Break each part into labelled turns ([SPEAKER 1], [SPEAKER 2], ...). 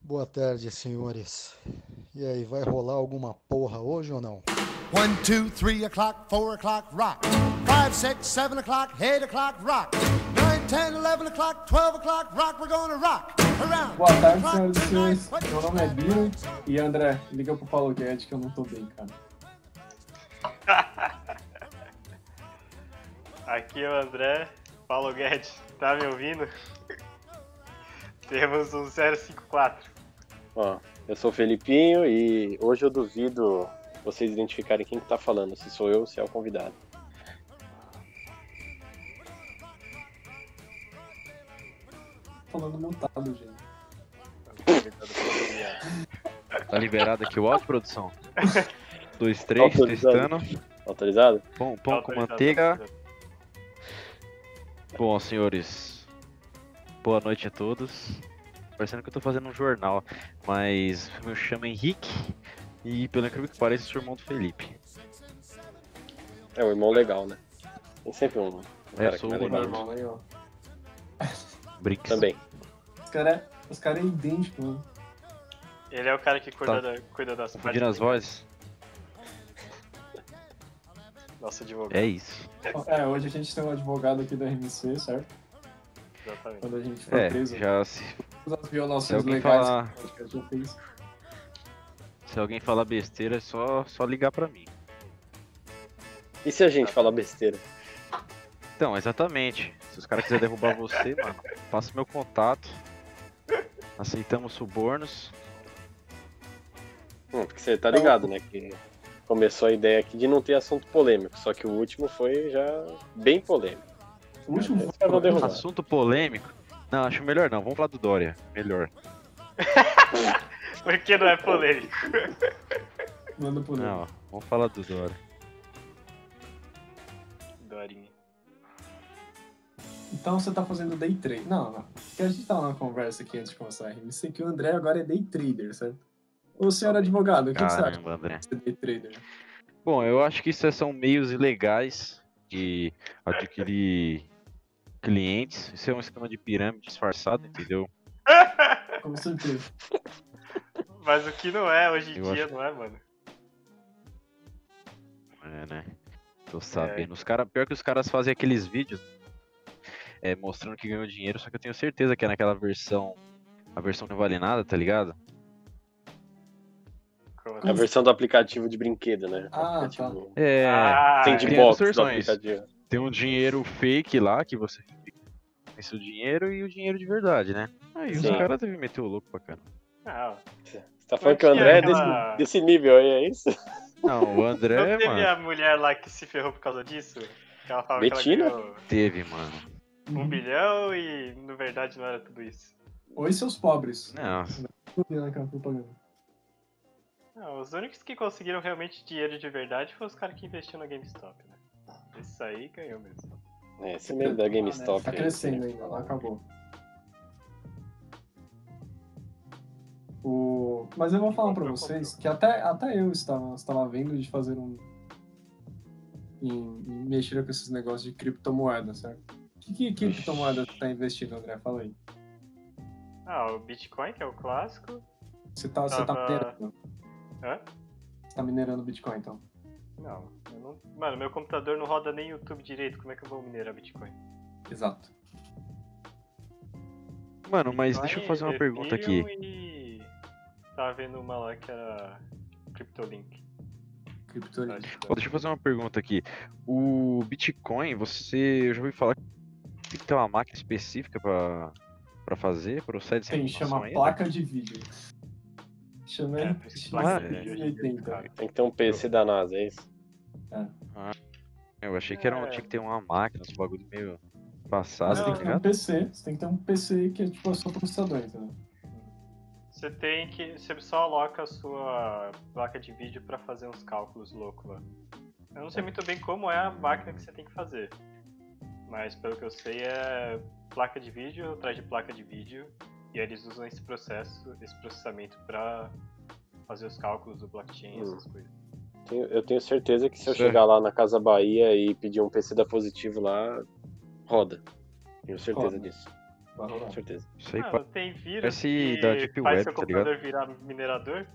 [SPEAKER 1] Boa tarde, senhores. E aí, vai rolar alguma porra hoje ou não?
[SPEAKER 2] One, two, three o'clock, four o'clock, rock. Five, six, seven o'clock, eight o'clock, rock. Nine, ten, eleven o'clock, twelve o'clock, rock. We're gonna rock around.
[SPEAKER 3] Boa tarde,
[SPEAKER 2] the
[SPEAKER 3] senhoras e
[SPEAKER 2] clock tonight.
[SPEAKER 3] senhores. Meu nome é Bill e André, liga pro Paulo Guedes que eu não tô bem, cara.
[SPEAKER 4] Aqui é o André, Paulo Guedes, tá me ouvindo? Temos um 054.
[SPEAKER 5] Ó, eu sou o Felipinho e hoje eu duvido vocês identificarem quem que tá falando, se sou eu ou se é o convidado.
[SPEAKER 3] Falando montado, gente.
[SPEAKER 6] Tá liberado aqui o áudio, produção? Dois, três,
[SPEAKER 5] Autorizado.
[SPEAKER 6] testando.
[SPEAKER 5] Autorizado?
[SPEAKER 6] Pão, pão com
[SPEAKER 4] Autorizado,
[SPEAKER 6] manteiga.
[SPEAKER 4] autorizado.
[SPEAKER 6] Bom, senhores, boa noite a todos. Parecendo que eu tô fazendo um jornal, mas eu me chamo Henrique e, pelo incrível que pareça, sou irmão do Felipe.
[SPEAKER 5] É um irmão legal, né? Tem sempre um. um cara
[SPEAKER 6] sou
[SPEAKER 5] que não
[SPEAKER 6] o
[SPEAKER 5] é legal.
[SPEAKER 6] Ronaldo.
[SPEAKER 3] Normal, aí, ó.
[SPEAKER 6] Brinks.
[SPEAKER 5] Também.
[SPEAKER 3] Os caras os cara é idêntico, mano.
[SPEAKER 4] Ele é o cara que cuida, da- cuida das
[SPEAKER 6] Tá Confundindo as vozes?
[SPEAKER 4] Nosso advogado,
[SPEAKER 6] É isso.
[SPEAKER 3] Ó, É, hoje a gente tem um advogado aqui do RMC, certo?
[SPEAKER 4] exatamente.
[SPEAKER 3] Quando a gente for
[SPEAKER 6] É,
[SPEAKER 3] preso,
[SPEAKER 6] já se,
[SPEAKER 3] todas as
[SPEAKER 6] se
[SPEAKER 3] violações
[SPEAKER 6] alguém
[SPEAKER 3] legais
[SPEAKER 6] falar,
[SPEAKER 3] que o podcast já fez.
[SPEAKER 6] se alguém falar besteira, é só, só ligar pra mim.
[SPEAKER 5] E se a gente falar besteira?
[SPEAKER 6] Então, exatamente. Se os caras quiserem derrubar você, mano, passa meu contato. Aceitamos subornos.
[SPEAKER 5] Hum, porque você tá ligado, né? Que começou a ideia aqui de não ter assunto polêmico, só que o último foi já bem polêmico.
[SPEAKER 3] O último
[SPEAKER 5] Esse cara não derrubou.
[SPEAKER 3] Nossa,
[SPEAKER 6] Assunto polêmico. Não, acho melhor não. Vamos falar do Dória. Melhor.
[SPEAKER 4] Porque não é polêmico.
[SPEAKER 3] manda por ele.
[SPEAKER 6] Não, vamos falar do Dória.
[SPEAKER 4] Dorinha.
[SPEAKER 3] Então você tá fazendo day trade. Não, não. Porque a gente tava numa conversa aqui antes de começar a RMC que o André agora é day trader, certo? Ô, senhor advogado, o que, que você acha
[SPEAKER 6] Caramba, André.
[SPEAKER 3] de ser day trader?
[SPEAKER 6] Bom, eu acho que isso é, são meios ilegais de adquirir clientes. Isso é um esquema de pirâmide disfarçado, entendeu?
[SPEAKER 3] Como sempre.
[SPEAKER 4] Mas o que não é hoje em
[SPEAKER 6] Eu
[SPEAKER 4] dia,
[SPEAKER 6] acho-
[SPEAKER 4] não é, mano?
[SPEAKER 6] É, né? Tô sabendo. Os cara, pior que os caras fazem aqueles vídeos é, mostrando que ganhou dinheiro, só que eu tenho certeza que é naquela versão. A versão que não vale nada, tá ligado?
[SPEAKER 4] Como assim?
[SPEAKER 5] A versão do aplicativo de brinquedo, né?
[SPEAKER 3] Ah,
[SPEAKER 5] aplicativo...
[SPEAKER 6] É.
[SPEAKER 4] Ah,
[SPEAKER 5] Tem
[SPEAKER 4] é.
[SPEAKER 5] de
[SPEAKER 6] tem
[SPEAKER 5] box do
[SPEAKER 6] distorções.
[SPEAKER 5] aplicativo.
[SPEAKER 6] Tem um dinheiro fake lá que você tem seu dinheiro e o dinheiro de verdade, né? Aí os
[SPEAKER 5] Sim.
[SPEAKER 6] caras devem meter o louco pra caramba.
[SPEAKER 4] Não,
[SPEAKER 5] Você tá falando que o
[SPEAKER 4] Mas que
[SPEAKER 5] André é
[SPEAKER 4] aquela-
[SPEAKER 5] desse, desse nível aí, é isso?
[SPEAKER 6] Não, o
[SPEAKER 4] não
[SPEAKER 6] André,
[SPEAKER 4] teve
[SPEAKER 6] É, mano,
[SPEAKER 4] a mulher lá que se ferrou por causa disso? Que ela falava
[SPEAKER 5] Betina?
[SPEAKER 4] que ela ganhou
[SPEAKER 6] teve, mano.
[SPEAKER 4] um bilhão e na verdade não era tudo isso.
[SPEAKER 3] Oi, seus pobres.
[SPEAKER 6] Não,
[SPEAKER 3] Fudeu naquela propaganda.
[SPEAKER 4] Não, os únicos que conseguiram realmente dinheiro de verdade foram os caras que investiram na GameStop, né? Esse aí ganhou mesmo.
[SPEAKER 5] É, esse mesmo da GameStop.
[SPEAKER 3] Tá
[SPEAKER 5] aí.
[SPEAKER 3] crescendo ainda, não acabou. O... Mas eu vou falar pra vocês que até, até eu estava, estava vendo de fazer um. Em, em mexer com esses negócios de criptomoeda, certo? Que, que criptomoeda você tá investindo, André? Fala aí.
[SPEAKER 4] Ah, o Bitcoin, que é o clássico.
[SPEAKER 3] Você tá, você tá
[SPEAKER 4] Tava-
[SPEAKER 3] minerando?
[SPEAKER 4] Hã?
[SPEAKER 3] Você tá minerando Bitcoin, então.
[SPEAKER 4] Não, eu não. Mano, meu computador não roda nem YouTube direito, como é que eu vou minerar Bitcoin?
[SPEAKER 3] Exato.
[SPEAKER 6] mano, mas
[SPEAKER 4] Bitcoin,
[SPEAKER 6] deixa eu fazer uma pergunta aqui.
[SPEAKER 4] Ethereum E... Tava vendo uma lá que era CryptoLink.
[SPEAKER 3] Criptomoeda.
[SPEAKER 4] acho que
[SPEAKER 6] Ó, Deixa eu fazer uma pergunta aqui. O Bitcoin, você, eu já ouvi falar que tem uma máquina específica pra, pra fazer, procede né? essa
[SPEAKER 3] Tem, chama
[SPEAKER 6] informação aí?
[SPEAKER 3] placa de vídeo. Chama
[SPEAKER 4] É,
[SPEAKER 3] chama
[SPEAKER 6] placa de
[SPEAKER 3] 80.
[SPEAKER 4] cara.
[SPEAKER 5] Tem que ter um PC da NASA, é isso?
[SPEAKER 6] Eu achei que era um,
[SPEAKER 4] É.
[SPEAKER 6] tinha que ter uma máquina, uns bagulho meio passado,
[SPEAKER 3] Você
[SPEAKER 4] Não,
[SPEAKER 6] tá
[SPEAKER 3] tem que ter um
[SPEAKER 6] ligado?
[SPEAKER 3] PC, você tem que ter um PC que é tipo o seu processador, entendeu?
[SPEAKER 4] Você tem que. Você só aloca a sua placa de vídeo pra fazer uns cálculos loucos lá. Eu não sei muito bem como é a máquina que você tem que fazer. Mas pelo que eu sei é placa de vídeo atrás de placa de vídeo. E eles usam esse processo, esse processamento pra fazer os cálculos do
[SPEAKER 6] Hum,
[SPEAKER 4] blockchain, essas coisas.
[SPEAKER 5] Tenho- Eu tenho certeza que se eu
[SPEAKER 6] Certo.
[SPEAKER 5] chegar lá na Casa Bahia e pedir um PC da Positivo lá, roda. Tenho certeza
[SPEAKER 3] Roda.
[SPEAKER 5] disso. Vai rolar. Com certeza.
[SPEAKER 6] Isso aí
[SPEAKER 4] Ah,
[SPEAKER 6] quase
[SPEAKER 4] tem vírus
[SPEAKER 6] Parece
[SPEAKER 4] que
[SPEAKER 6] da Deep
[SPEAKER 4] faz
[SPEAKER 6] Web,
[SPEAKER 4] seu
[SPEAKER 6] tá ligado?
[SPEAKER 4] computador virar minerador.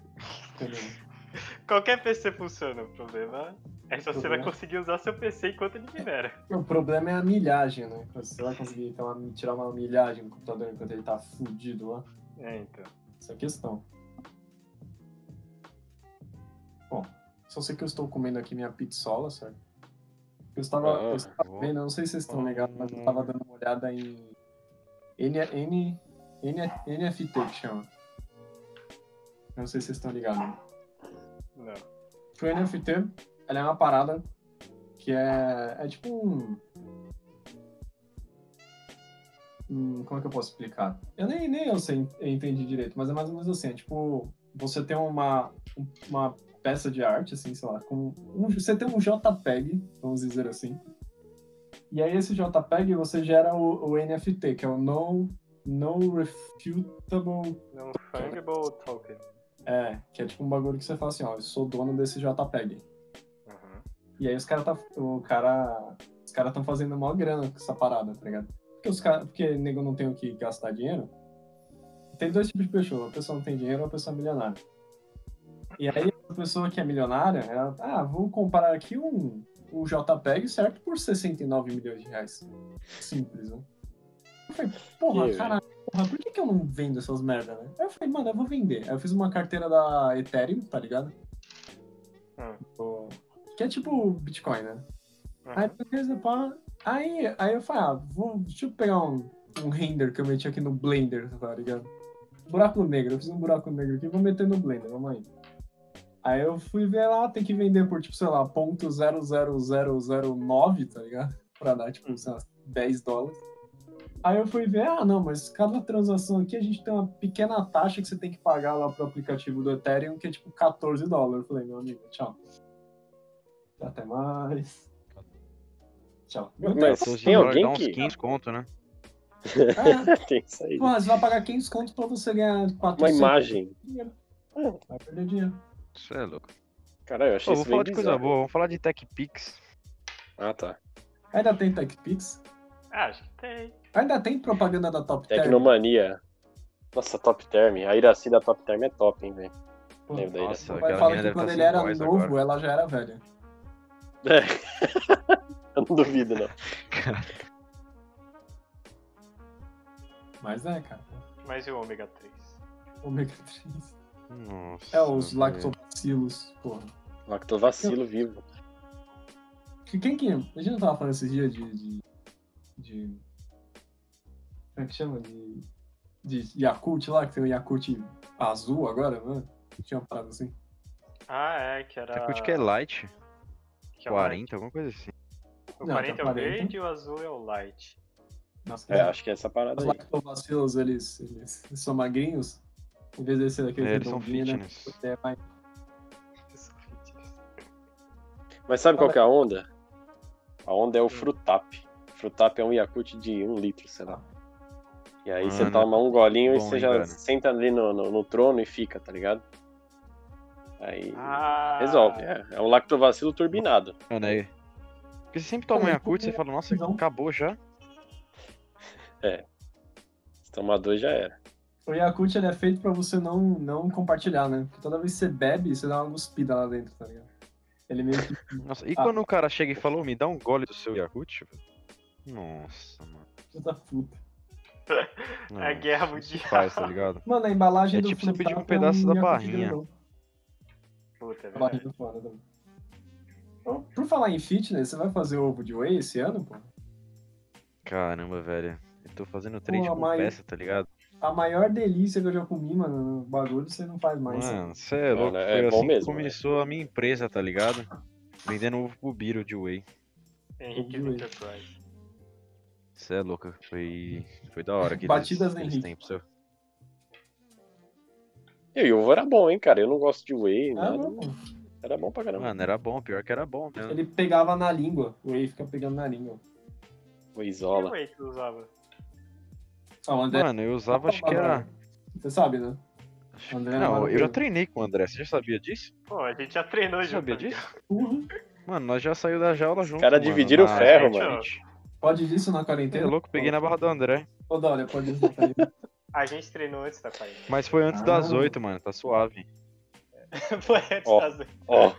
[SPEAKER 4] Qualquer PC funciona, o problema é se você vai
[SPEAKER 6] Uhum.
[SPEAKER 3] Problema.
[SPEAKER 4] conseguir usar seu PC enquanto ele minera.
[SPEAKER 3] O problema é a milhagem, né? Você vai conseguir ter uma- tirar uma milhagem do computador enquanto ele tá fudido lá.
[SPEAKER 4] É, então.
[SPEAKER 3] Essa é a questão. Bom, só sei que eu estou comendo aqui minha pizzola, certo? Eu estava,
[SPEAKER 5] Ah,
[SPEAKER 3] eu estava
[SPEAKER 6] bom.
[SPEAKER 3] vendo, eu não sei se vocês estão ligados, mas eu estava dando uma olhada em N, N, N, NFT que chama. Eu Não sei se vocês estão ligados.
[SPEAKER 4] Não.
[SPEAKER 3] Que o NFT, ela é uma parada que é, é tipo um... um- Como é que eu posso explicar? Eu nem, nem eu sei, eu entendi direito, mas é mais ou menos assim, é tipo, você tem uma, uma peça de arte, assim, sei lá, com um, você tem um JPEG, vamos dizer assim, e aí esse JPEG você gera o, o NFT, que é o No, no Refutable
[SPEAKER 4] Não fungible token.
[SPEAKER 3] é, que é tipo um bagulho que você fala assim, ó, eu sou dono desse JPEG.
[SPEAKER 4] Uhum.
[SPEAKER 3] E aí os caras tá. O cara. Os caras estão fazendo maior grana com essa parada, tá ligado? Porque os caras. Porque nego não tem o que gastar dinheiro. Tem dois tipos de pessoa. A pessoa não tem dinheiro ou a pessoa é milionária. E aí a pessoa que é milionária, ela. Ah, vou comprar aqui um, um JPEG, certo? Por 69 milhões de reais. Simples, né? Eu falei, porra,
[SPEAKER 5] Que-
[SPEAKER 3] caralho, porra, por que, que eu não vendo essas merda, né? Aí eu falei, mano, eu vou vender. Aí eu fiz uma carteira da Ethereum, tá ligado?
[SPEAKER 4] Ah.
[SPEAKER 3] O- Que é tipo o Bitcoin, né? Aí,
[SPEAKER 4] Uhum.
[SPEAKER 3] beleza, pá. Aí, aí eu falei, ah, vou, deixa eu pegar um, um render que eu meti aqui no Blender, tá ligado? Buraco negro, eu fiz um buraco negro aqui, vou meter no Blender, vamos aí. Aí eu fui ver lá, tem que vender por, tipo, sei lá, ponto 00009, tá ligado? Pra dar,
[SPEAKER 5] Uhum.
[SPEAKER 3] tipo, sei lá, 10 dólares. Aí eu fui ver, ah, não, mas cada transação aqui a gente tem uma pequena taxa que você tem que pagar lá pro aplicativo do Ethereum, que é tipo 14 dólares. Eu falei, meu amigo, tchau. Até mais. Tchau.
[SPEAKER 5] Mas
[SPEAKER 6] Então,
[SPEAKER 5] tem
[SPEAKER 6] dólares
[SPEAKER 5] alguém
[SPEAKER 6] dá uns
[SPEAKER 5] que.
[SPEAKER 6] 15 conto, né?
[SPEAKER 3] É,
[SPEAKER 5] tem isso aí.
[SPEAKER 3] porra, você vai pagar 500 conto pra você ganhar 400.
[SPEAKER 5] Uma imagem.
[SPEAKER 3] Vai perder dinheiro.
[SPEAKER 6] Isso é louco.
[SPEAKER 5] Cara, eu achei
[SPEAKER 6] Pô, vamos
[SPEAKER 5] isso bem
[SPEAKER 6] falar de coisa
[SPEAKER 5] bizarro.
[SPEAKER 6] boa, vamos falar de TechPix.
[SPEAKER 5] Ah, tá.
[SPEAKER 3] Ainda tem TechPix?
[SPEAKER 4] Ah, acho que tem.
[SPEAKER 3] Ainda tem propaganda da Top Term?
[SPEAKER 5] Tecnomania. Nossa, top term. A Iraci da top term é top, hein, velho.
[SPEAKER 3] Pô,
[SPEAKER 5] Lembro da Iraci.
[SPEAKER 6] Nossa,
[SPEAKER 3] Meu pai
[SPEAKER 6] aquela
[SPEAKER 3] fala
[SPEAKER 6] menina
[SPEAKER 3] que
[SPEAKER 6] deve
[SPEAKER 3] quando
[SPEAKER 6] tá
[SPEAKER 3] ele
[SPEAKER 6] sem
[SPEAKER 3] era
[SPEAKER 6] voz
[SPEAKER 3] novo,
[SPEAKER 6] agora.
[SPEAKER 3] ela já era velha.
[SPEAKER 5] Eu não duvido, não.
[SPEAKER 3] Mas é, cara.
[SPEAKER 4] Mas e o ômega 3?
[SPEAKER 3] Ômega 3.
[SPEAKER 6] Nossa.
[SPEAKER 3] É, os
[SPEAKER 6] velho.
[SPEAKER 3] lactobacilos, porra.
[SPEAKER 5] Lactovacilo vivo.
[SPEAKER 3] Que- Quem que... A gente não tava falando esses dias de... de... de- Como é que chama? De... De Yakult lá, que tem o Yakult azul agora, né? Tinha uma parada assim.
[SPEAKER 4] Ah, é, que era.
[SPEAKER 6] Yakut que é
[SPEAKER 4] Tá
[SPEAKER 6] light,
[SPEAKER 4] que é o
[SPEAKER 6] 40, alguma coisa assim.
[SPEAKER 4] light. O
[SPEAKER 3] Não,
[SPEAKER 4] 40 é o
[SPEAKER 3] 40.
[SPEAKER 4] verde e o azul é o light.
[SPEAKER 3] Nossa,
[SPEAKER 5] É, acho que é essa parada
[SPEAKER 3] Os
[SPEAKER 5] aí.
[SPEAKER 3] lactobacilos, eles, eles, eles são magrinhos. Em vez de ser daqueles
[SPEAKER 6] É, eles são
[SPEAKER 3] redondinhos, né?
[SPEAKER 6] fitness.
[SPEAKER 3] É, mas-
[SPEAKER 5] Mas sabe qual que é a onda? A onda é
[SPEAKER 6] Hum.
[SPEAKER 5] o Frutap. Frutap é um Yakult de um litro, sei lá. E aí você
[SPEAKER 6] Mano,
[SPEAKER 5] toma um golinho e
[SPEAKER 6] bom,
[SPEAKER 5] você
[SPEAKER 6] hein,
[SPEAKER 5] já
[SPEAKER 6] velho?
[SPEAKER 5] senta ali no, no, no trono e fica, tá ligado? Aí
[SPEAKER 4] Ah,
[SPEAKER 5] resolve. É, é um lactovacilo turbinado.
[SPEAKER 4] É,
[SPEAKER 6] Mano,
[SPEAKER 4] né?
[SPEAKER 6] aí. Porque você sempre toma
[SPEAKER 3] Cara,
[SPEAKER 6] Yakut, você
[SPEAKER 3] porque-
[SPEAKER 6] fala, nossa,
[SPEAKER 3] é não.
[SPEAKER 6] acabou já.
[SPEAKER 5] Se tomar dois já era.
[SPEAKER 3] O Yakult ele é feito pra você não, não compartilhar, né? Porque toda vez que você bebe, você dá uma guspida lá dentro, tá ligado? Ele meio que.
[SPEAKER 6] Nossa, e
[SPEAKER 3] Ah.
[SPEAKER 6] quando o cara chega e fala, "Ô, me dá um gole do seu Yakut, velho? Nossa, mano.
[SPEAKER 3] filho da puta.
[SPEAKER 6] Não,
[SPEAKER 4] É a guerra
[SPEAKER 6] isso não se
[SPEAKER 4] mundial.
[SPEAKER 6] faz, tá ligado?
[SPEAKER 3] Mano, a embalagem
[SPEAKER 6] É
[SPEAKER 3] do
[SPEAKER 6] tipo você pedir
[SPEAKER 3] Fruitap
[SPEAKER 6] um
[SPEAKER 3] é
[SPEAKER 6] pedaço da
[SPEAKER 3] Yakult
[SPEAKER 6] barrinha.
[SPEAKER 3] grandão.
[SPEAKER 4] puta,
[SPEAKER 3] A
[SPEAKER 4] é verdade.
[SPEAKER 3] barrinha foda também. Então, Por falar em fitness, você vai fazer ovo de whey esse ano, pô?
[SPEAKER 6] Caramba, velho. Eu tô fazendo trade
[SPEAKER 3] a
[SPEAKER 6] com
[SPEAKER 3] Mai-
[SPEAKER 6] peça, tá ligado?
[SPEAKER 3] A maior delícia que eu já comi, mano, no bagulho você não faz mais.
[SPEAKER 6] Mano, você é louco.
[SPEAKER 3] né?
[SPEAKER 5] Mano, é
[SPEAKER 6] Foi
[SPEAKER 5] bom
[SPEAKER 6] assim que
[SPEAKER 5] mesmo,
[SPEAKER 6] começou a minha empresa, tá ligado? Vendendo ovo pro Biro de Whey.
[SPEAKER 4] Henrique
[SPEAKER 3] Ouviu ele.
[SPEAKER 4] Enterprise.
[SPEAKER 6] Você é louco. Foi, foi da hora que
[SPEAKER 3] Batidas
[SPEAKER 6] eles,
[SPEAKER 3] Henrique.
[SPEAKER 6] eles têm pro seu.
[SPEAKER 5] E o ovo era bom, hein, cara? Eu não gosto de whey,
[SPEAKER 4] Tá
[SPEAKER 3] Ah,
[SPEAKER 5] nada.
[SPEAKER 3] não, pô.
[SPEAKER 5] Era bom pra caramba.
[SPEAKER 6] Mano, era bom. Pior que era bom mesmo.
[SPEAKER 3] Ele pegava na língua. O whey fica pegando na língua.
[SPEAKER 6] é-
[SPEAKER 4] Que
[SPEAKER 5] Wheyzola.
[SPEAKER 4] whey que tu usava?
[SPEAKER 3] Ah, o André.
[SPEAKER 6] Mano, eu usava, acho que era...
[SPEAKER 3] Você sabe, né?
[SPEAKER 6] acho-
[SPEAKER 3] André é era
[SPEAKER 6] Não, eu já
[SPEAKER 3] maravilhoso.
[SPEAKER 6] treinei com o André. Você já sabia disso?
[SPEAKER 4] Pô, a gente já treinou
[SPEAKER 6] Você
[SPEAKER 4] junto.
[SPEAKER 6] sabia
[SPEAKER 4] tá
[SPEAKER 6] disso?
[SPEAKER 3] Uhum.
[SPEAKER 6] Mano, nós já saímos da jaula junto,
[SPEAKER 5] caras
[SPEAKER 6] mano,
[SPEAKER 5] dividiram o
[SPEAKER 6] na-
[SPEAKER 5] ferro,
[SPEAKER 4] mano.
[SPEAKER 6] Gente,
[SPEAKER 3] Pode disso na
[SPEAKER 6] Você é
[SPEAKER 3] quarentena?
[SPEAKER 6] louco. Peguei na barra do André.
[SPEAKER 3] Ô, Dória, pode desmontar aí.
[SPEAKER 4] A gente treinou antes da Karina.
[SPEAKER 6] Mas foi antes
[SPEAKER 3] Ah.
[SPEAKER 6] das oito, mano. Tá suave.
[SPEAKER 4] Foi antes
[SPEAKER 5] Ó.
[SPEAKER 4] das oito.
[SPEAKER 5] Ó,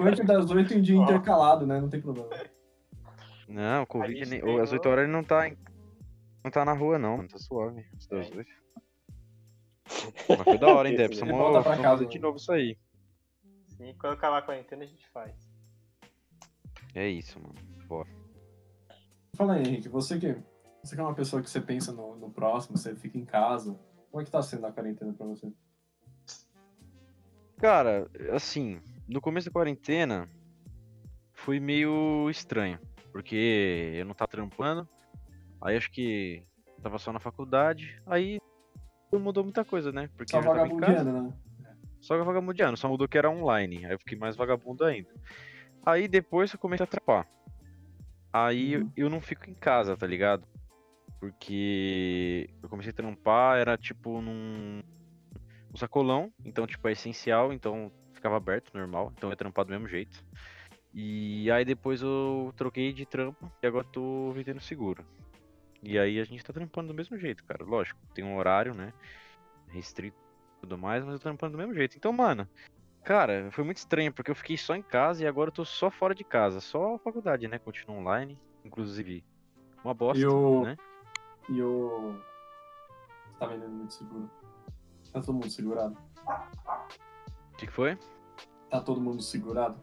[SPEAKER 3] Antes das oito em dia
[SPEAKER 4] Ó.
[SPEAKER 3] intercalado, né? Não tem problema.
[SPEAKER 6] Não, o Covid
[SPEAKER 4] gente
[SPEAKER 6] nem...
[SPEAKER 4] treinou.
[SPEAKER 6] às oito horas ele não tá, em- não tá na rua, não, mano. Tá suave. Antes das
[SPEAKER 4] É.
[SPEAKER 6] oito. Mas foi da hora, hein, Deb?
[SPEAKER 5] Ele
[SPEAKER 6] Precisamos
[SPEAKER 3] volta pra
[SPEAKER 6] precisamos
[SPEAKER 3] casa,
[SPEAKER 6] fazer de
[SPEAKER 3] mano.
[SPEAKER 6] novo isso aí.
[SPEAKER 4] Sim, quando acabar a quarentena a gente faz.
[SPEAKER 6] É isso, mano.
[SPEAKER 3] Fala aí, Henrique, você que, você que é uma pessoa que você pensa no, no próximo, você fica em casa. Como é que tá sendo a quarentena pra você?
[SPEAKER 6] Cara, assim, no começo da quarentena foi meio estranho, porque eu não tava trampando, aí acho que tava só na faculdade, aí não mudou muita coisa, né? Porque
[SPEAKER 3] Só
[SPEAKER 6] eu já tava em casa,
[SPEAKER 3] vagabundando, Tá né?
[SPEAKER 6] só vagabundiano, só mudou que era online, aí eu fiquei mais vagabundo ainda. Aí depois eu comecei a trampar. Aí eu-
[SPEAKER 3] Uhum.
[SPEAKER 6] eu não fico em casa, tá ligado? Porque eu comecei a trampar, era tipo num um sacolão, então tipo é essencial, então ficava aberto, normal, então eu ia trampar do mesmo jeito. E aí depois eu troquei de trampo e agora tô vendendo seguro. E aí a gente tá trampando do mesmo jeito, cara. Lógico, tem um horário, né? Restrito e tudo mais, mas eu tô trampando do mesmo jeito. Então, mano, cara, foi muito estranho, porque eu fiquei só em casa e agora eu tô só fora de casa. Só a faculdade, né? Continua online. Inclusive, uma bosta.
[SPEAKER 3] E o-
[SPEAKER 6] né?
[SPEAKER 3] E o. Você tá vendendo muito seguro. Tá todo mundo segurado?
[SPEAKER 6] O que que foi?
[SPEAKER 3] Tá todo mundo segurado?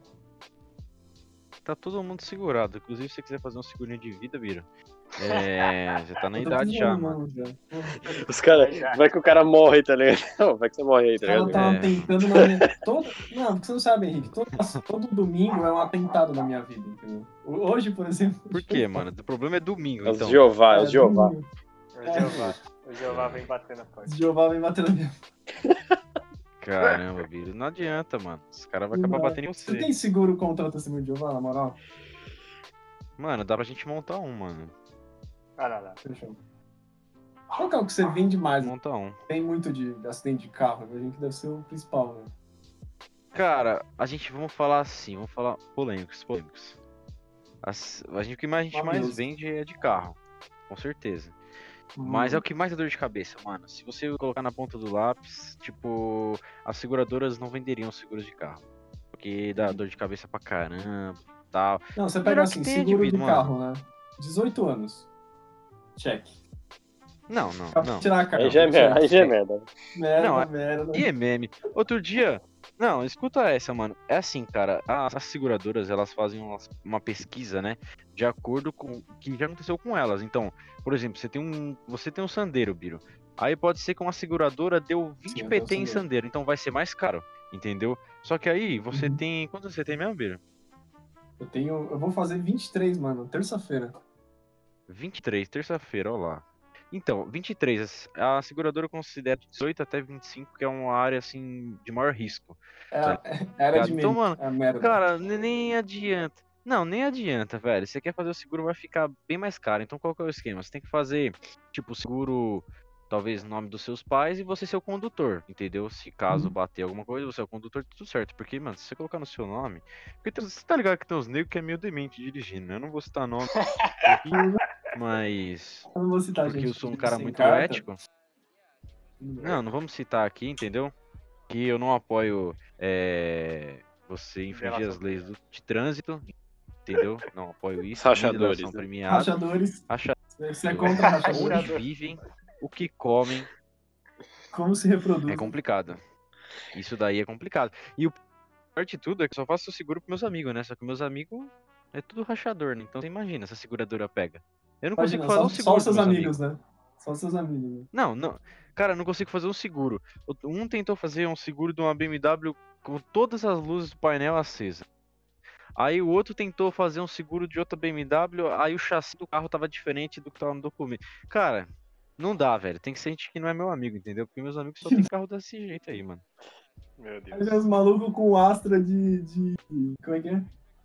[SPEAKER 6] Tá todo mundo segurado. Inclusive, se você quiser fazer um segurinho de vida, Bira. É, já tá na
[SPEAKER 3] Eu tô
[SPEAKER 6] idade já,
[SPEAKER 3] precisando,
[SPEAKER 6] mano.
[SPEAKER 3] já.
[SPEAKER 4] é.
[SPEAKER 5] os caras. Vai que o cara morre, tá ligado? Não, vai que você morre aí, tá
[SPEAKER 3] Ela
[SPEAKER 5] ligado?
[SPEAKER 3] tava
[SPEAKER 6] É.
[SPEAKER 3] tentando na minha. Todo... Não, porque você não sabe, Henrique. Todo, todo domingo é um atentado na minha vida, entendeu? Hoje, por exemplo.
[SPEAKER 6] Por quê, mano? O problema é domingo,
[SPEAKER 5] É os
[SPEAKER 6] então.
[SPEAKER 5] Jeová, é os Jeová.
[SPEAKER 3] domingo.
[SPEAKER 4] O
[SPEAKER 3] É.
[SPEAKER 4] Jeová, o Jeová vem bater na porta.
[SPEAKER 3] Jeová vem bater na minha.
[SPEAKER 6] Caramba, Bira. Não adianta, mano. Esse cara vai acabar
[SPEAKER 3] Não.
[SPEAKER 6] batendo em
[SPEAKER 3] Você
[SPEAKER 6] você.
[SPEAKER 3] tem seguro contra o testemunho de Jeová, na moral?
[SPEAKER 6] Mano, dá pra gente montar um, mano.
[SPEAKER 4] Ah, não, não.
[SPEAKER 3] Fechou. Qual que é o que você vende mais?
[SPEAKER 6] Montar um.
[SPEAKER 3] Tem muito de acidente de carro, eu imagino que deve ser o principal, né?
[SPEAKER 6] Cara, a gente vamos falar assim, vamos falar polêmicos, polêmicos. As- a gente, o que mais, a gente mais
[SPEAKER 3] Maravilhoso.
[SPEAKER 6] vende é de carro, com certeza.
[SPEAKER 3] Uhum.
[SPEAKER 6] Mas é o que mais dá dor de cabeça, mano. Se você colocar na ponta do lápis, tipo, as seguradoras não venderiam seguros de carro. Porque dá dor de cabeça pra caramba e tal.
[SPEAKER 3] Não, você pega
[SPEAKER 6] Melhor
[SPEAKER 3] assim,
[SPEAKER 6] que tem,
[SPEAKER 3] seguro de
[SPEAKER 6] indivíduo, mano.
[SPEAKER 3] carro, né? 18 anos. Check.
[SPEAKER 6] Não, não,
[SPEAKER 3] Pra
[SPEAKER 6] não.
[SPEAKER 3] tirar a
[SPEAKER 4] Então,
[SPEAKER 3] carta.
[SPEAKER 5] Aí já é merda, aí já é
[SPEAKER 3] check.
[SPEAKER 5] merda.
[SPEAKER 3] Merda,
[SPEAKER 6] Não, é-
[SPEAKER 3] merda.
[SPEAKER 6] E é meme. Outro dia. Não, escuta essa, mano. É assim, cara. As, as seguradoras, elas fazem uma, uma pesquisa, né? De acordo com o que já aconteceu com elas. Então, por exemplo, você tem um. Você tem um sandeiro, Biro. Aí pode ser que uma seguradora deu 20
[SPEAKER 3] Sim, eu
[SPEAKER 6] PT
[SPEAKER 3] tenho
[SPEAKER 6] em
[SPEAKER 3] um Sandero.
[SPEAKER 6] sandeiro. Então vai ser mais caro. Entendeu? Só que aí você
[SPEAKER 3] Uhum.
[SPEAKER 6] tem. Quanto você tem mesmo, Biro?
[SPEAKER 3] Eu tenho. Eu vou fazer 23, mano, terça-feira.
[SPEAKER 6] 23, terça-feira, ó lá. Então, 23, a seguradora considera 18 até 25, que é uma área assim de maior risco.
[SPEAKER 3] É, a- é a era de
[SPEAKER 6] Então,
[SPEAKER 3] mim.
[SPEAKER 6] mano,
[SPEAKER 3] É a merda.
[SPEAKER 6] Cara, ne- nem adianta. Não, nem adianta, velho. Você quer fazer o seguro, vai ficar bem mais caro. Então qual que é o esquema? Você tem que fazer, tipo, seguro, talvez, no nome dos seus pais e você ser o condutor, entendeu? Se caso
[SPEAKER 3] Uhum.
[SPEAKER 6] bater alguma coisa, você é o condutor, tudo certo. Porque, mano, se você colocar no seu nome. Porque tem- você tá ligado que tem uns negros que é meio demente dirigindo, né? Eu não vou citar nome aqui, mas.
[SPEAKER 3] eu não vou citar,
[SPEAKER 6] Porque
[SPEAKER 3] gente. assim,
[SPEAKER 6] eu sou um
[SPEAKER 3] Sem
[SPEAKER 6] cara muito
[SPEAKER 3] carta.
[SPEAKER 6] ético. Não, não vamos citar aqui, entendeu? Que eu não apoio é, você infringir as
[SPEAKER 4] Delação
[SPEAKER 6] leis do- de trânsito, entendeu? Não apoio isso. nem
[SPEAKER 5] Rachadores,
[SPEAKER 6] delação
[SPEAKER 5] né?
[SPEAKER 6] premiada.
[SPEAKER 3] Rachadores.
[SPEAKER 6] Racha-
[SPEAKER 3] Você é contra rachadores?
[SPEAKER 6] Onde vivem, o que comem,
[SPEAKER 3] Como se reproduz?
[SPEAKER 6] é complicado. Isso daí é complicado. E o pior de tudo é que eu só faço seguro pros meus amigos, né? Só que meus amigos é tudo rachador, né? Então você imagina se a seguradora pega. Eu não
[SPEAKER 3] Imagina,
[SPEAKER 6] consigo fazer
[SPEAKER 3] só,
[SPEAKER 6] um
[SPEAKER 3] só
[SPEAKER 6] seguro.
[SPEAKER 3] os
[SPEAKER 6] pros
[SPEAKER 3] seus
[SPEAKER 6] meus
[SPEAKER 3] amigos, né? Só os seus amigos. Né?
[SPEAKER 6] Não, não. Cara, eu não consigo fazer um seguro. O- Um tentou fazer um seguro de uma BMW com todas as luzes do painel acesa. Aí o outro tentou fazer um seguro de outra BMW, aí o chassi do carro tava diferente do que tava no documento. Cara, não dá, velho. Tem que ser gente que não é meu amigo, entendeu? Porque meus amigos só tem carro desse jeito aí, mano.
[SPEAKER 4] Meu
[SPEAKER 3] Aí
[SPEAKER 4] Deus.
[SPEAKER 3] vem os malucos com astra de, de. Como é que é?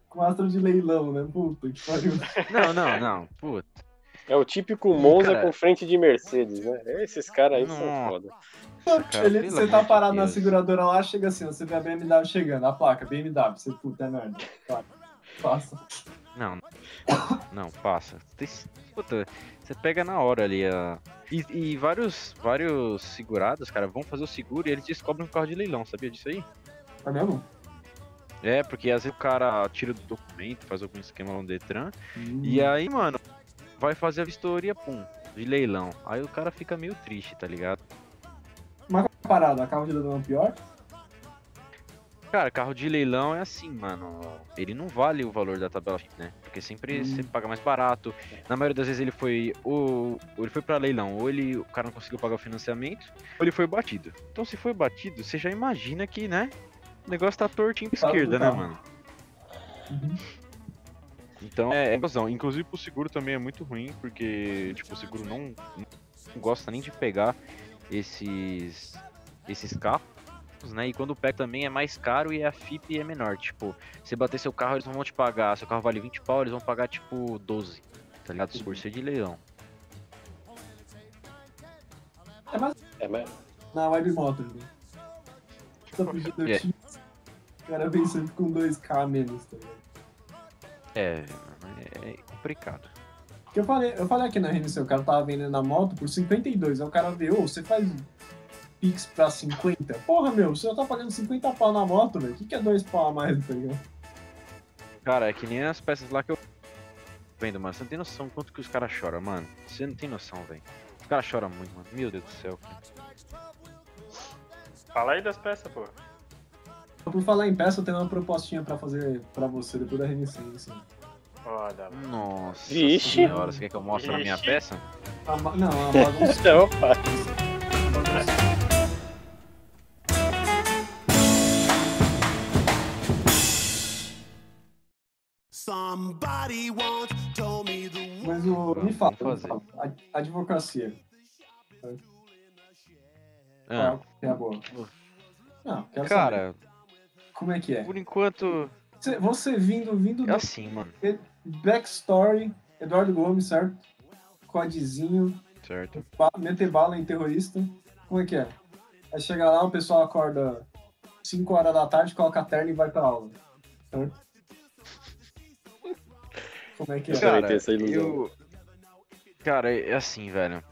[SPEAKER 3] Com astra de leilão, né? Puta que pariu.
[SPEAKER 6] Não, não, não. Puta.
[SPEAKER 5] É o típico Monza
[SPEAKER 6] Cara.
[SPEAKER 5] com frente de Mercedes, né? Esses caras aí são
[SPEAKER 6] Nossa.
[SPEAKER 5] foda.
[SPEAKER 6] Cara,
[SPEAKER 3] Ele-
[SPEAKER 6] É, pelo
[SPEAKER 3] você
[SPEAKER 6] amor
[SPEAKER 3] tá
[SPEAKER 6] de
[SPEAKER 3] parado na
[SPEAKER 6] Deus.
[SPEAKER 3] seguradora lá, chega assim, ó, você vê a BMW chegando, a placa, BMW, você puta, é merda. Claro. Passa.
[SPEAKER 6] Não, não, passa. Tem- Puta, você pega na hora ali a. E, e vários, vários segurados, cara, vão fazer o seguro e eles descobrem um carro de leilão, sabia disso aí?
[SPEAKER 3] É mesmo?
[SPEAKER 6] É, porque às vezes o cara tira do documento, faz algum esquema lá no Detran. E aí, mano, vai fazer a vistoria, pum, de leilão. Aí o cara fica meio triste, tá ligado?
[SPEAKER 3] Mas qual é a parada? A carro de leilão é pior?
[SPEAKER 6] Cara, carro de leilão é assim, mano. Ele não vale o valor da tabela, né? Porque sempre
[SPEAKER 3] Hum.
[SPEAKER 6] você paga mais barato. Na maioria das vezes ele foi ou, ou ele foi para leilão, ou ele o cara não conseguiu pagar o financiamento, ou ele foi batido. Então se foi batido, você já imagina que, né? O negócio tá tortinho pra
[SPEAKER 3] Tá
[SPEAKER 6] esquerda, né,
[SPEAKER 3] tudo
[SPEAKER 6] mano?
[SPEAKER 3] Uhum.
[SPEAKER 6] Então é, é cuzão. Inclusive pro seguro também é muito ruim, porque tipo, o seguro não, não gosta nem de pegar esses esses carros, né? E quando pega também é mais caro e a FIP é menor. Tipo, você bater seu carro, eles não vão te pagar. Seu carro vale 20 pau, eles vão pagar tipo 12, tá ligado? Se for ser de leilão.
[SPEAKER 5] É, mas
[SPEAKER 3] Na Vibe Motors, né? Tá pedindo
[SPEAKER 6] É.
[SPEAKER 3] X, o cara vem sempre com 2k a menos, tá ligado?
[SPEAKER 6] É, é complicado.
[SPEAKER 3] Porque eu falei, eu falei aqui na RNC, o cara tava vendendo a moto por 52, aí o cara veio, "Ô, você faz Pix pra 50? Porra, meu, você já tá pagando 50 pau na moto, velho, o que, que é 2 pau a mais, tá ligado?
[SPEAKER 6] Cara, é que nem as peças lá que eu vendo, mano. Você não tem noção quanto que os caras choram, mano. Você não tem noção, velho. Os caras choram muito, mano. Meu Deus do céu.
[SPEAKER 4] Fala aí das peças, pô.
[SPEAKER 3] Então, Por falar em peça, eu tenho uma propostinha pra fazer pra você depois da RNC, assim.
[SPEAKER 4] Olha lá.
[SPEAKER 6] Nossa
[SPEAKER 5] Vixe.
[SPEAKER 6] senhora, você quer que eu mostre a minha
[SPEAKER 4] Vixe.
[SPEAKER 6] peça?
[SPEAKER 3] A ma- não, a bagunça.
[SPEAKER 6] É
[SPEAKER 5] opa,
[SPEAKER 2] Somebody once told me the
[SPEAKER 3] Mas o, me
[SPEAKER 6] Vamos
[SPEAKER 3] fala, me
[SPEAKER 6] fazer.
[SPEAKER 3] fala, a- advocacia,
[SPEAKER 6] Ah,
[SPEAKER 3] qual é a boa? Não, quero saber,
[SPEAKER 6] cara,
[SPEAKER 3] como é que é?
[SPEAKER 6] por enquanto,
[SPEAKER 3] Você, você vindo, vindo
[SPEAKER 6] é
[SPEAKER 3] do
[SPEAKER 6] assim, mano.
[SPEAKER 3] Backstory, Eduardo Gomes, certo? Codezinho,
[SPEAKER 6] Certo.
[SPEAKER 3] ba meter bala em terrorista. Como é que é? Aí chega lá, o pessoal acorda 5 horas da tarde, coloca a terna e vai pra aula. Certo? Como é que é?
[SPEAKER 5] Cara, também tenho essa ilusão.
[SPEAKER 6] eu... Cara, é assim, velho.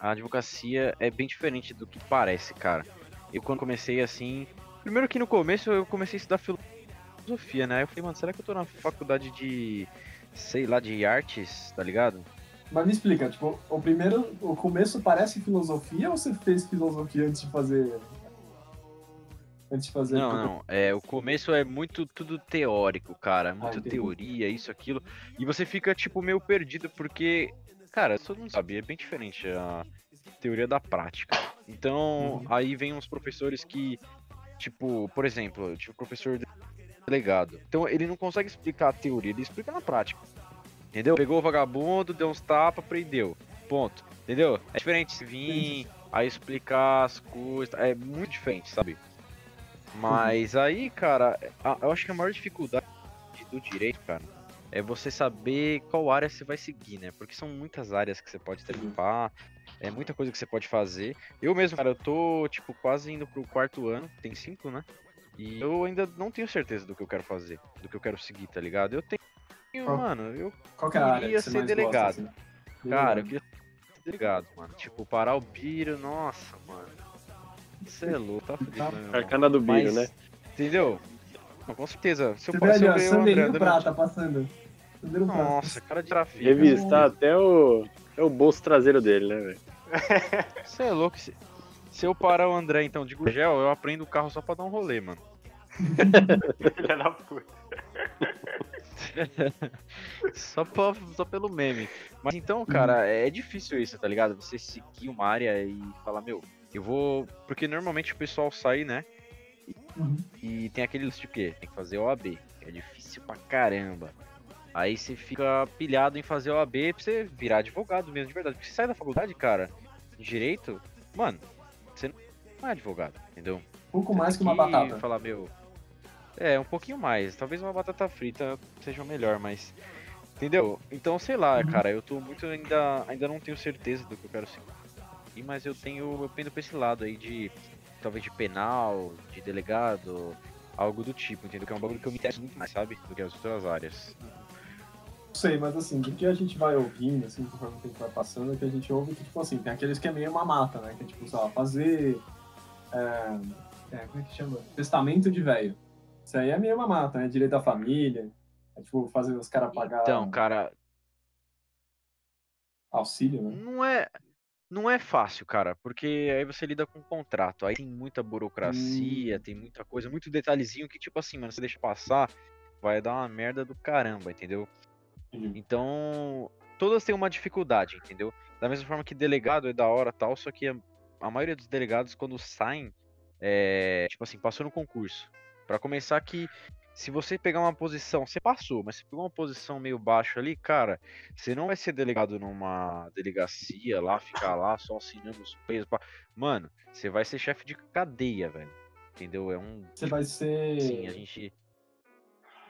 [SPEAKER 6] A advocacia é bem diferente do que parece, cara. Eu quando comecei assim. Primeiro que no começo eu comecei a estudar filosofia, né? Aí eu falei, mano, será que eu tô na faculdade de. sei lá, de artes, tá ligado?
[SPEAKER 3] Mas me explica, tipo, o primeiro, o começo parece filosofia ou você fez filosofia antes de fazer. Antes de fazer.
[SPEAKER 6] Não, não. É, o começo é muito tudo teórico, cara. Muita
[SPEAKER 3] Ah, entendi.
[SPEAKER 6] teoria, isso, aquilo. E você fica, tipo, meio perdido, porque, cara, todo mundo sabe, é bem diferente a teoria da prática. Então, aí vem uns professores que, tipo, por exemplo, eu tive um professor delegado. Então, ele não consegue explicar a teoria, ele explica na prática. Entendeu? Pegou o vagabundo, deu uns tapas, prendeu. Ponto. Entendeu? É diferente se vir a explicar as coisas. É muito diferente, sabe? Mas aí, cara, a- eu acho que a maior dificuldade do direito, cara, é você saber qual área você vai seguir, né? Porque são muitas áreas que você pode trepar, é muita coisa que você pode fazer. Eu mesmo, cara, eu tô, tipo, quase indo pro quarto ano, tem cinco, né? E eu ainda não tenho certeza do que eu quero fazer, do que eu quero seguir, tá ligado? Eu tenho,
[SPEAKER 3] Qual-
[SPEAKER 6] mano, eu
[SPEAKER 3] Qual que é a área?
[SPEAKER 6] queria
[SPEAKER 3] que você
[SPEAKER 6] ser
[SPEAKER 3] mais
[SPEAKER 6] delegado.
[SPEAKER 3] Gosta, assim?
[SPEAKER 6] Cara, eu queria ser delegado, mano. Tipo, parar o Biro, nossa, mano. Você é louco, tá fudido, né, meu irmão?
[SPEAKER 5] carcana do Biro,
[SPEAKER 6] Mas-
[SPEAKER 5] né?
[SPEAKER 6] Entendeu? Não, com certeza. Se eu
[SPEAKER 3] Você vê ali,
[SPEAKER 6] passar
[SPEAKER 3] ó,
[SPEAKER 6] eu é André
[SPEAKER 3] Sandeirinho
[SPEAKER 6] andando-
[SPEAKER 3] Prata passando. Sandeirinho Prata.
[SPEAKER 6] Nossa, cara de trafico.
[SPEAKER 5] Revistar até o, até o bolso traseiro dele, né, velho?
[SPEAKER 6] Você é louco. Se, se eu parar o André, então, de Gugel, eu aprendo o carro só pra dar um rolê, mano.
[SPEAKER 4] Filha da puta.
[SPEAKER 6] Só, pra, só pelo meme. Mas então, cara, é difícil isso, tá ligado? Você seguir uma área e falar, meu, eu vou. Porque normalmente o pessoal sai, né?
[SPEAKER 3] Uhum.
[SPEAKER 6] E tem aquele lance de quê? Tem que fazer OAB. É difícil pra caramba. Aí você fica pilhado em fazer OAB pra você virar advogado mesmo, de verdade. Porque você sai da faculdade, cara, de direito, mano, você não é advogado, entendeu?
[SPEAKER 3] Um Pouco mais que uma
[SPEAKER 6] Tem
[SPEAKER 3] batata.
[SPEAKER 6] Falar, meu. É, um pouquinho mais. Talvez uma batata frita seja o melhor, mas. Entendeu? Então, sei lá,
[SPEAKER 3] Uhum.
[SPEAKER 6] cara, eu tô muito ainda. Ainda não tenho certeza do que eu quero seguir. Mas eu tenho. Eu pendo pra esse lado aí de. Talvez de penal, de delegado, algo do tipo, entendeu? Que é um bagulho que eu me interesso muito mais, sabe? Do que as outras áreas.
[SPEAKER 3] Não sei, mas assim, do que a gente vai ouvindo, assim, conforme o tempo vai passando, é que a gente ouve que, tipo assim, tem aqueles que é meio uma mata, né? Que é tipo, sei lá, fazer. É, é, como é que chama? Testamento de velho. Isso aí é meio uma mata, né? Direito da família. É tipo, fazer os caras pagar
[SPEAKER 6] Então, cara,
[SPEAKER 3] auxílio, né?
[SPEAKER 6] não é. Não é fácil, cara, porque aí você lida com contrato, aí tem muita burocracia, tem muita coisa, muito detalhezinho que, tipo assim, mano, você deixa passar, vai dar uma merda do caramba, entendeu?
[SPEAKER 3] Entendi.
[SPEAKER 6] Então, todas têm uma dificuldade, entendeu? Da mesma forma que delegado é da hora tal, só que a, a maioria dos delegados, quando saem, é, tipo assim, passou no concurso. Pra começar que se você pegar uma posição, você passou, mas se pegar uma posição meio baixa ali, cara, você não vai ser delegado numa delegacia lá, ficar lá só assinando os pesos. pá. Mano, você vai ser chefe de cadeia, velho. Entendeu? É um.
[SPEAKER 3] Você vai ser
[SPEAKER 6] Sim, a gente.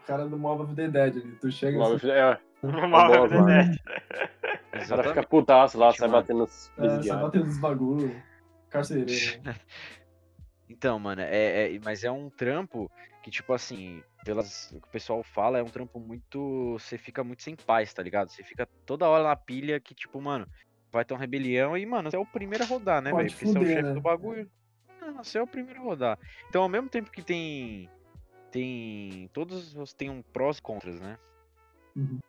[SPEAKER 3] o cara do Mob of the Dead ali. Tu chega
[SPEAKER 5] Uma-
[SPEAKER 3] assim,
[SPEAKER 5] É,
[SPEAKER 4] Uma
[SPEAKER 5] boa,
[SPEAKER 4] obra
[SPEAKER 5] mano. o cara
[SPEAKER 6] Exatamente.
[SPEAKER 5] fica putaço lá,
[SPEAKER 6] Gente,
[SPEAKER 5] sai
[SPEAKER 6] mano.
[SPEAKER 5] batendo nos
[SPEAKER 3] é, você
[SPEAKER 5] vigiados.
[SPEAKER 3] batendo os bagulho, carcereiro. né?
[SPEAKER 6] Então, mano, é, é- mas é um trampo que, tipo assim, pelas o que o pessoal fala, é um trampo muito. Você fica muito sem paz, tá ligado? Você fica toda hora na pilha que, tipo, mano, vai ter uma rebelião e, mano, você é o primeiro a rodar, né,
[SPEAKER 3] Pode
[SPEAKER 6] velho? Porque você é o
[SPEAKER 3] fuder,
[SPEAKER 6] chefe
[SPEAKER 3] né?
[SPEAKER 6] do bagulho. Não, você é o primeiro a rodar. Então, ao mesmo tempo que tem. Tem. Todos os- tem um prós e contras, né?
[SPEAKER 4] Uhum.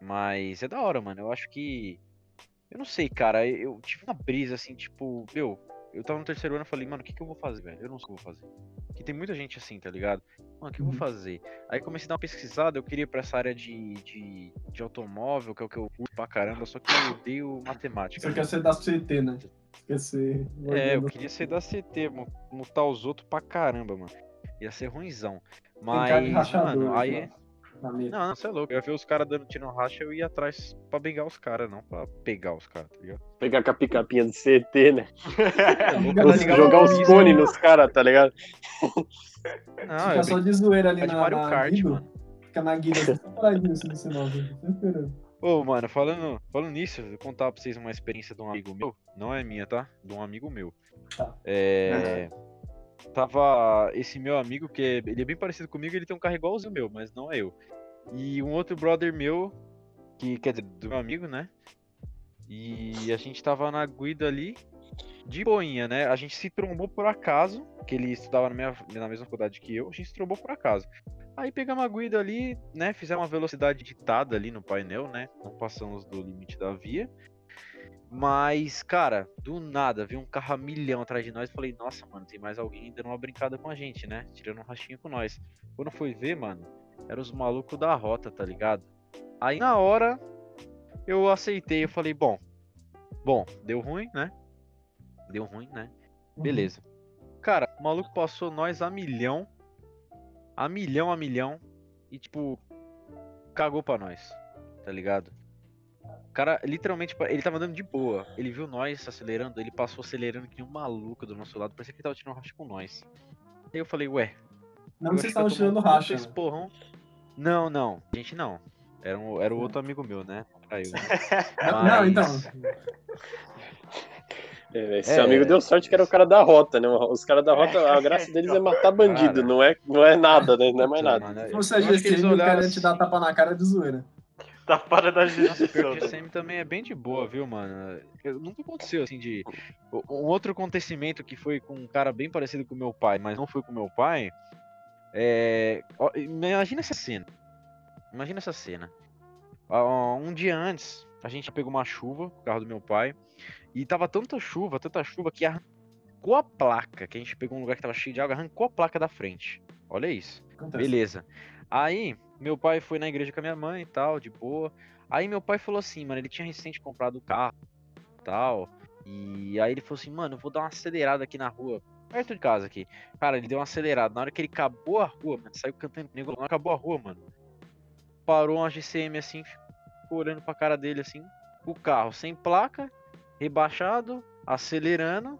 [SPEAKER 6] Mas é da hora, mano. Eu acho que. Eu não sei, cara. Eu eu tive uma brisa assim, tipo, meu, eu tava no terceiro ano e falei, mano, o que, que eu vou fazer, velho? Eu não sei o que eu vou fazer. Porque tem muita gente assim, tá ligado? Mano, o que eu vou
[SPEAKER 3] Uhum.
[SPEAKER 6] fazer? Aí comecei a dar uma pesquisada, eu queria ir pra essa área de, de, de automóvel, que é o que eu curto pra caramba, só que eu odeio matemática.
[SPEAKER 3] Você quer ser né? da CT, né? Você quer ser.
[SPEAKER 6] É, eu queria ser da CT, mano, mutar os outros pra caramba, mano. Ia ser ruinzão.
[SPEAKER 3] Tem cara de
[SPEAKER 6] Mas,
[SPEAKER 3] rachador,
[SPEAKER 6] mano, aí.
[SPEAKER 3] lá, Na mesa.
[SPEAKER 6] Não, não, você é louco. Eu ia ver os caras dando tiro no racha, eu ia atrás pra pegar os caras, não pra pegar os caras, tá ligado?
[SPEAKER 5] Pegar com a picapinha do CT, né?
[SPEAKER 3] Cara,
[SPEAKER 5] Os-
[SPEAKER 3] legal.
[SPEAKER 5] jogar os cones nos caras, tá ligado?
[SPEAKER 6] Não,
[SPEAKER 3] fica
[SPEAKER 6] eu
[SPEAKER 3] só
[SPEAKER 6] brinco
[SPEAKER 3] de zoeira ali
[SPEAKER 6] de
[SPEAKER 3] na,
[SPEAKER 6] Mario
[SPEAKER 3] na
[SPEAKER 6] Kart,
[SPEAKER 3] Guido.
[SPEAKER 6] mano.
[SPEAKER 3] Fica na guilda, assim, só paradinho assim no sinal, gente. Tô esperando.
[SPEAKER 6] Ô, mano, falando, falando nisso, eu vou contar pra vocês uma experiência de um amigo meu. Não é minha, tá? De um amigo meu.
[SPEAKER 3] Tá.
[SPEAKER 6] É. Tava esse meu amigo, que é- ele é bem parecido comigo, ele tem um carro igualzinho ao meu, mas não é eu. E um outro brother meu, que quer dizer, do meu amigo, né? E a gente tava na Guido ali, de boinha, né? A gente se trombou por acaso, que ele estudava na, minha, na mesma faculdade que eu, a gente se trombou por acaso. Aí pegamos a Guido ali, né? Fizemos uma velocidade ditada ali no painel, né? Não passamos do limite da via. Mas, cara, do nada, veio um carro a milhão atrás de nós e falei, nossa, mano, tem mais alguém dando uma brincada com a gente, né? Tirando um rachinho com nós. Quando foi ver, mano, eram os malucos da rota, tá ligado? Aí na hora eu aceitei, eu falei, bom, bom, deu ruim, né? Deu ruim, né? Beleza. Cara, o maluco passou nós a milhão. A milhão, a milhão. E tipo, cagou pra nós. Tá ligado? O cara, literalmente, pa- ele tava andando de boa. Ele viu nós acelerando, ele passou acelerando que nem um maluco do nosso lado. Parecia que ele tava tirando um racha com nós. Aí eu falei, ué.
[SPEAKER 3] Não
[SPEAKER 6] eu
[SPEAKER 3] que vocês
[SPEAKER 6] acho
[SPEAKER 3] estavam
[SPEAKER 6] eu tomei um
[SPEAKER 3] tirando
[SPEAKER 6] puta
[SPEAKER 3] racha. né?
[SPEAKER 6] esporrão. Não, não. A gente não. Era, um, era o outro amigo meu, né? Pra eu, né?
[SPEAKER 3] Não, não, então.
[SPEAKER 6] Mas-
[SPEAKER 5] É, Esse
[SPEAKER 6] É,
[SPEAKER 5] seu amigo deu sorte que era o cara da rota, né? Os caras da rota, a graça deles é matar bandido,
[SPEAKER 6] Cara.
[SPEAKER 5] não é, não é nada, né? Não é mais
[SPEAKER 6] Puta,
[SPEAKER 5] nada.
[SPEAKER 6] mano,
[SPEAKER 3] Se
[SPEAKER 6] eu-
[SPEAKER 3] você
[SPEAKER 6] eu
[SPEAKER 3] é
[SPEAKER 6] acho que eles
[SPEAKER 3] GCM, o cara
[SPEAKER 6] olharam
[SPEAKER 3] te dá
[SPEAKER 6] assim-
[SPEAKER 3] tapa na cara de zoeira.
[SPEAKER 4] Tá fora da
[SPEAKER 6] Nossa, pior que o
[SPEAKER 4] justiça.
[SPEAKER 6] GCM também é bem de boa, viu, mano? Eu- nunca aconteceu assim de. o- Um outro acontecimento que foi com um cara bem parecido com meu pai, mas não foi com meu pai. É. ó, Imagina essa cena. Imagina essa cena. Ah, Um dia antes, a gente pegou uma chuva com o carro do meu pai. E tava tanta chuva, tanta chuva que arrancou a placa. Que a gente pegou um lugar que tava cheio de água, arrancou a placa da frente. Olha isso.
[SPEAKER 3] Acontece.
[SPEAKER 6] Beleza. Aí, meu pai foi na igreja com a minha mãe e tal, de boa. Aí meu pai falou assim, mano, ele tinha recente comprado o carro e tal. E aí ele falou assim, mano, eu vou dar uma acelerada aqui na rua, perto de casa aqui. Cara, ele deu uma acelerada. Na hora que ele acabou a rua, mano, saiu cantando comigo, na hora que acabou a rua, mano. Parou uma GCM assim, ficou olhando pra cara dele assim, o carro sem placa, rebaixado, acelerando.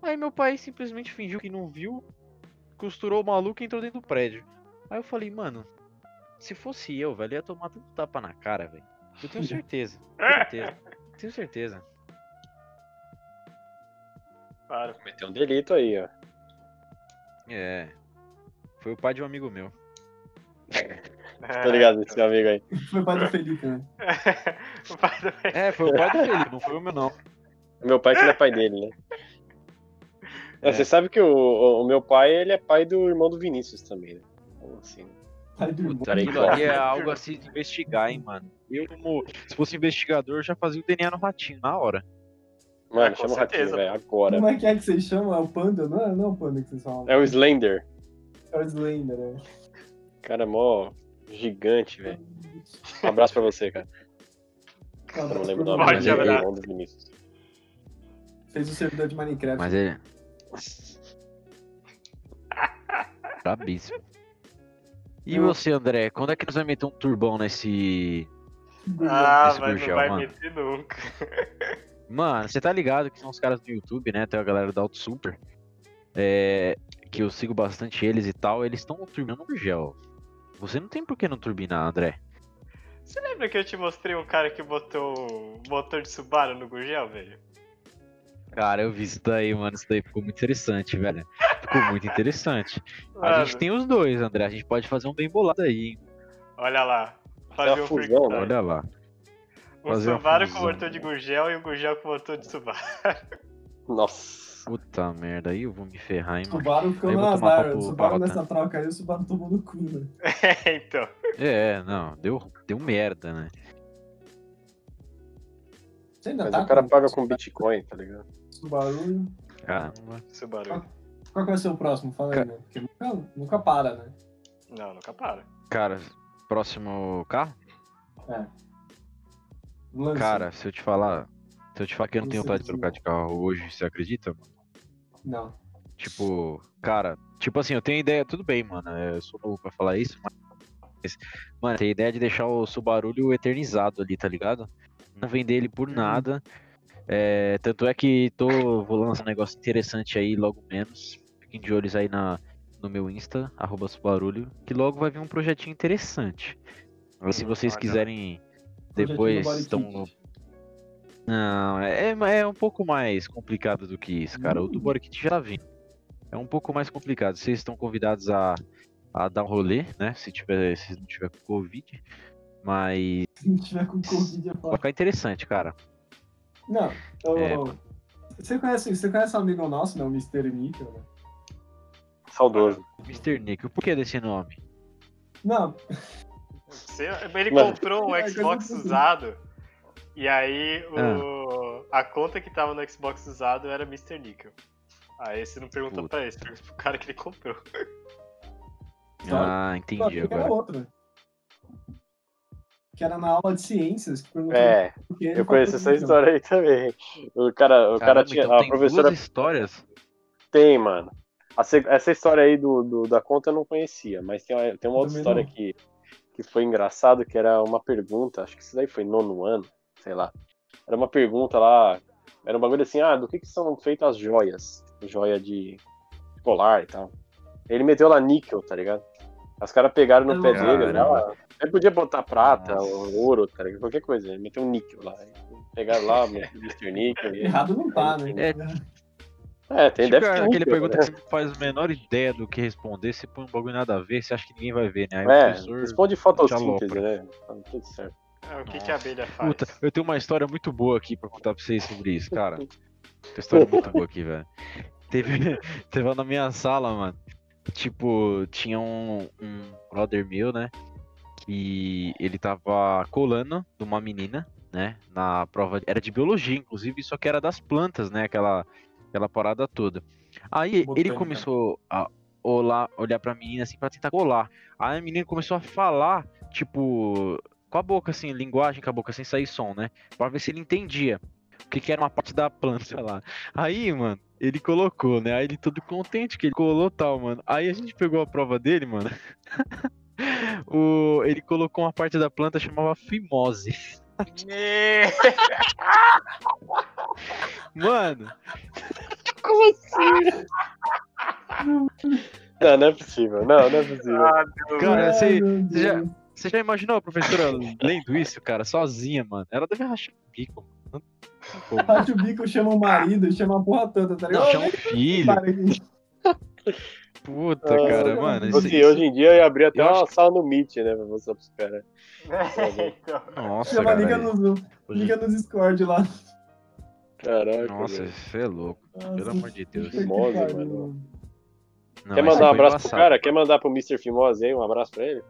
[SPEAKER 6] Aí meu pai simplesmente fingiu que não viu, costurou o maluco e entrou dentro do prédio. Aí eu falei, mano, se fosse eu, velho, eu ia tomar tanto tapa na cara, velho. Eu tenho certeza. tenho certeza. Tenho certeza.
[SPEAKER 4] Claro.
[SPEAKER 5] Cometeu um delito aí, ó.
[SPEAKER 6] É. Foi o pai de um amigo meu.
[SPEAKER 5] Tá ligado, esse
[SPEAKER 4] É,
[SPEAKER 5] amigo aí.
[SPEAKER 3] Foi o pai do Felipe, né?
[SPEAKER 4] o pai do
[SPEAKER 6] É, foi o pai do Felipe, não foi o meu, não.
[SPEAKER 5] Meu pai que não é pai dele, né?
[SPEAKER 6] É.
[SPEAKER 5] Você sabe que o, o- o meu pai, ele é pai do irmão do Vinícius também, né? Então, assim,
[SPEAKER 3] Pai do irmão.
[SPEAKER 6] Puta, aquilo ali é algo assim de investigar, hein, mano. Eu, como se fosse investigador, já fazia o DNA no ratinho na hora.
[SPEAKER 5] mano,
[SPEAKER 4] Ah, com
[SPEAKER 5] chama o
[SPEAKER 4] certeza,
[SPEAKER 5] Ratinho, velho, agora.
[SPEAKER 3] Como é que é que vocês chamam? É o Panda? Não é, não é o Panda que vocês falam.
[SPEAKER 5] É o Slender.
[SPEAKER 3] É o Slender, né?
[SPEAKER 5] Cara, mó gigante, velho. Um abraço pra você, cara. Eu não lembro o nome,
[SPEAKER 4] Forte
[SPEAKER 5] mas ele é o
[SPEAKER 4] abraço.
[SPEAKER 5] irmão do Vinícius.
[SPEAKER 3] Fez o servidor de Minecraft.
[SPEAKER 6] Mas é- ele. Brabíssimo. E você, André, quando é que nós vamos meter um turbão nesse.
[SPEAKER 4] Ah, mas
[SPEAKER 6] Esse
[SPEAKER 4] não
[SPEAKER 6] Gurgel,
[SPEAKER 4] vai
[SPEAKER 6] mano.
[SPEAKER 4] meter nunca.
[SPEAKER 6] Mano, você tá ligado que são os caras do YouTube, né? Tem a galera da Auto Super. é, que eu sigo bastante eles e tal. Eles estão turbinando o gel. Você não tem por que não turbinar, André.
[SPEAKER 4] Você lembra que eu te mostrei um cara que botou um motor de Subaru no Gurgel, velho?
[SPEAKER 6] Cara, eu vi isso daí, mano. Isso daí ficou muito interessante, velho. Ficou muito interessante. A
[SPEAKER 4] Mano,
[SPEAKER 6] gente tem os dois, André. A gente pode fazer um bem bolado aí, hein?
[SPEAKER 4] Olha lá.
[SPEAKER 5] É
[SPEAKER 4] Fazer
[SPEAKER 5] uma
[SPEAKER 4] um
[SPEAKER 5] fusão,
[SPEAKER 4] freestyle.
[SPEAKER 5] né?
[SPEAKER 6] Olha lá.
[SPEAKER 4] Um
[SPEAKER 6] fazer uma
[SPEAKER 4] Subaru com
[SPEAKER 6] fusão.
[SPEAKER 4] motor de Gurgel e um Gurgel com motor de Subaru.
[SPEAKER 5] Nossa.
[SPEAKER 6] Puta merda, aí eu vou me ferrar, hein,
[SPEAKER 3] O
[SPEAKER 6] mano.
[SPEAKER 3] Subaru ficou
[SPEAKER 6] Aí eu
[SPEAKER 3] no
[SPEAKER 6] vou tomar
[SPEAKER 3] azar.
[SPEAKER 6] papo
[SPEAKER 3] O
[SPEAKER 6] barato,
[SPEAKER 3] Subaru
[SPEAKER 6] né?
[SPEAKER 3] nessa troca aí, o Subaru tomou no cu, né?
[SPEAKER 4] É, então.
[SPEAKER 6] É, não, deu, deu merda, né?
[SPEAKER 3] Você ainda
[SPEAKER 5] Mas
[SPEAKER 3] tá
[SPEAKER 5] o cara
[SPEAKER 3] com
[SPEAKER 5] paga com Bitcoin, tá ligado?
[SPEAKER 3] Subaru.
[SPEAKER 6] Caramba.
[SPEAKER 4] Subaru.
[SPEAKER 3] Qual que vai ser o próximo? Fala aí,
[SPEAKER 6] Ca-
[SPEAKER 3] né? Porque nunca, nunca para, né?
[SPEAKER 4] Não, nunca para.
[SPEAKER 6] Cara, próximo carro?
[SPEAKER 3] Lança.
[SPEAKER 6] Cara, se eu te falar. Se eu te falar que eu não tenho
[SPEAKER 3] Isso
[SPEAKER 6] vontade de
[SPEAKER 3] mesmo.
[SPEAKER 6] trocar de carro hoje, você acredita? mano?
[SPEAKER 3] Não.
[SPEAKER 6] Tipo, cara, tipo assim, eu tenho ideia, tudo bem, mano. é, Eu sou novo pra falar isso, mas. Mano, tem ideia de deixar o Subarulho eternizado ali, tá ligado? Não
[SPEAKER 3] Uhum.
[SPEAKER 6] vender ele por nada. É, tanto é que tô, vou lançar um negócio interessante aí logo menos. Fiquem de olhos aí na, no meu Insta, arroba Subarulho, que logo vai vir um projetinho interessante. Se vocês
[SPEAKER 4] Olha.
[SPEAKER 6] quiserem
[SPEAKER 3] Uhum. Projetinho
[SPEAKER 6] depois
[SPEAKER 3] Body
[SPEAKER 6] estão
[SPEAKER 3] Kit.
[SPEAKER 6] no não, é, é- é um pouco mais complicado do que isso, cara. O do Borkit já tá vindo. É um pouco mais complicado. Vocês estão convidados a, a dar um rolê, né? Se, tiver, se não tiver com Covid. Mas
[SPEAKER 3] Se tiver com Covid, eu
[SPEAKER 6] vai
[SPEAKER 3] falo.
[SPEAKER 6] ficar interessante, cara.
[SPEAKER 3] Não, eu...
[SPEAKER 6] É,
[SPEAKER 3] Você conhece, você conhece um amigo nosso, né? O Mr. Nickel, né?
[SPEAKER 5] Saudoso.
[SPEAKER 6] Mr. Nickel, por que desse nome?
[SPEAKER 3] Não,
[SPEAKER 4] Você- ele
[SPEAKER 5] Mano.
[SPEAKER 3] É,
[SPEAKER 4] comprou um
[SPEAKER 3] coisa
[SPEAKER 4] Xbox
[SPEAKER 3] de-
[SPEAKER 4] usado. E aí o-
[SPEAKER 6] Ah.
[SPEAKER 4] a conta que tava no Xbox usado era Mr. Nickel. Aí você não pergunta
[SPEAKER 6] Puta.
[SPEAKER 4] pra esse, pergunta pro cara que ele comprou.
[SPEAKER 6] Ah,
[SPEAKER 3] eu
[SPEAKER 6] entendi
[SPEAKER 3] achei que era
[SPEAKER 6] agora.
[SPEAKER 3] outra. Que era na aula de ciências. Que perguntou
[SPEAKER 5] É,
[SPEAKER 3] por que ele
[SPEAKER 5] eu conheço
[SPEAKER 3] falou
[SPEAKER 5] essa
[SPEAKER 3] tudo,
[SPEAKER 5] história aí também. O cara, o cara
[SPEAKER 6] Caramba,
[SPEAKER 5] tinha.
[SPEAKER 6] então
[SPEAKER 5] a
[SPEAKER 6] tem
[SPEAKER 5] professora
[SPEAKER 6] duas histórias.
[SPEAKER 5] tem, mano. A se- Essa história aí do, do- da conta eu não conhecia, mas tem, uma- tem uma outra
[SPEAKER 3] Também
[SPEAKER 5] história
[SPEAKER 3] não.
[SPEAKER 5] que, que foi engraçado, que era uma pergunta, acho que isso daí foi nono ano, sei lá. Era uma pergunta lá, era um bagulho assim, ah, do que, que são feitas as joias? Joia de colar e tal. Ele meteu lá níquel, tá ligado? Os caras pegaram
[SPEAKER 3] Ah,
[SPEAKER 5] no pé
[SPEAKER 6] Caramba.
[SPEAKER 5] dele, né? ó, Ele podia botar prata,
[SPEAKER 6] Nossa.
[SPEAKER 5] ou ouro, tá ligado? Qualquer coisa. Ele meteu um níquel lá. Pegaram lá, Mr. Níquel. e-
[SPEAKER 3] Errado não tá, né?
[SPEAKER 6] É.
[SPEAKER 5] É, tem
[SPEAKER 6] tipo,
[SPEAKER 5] deve ter
[SPEAKER 6] aquele
[SPEAKER 5] níquel,
[SPEAKER 6] pergunta
[SPEAKER 5] né?
[SPEAKER 6] que você não faz a menor ideia do que responder, você põe um bagulho nada a ver, você acha que ninguém vai ver, né? Aí o
[SPEAKER 5] É,
[SPEAKER 6] professor.
[SPEAKER 5] responde fotossíntese,
[SPEAKER 6] alopra.
[SPEAKER 5] né? Tá tudo certo.
[SPEAKER 4] É, o que,
[SPEAKER 6] Nossa.
[SPEAKER 4] que a abelha faz?
[SPEAKER 6] Puta, eu tenho uma história muito boa aqui pra contar pra vocês sobre isso, cara. Tem uma história muito boa aqui, velho. Teve, teve lá na minha sala, mano. Tipo, tinha um, um brother meu, né? Que ele tava colando de uma menina, né? Na prova. Era de biologia, inclusive, só que era das plantas, né? Aquela, aquela parada toda. Aí ele
[SPEAKER 3] Botânica.
[SPEAKER 6] começou a olhar, olhar pra menina assim pra tentar colar. Aí a menina começou a falar, tipo, com a boca, assim, linguagem com a boca, sem sair som, né? Pra ver se ele entendia o que, que era uma parte da planta lá. Aí, mano, ele colocou, né? Aí ele todo contente que ele colou tal, mano. Aí a gente pegou a prova dele, mano. o... Ele colocou uma parte da planta chamava fimose. Ah.
[SPEAKER 4] Me-
[SPEAKER 6] Mano,
[SPEAKER 5] Não, não é possível. Não, não é possível.
[SPEAKER 4] Ah,
[SPEAKER 6] cara, você,
[SPEAKER 3] meu
[SPEAKER 6] você já,
[SPEAKER 3] Deus.
[SPEAKER 6] você já imaginou a professora lendo isso, cara, sozinha, mano? Ela deve rachar o bico. mano. Não tem como.
[SPEAKER 3] Bate o
[SPEAKER 6] um
[SPEAKER 3] bico, chama o marido, chama a porra toda, tá ligado?
[SPEAKER 6] Chama um filho.
[SPEAKER 3] Para aí.
[SPEAKER 6] Puta, cara, mano.
[SPEAKER 5] Tipo
[SPEAKER 6] esse-
[SPEAKER 5] assim, hoje em dia eu ia abrir até
[SPEAKER 6] Eu
[SPEAKER 5] uma
[SPEAKER 6] acho
[SPEAKER 5] sala no Meet, né? Pra mostrar pros caras.
[SPEAKER 4] É, então.
[SPEAKER 6] Nossa,
[SPEAKER 3] Chama,
[SPEAKER 6] cara.
[SPEAKER 3] liga no, Zoom,
[SPEAKER 6] hoje-
[SPEAKER 3] liga no Discord lá.
[SPEAKER 5] Caraca.
[SPEAKER 6] Nossa,
[SPEAKER 5] velho.
[SPEAKER 6] você é louco. Pelo
[SPEAKER 3] Nossa,
[SPEAKER 6] amor de Deus.
[SPEAKER 3] que
[SPEAKER 5] Mose,
[SPEAKER 3] pariu,
[SPEAKER 5] mano.
[SPEAKER 6] Não,
[SPEAKER 5] Quer mandar
[SPEAKER 6] esse
[SPEAKER 5] um
[SPEAKER 6] foi
[SPEAKER 5] abraço pro
[SPEAKER 6] embaçado.
[SPEAKER 5] cara? Quer mandar pro Mr. Fimose aí? Um abraço pra ele?